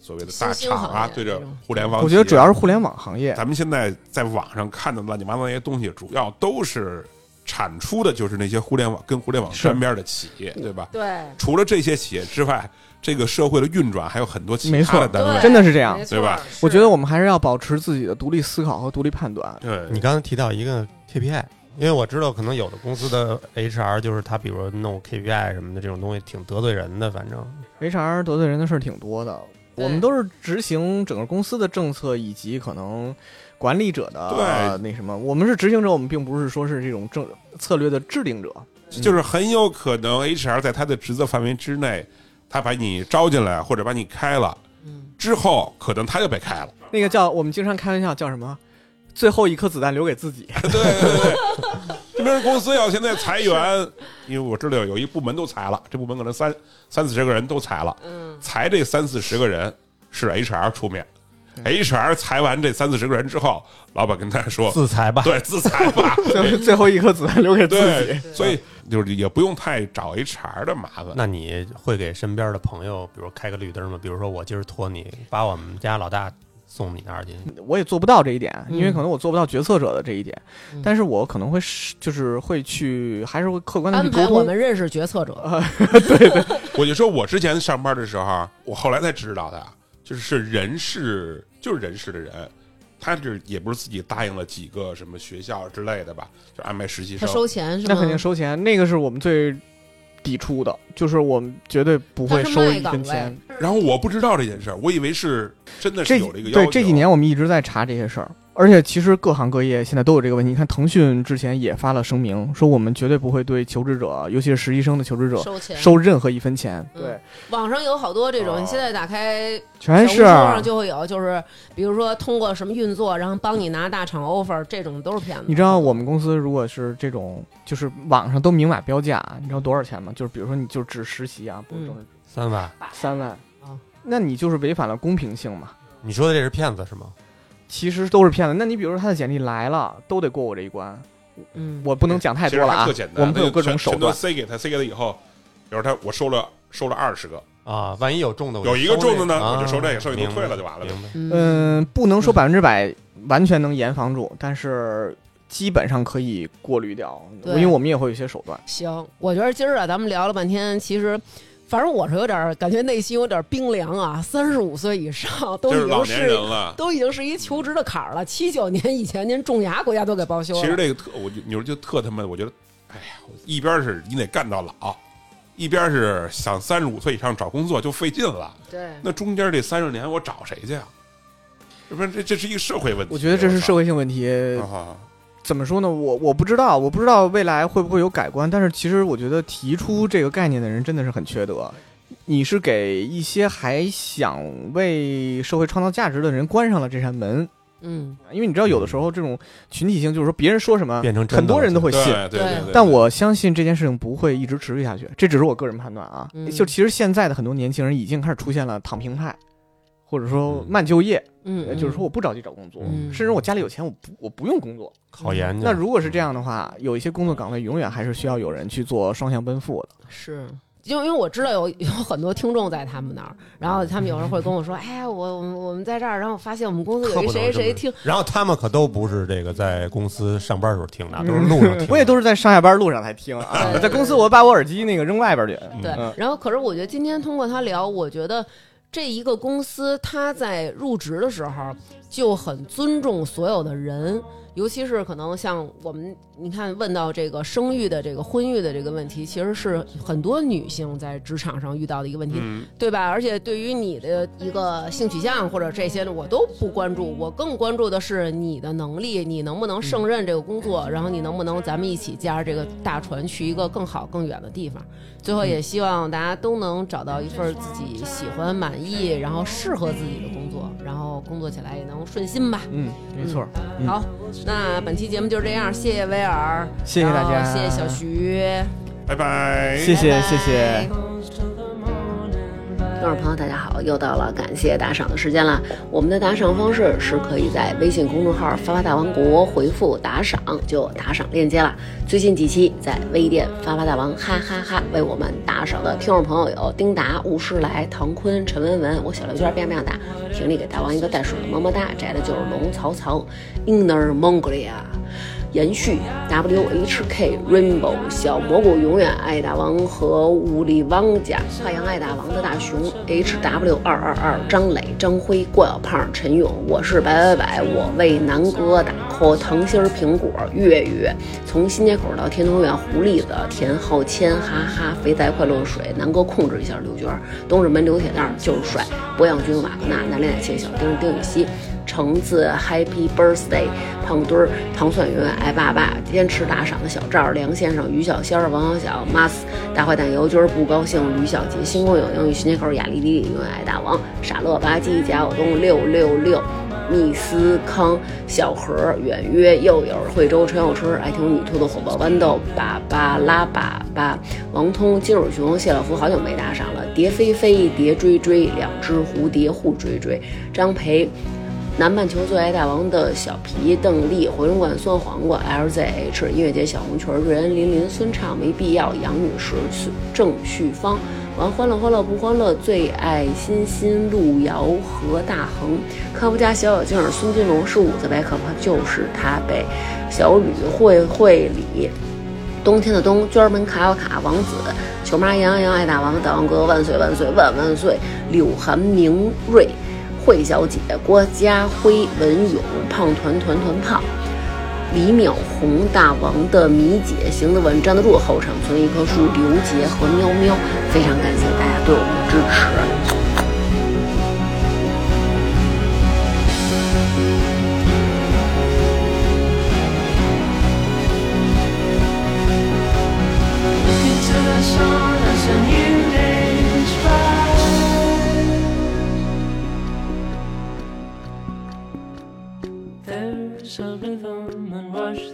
所谓的新大兴厂行啊，业对这着种互联网企业，我觉得主要是互联网行业，啊咱们现在在网上看的乱七八糟那些东西，主要都是产出的就是那些互联网跟互联网是沾边的企业，对吧？对，除了这些企业之外，这个社会的运转还有很多其没他错的单位。真的是这样没错对吧？我觉得是我们还是要保持自己的独立思考和独立判断。对，你刚才提到一个 KPI，因为我知道可能有的公司的 HR 就是他，比如说弄 KPI 什么的这种东西，挺得罪人的。反正 HR 得罪人的事儿挺多的，对我们都是执行整个公司的政策以及可能管理者的对呃那什么，我们是执行者，我们并不是说是这种政策略的制定者。就是很有可能 HR 在他的职责范围之内，他把你招进来或者把你开了，之后可能他就被开了。那个叫我们经常开玩笑叫什么？最后一颗子弹留给自己。 *laughs* 对对对，这边公司要现在裁员，因为我知道有一部门都裁了，这部门可能三三四十个人都裁了，嗯，裁这三四十个人是 HR 出面。HR 裁完这三四十个人之后，老板跟他说自裁：“吧，对，自裁吧。最最后一颗子弹留给自对己。”，所以就是也不用太找 HR 的麻烦。那你会给身边的朋友，比如开个绿灯吗？比如说我今儿托你把我们家老大送你那儿去，我也做不到这一点，因为嗯可能我做不到决策者的这一点，嗯但是我可能会是就是会去，还是会客观的安去排沟我通。们认识决策者，我就说，我之前上班的时候，我后来才知道的，就是是人事，就是人事的人，他这也不是自己答应了几个什么学校之类的吧，就安排实习他生。收钱是吗？那肯定收钱，那个是我们最抵触的，就是我们绝对不会收一分钱。然后我不知道这件事儿，我以为是真的这是有这个要对求。这几年我们一直在查这些事儿，而且其实各行各业现在都有这个问题。你看，腾讯之前也发了声明，说我们绝对不会对求职者，尤其是实习生的求职者收钱。收任何一分钱。嗯对，网上有好多这种，你现在打开全小红是啊书上就会有，就是比如说通过什么运作，然后帮你拿大厂 offer，这种都是骗子。你知道我们公司如果是这种，就是网上都明码标价，你知道多少钱吗？就是比如说你就只实习啊，不是正式，三万。三万啊，那你就是违反了公平性嘛。你说的这是骗子是吗？其实都是骗子。那你比如说他的简历来了，都得过我这一关，嗯，我不能讲太其多实了他啊特简。单，我们会有各那种个手全都段。塞给他，塞给他以后，比如他我收了收了二十个，啊，万一有中的我就有一个收这中的呢啊我就收这个剩下都明白退了就完了呗明白嗯嗯，不能说百分之百完全能严防住，但是基本上可以过滤掉，对因为我们也会有一些手段。行，我觉得今儿啊，咱们聊了半天，其实。反正我是有点儿感觉内心有点儿冰凉啊，三十五岁以上都这是已老经年是人了。都已经是一求职的坎儿了。七九年以前您种牙国家都给报修了，其实这个特，我就你说就特他妈，我觉得，哎呀，一边是你得干到老，一边是想三十五岁以上找工作就费劲了。对那中间这三十年我找谁去啊？这不是这这是一个社会问题，我觉得这是社会会性问题，啊，怎么说呢？我我不知道，我不知道未来会不会有改观。但是其实我觉得提出这个概念的人真的是很缺德。你是给一些还想为社会创造价值的人关上了这扇门，嗯，因为你知道，有的时候这种群体性就是说别人说什么，变成真的很多人都会对信。对对对对。但我相信这件事情不会一直持续下去，这只是我个人判断啊。嗯就其实现在的很多年轻人已经开始出现了躺平派，或者说嗯慢就业，嗯，呃嗯就是说我不着急找工作，嗯甚至我家里有钱，我不我不用工作。考嗯研去了那如果是这样的话，有一些工作岗位永远还是需要有人去做双向奔赴的。是就因为我知道有有很多听众在他们那儿，然后他们有人会跟我说：“哎呀，我我们我们在这儿，然后我发现我们公司有一谁谁谁听，然后他们可都不是这个在公司上班的时候听的，都是嗯路 *laughs* 上听的。嗯 *laughs* 我也都是在上下班路上才听啊对，在公司我把我耳机那个扔外边去。对嗯，然后可是我觉得今天通过他聊，我觉得这一个公司他在入职的时候就很尊重所有的人，尤其是可能像我们你看问到这个生育的这个婚育的这个问题，其实是很多女性在职场上遇到的一个问题，嗯，对吧？而且对于你的一个性取向或者这些的，我都不关注，我更关注的是你的能力，你能不能胜任这个工作，然后你能不能咱们一起驾着这个大船去一个更好、更远的地方。最后也希望大家都能找到一份自己喜欢、满意，然后适合自己的工作，然后工作起来也能顺心吧。嗯，没错，嗯好，那本期节目就是这样，谢谢威尔，谢谢大家然后谢谢小徐。拜拜，谢谢拜拜谢谢。听众朋友，大家好，又到了感谢打赏的时间了。我们的打赏方式是可以在微信公众号“发发大王国”回复“打赏”就有打赏链接了。最近几期在微店“发发大王”哈哈哈为我们打赏的听众朋友有丁达、吴师来、唐坤、陈文文、我小刘娟、变变打、婷丽给大王一个袋鼠的么么哒、宅的就是龙、曹操、Inner Mongolia。延续 W H K Rainbow 小蘑菇永远爱大王和乌里汪家跨洋爱大王的大熊 H W 二二二张磊张辉郭小胖陈勇我是白白白我为南哥打 call 糖心儿苹果月月从新街口到天通苑狐狸子田浩谦哈哈肥宅快乐水南哥控制一下刘娟儿东直门刘铁蛋儿就是帅博养君瓦格纳南脸谢小丁丁禹兮橙子 Happy Birthday，胖墩儿、糖蒜圆圆、爱爸爸、坚持打赏的小赵、梁先生、于小仙儿、王小小、Mas、大坏蛋姚军儿不高兴、吕小杰、星光有英语、新街口、雅丽丽丽、永远爱大王、傻乐吧唧、贾晓东、六六六。密斯康、小何、远约、又友、惠州、陈小春、爱听女兔的火爆豌豆、粑粑拉粑粑、王通、金手熊、谢老夫，好久没打赏了。蝶飞飞、蝶追追、两只蝴蝶互追追、张培、南半球最爱大王的小皮、邓丽、回龙观酸黄瓜、LZH 音乐节小红裙、瑞恩林林、孙畅没必要、杨女士、郑旭芳。玩欢乐欢乐不欢乐，最爱欣欣、路遥和大恒、科夫家小小静儿、孙金龙是五子白可怕就是他呗，小吕慧慧李。冬天的冬，娟儿门卡卡卡，王子，球妈杨洋洋爱大王，大王哥万岁万岁万万岁，柳涵明锐，惠小姐，郭家辉，文勇，胖团团团胖。李淼红大王的米姐行得稳站得住，后场村一棵树，刘杰和喵喵，非常感谢大家对我们的支持。啊 into the sun as a new day's bright. There's a rhythm and rush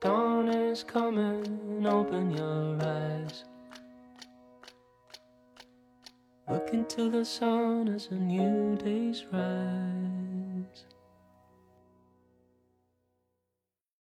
Dawn is coming, open your eyes. Look into the sun as a new day's rise.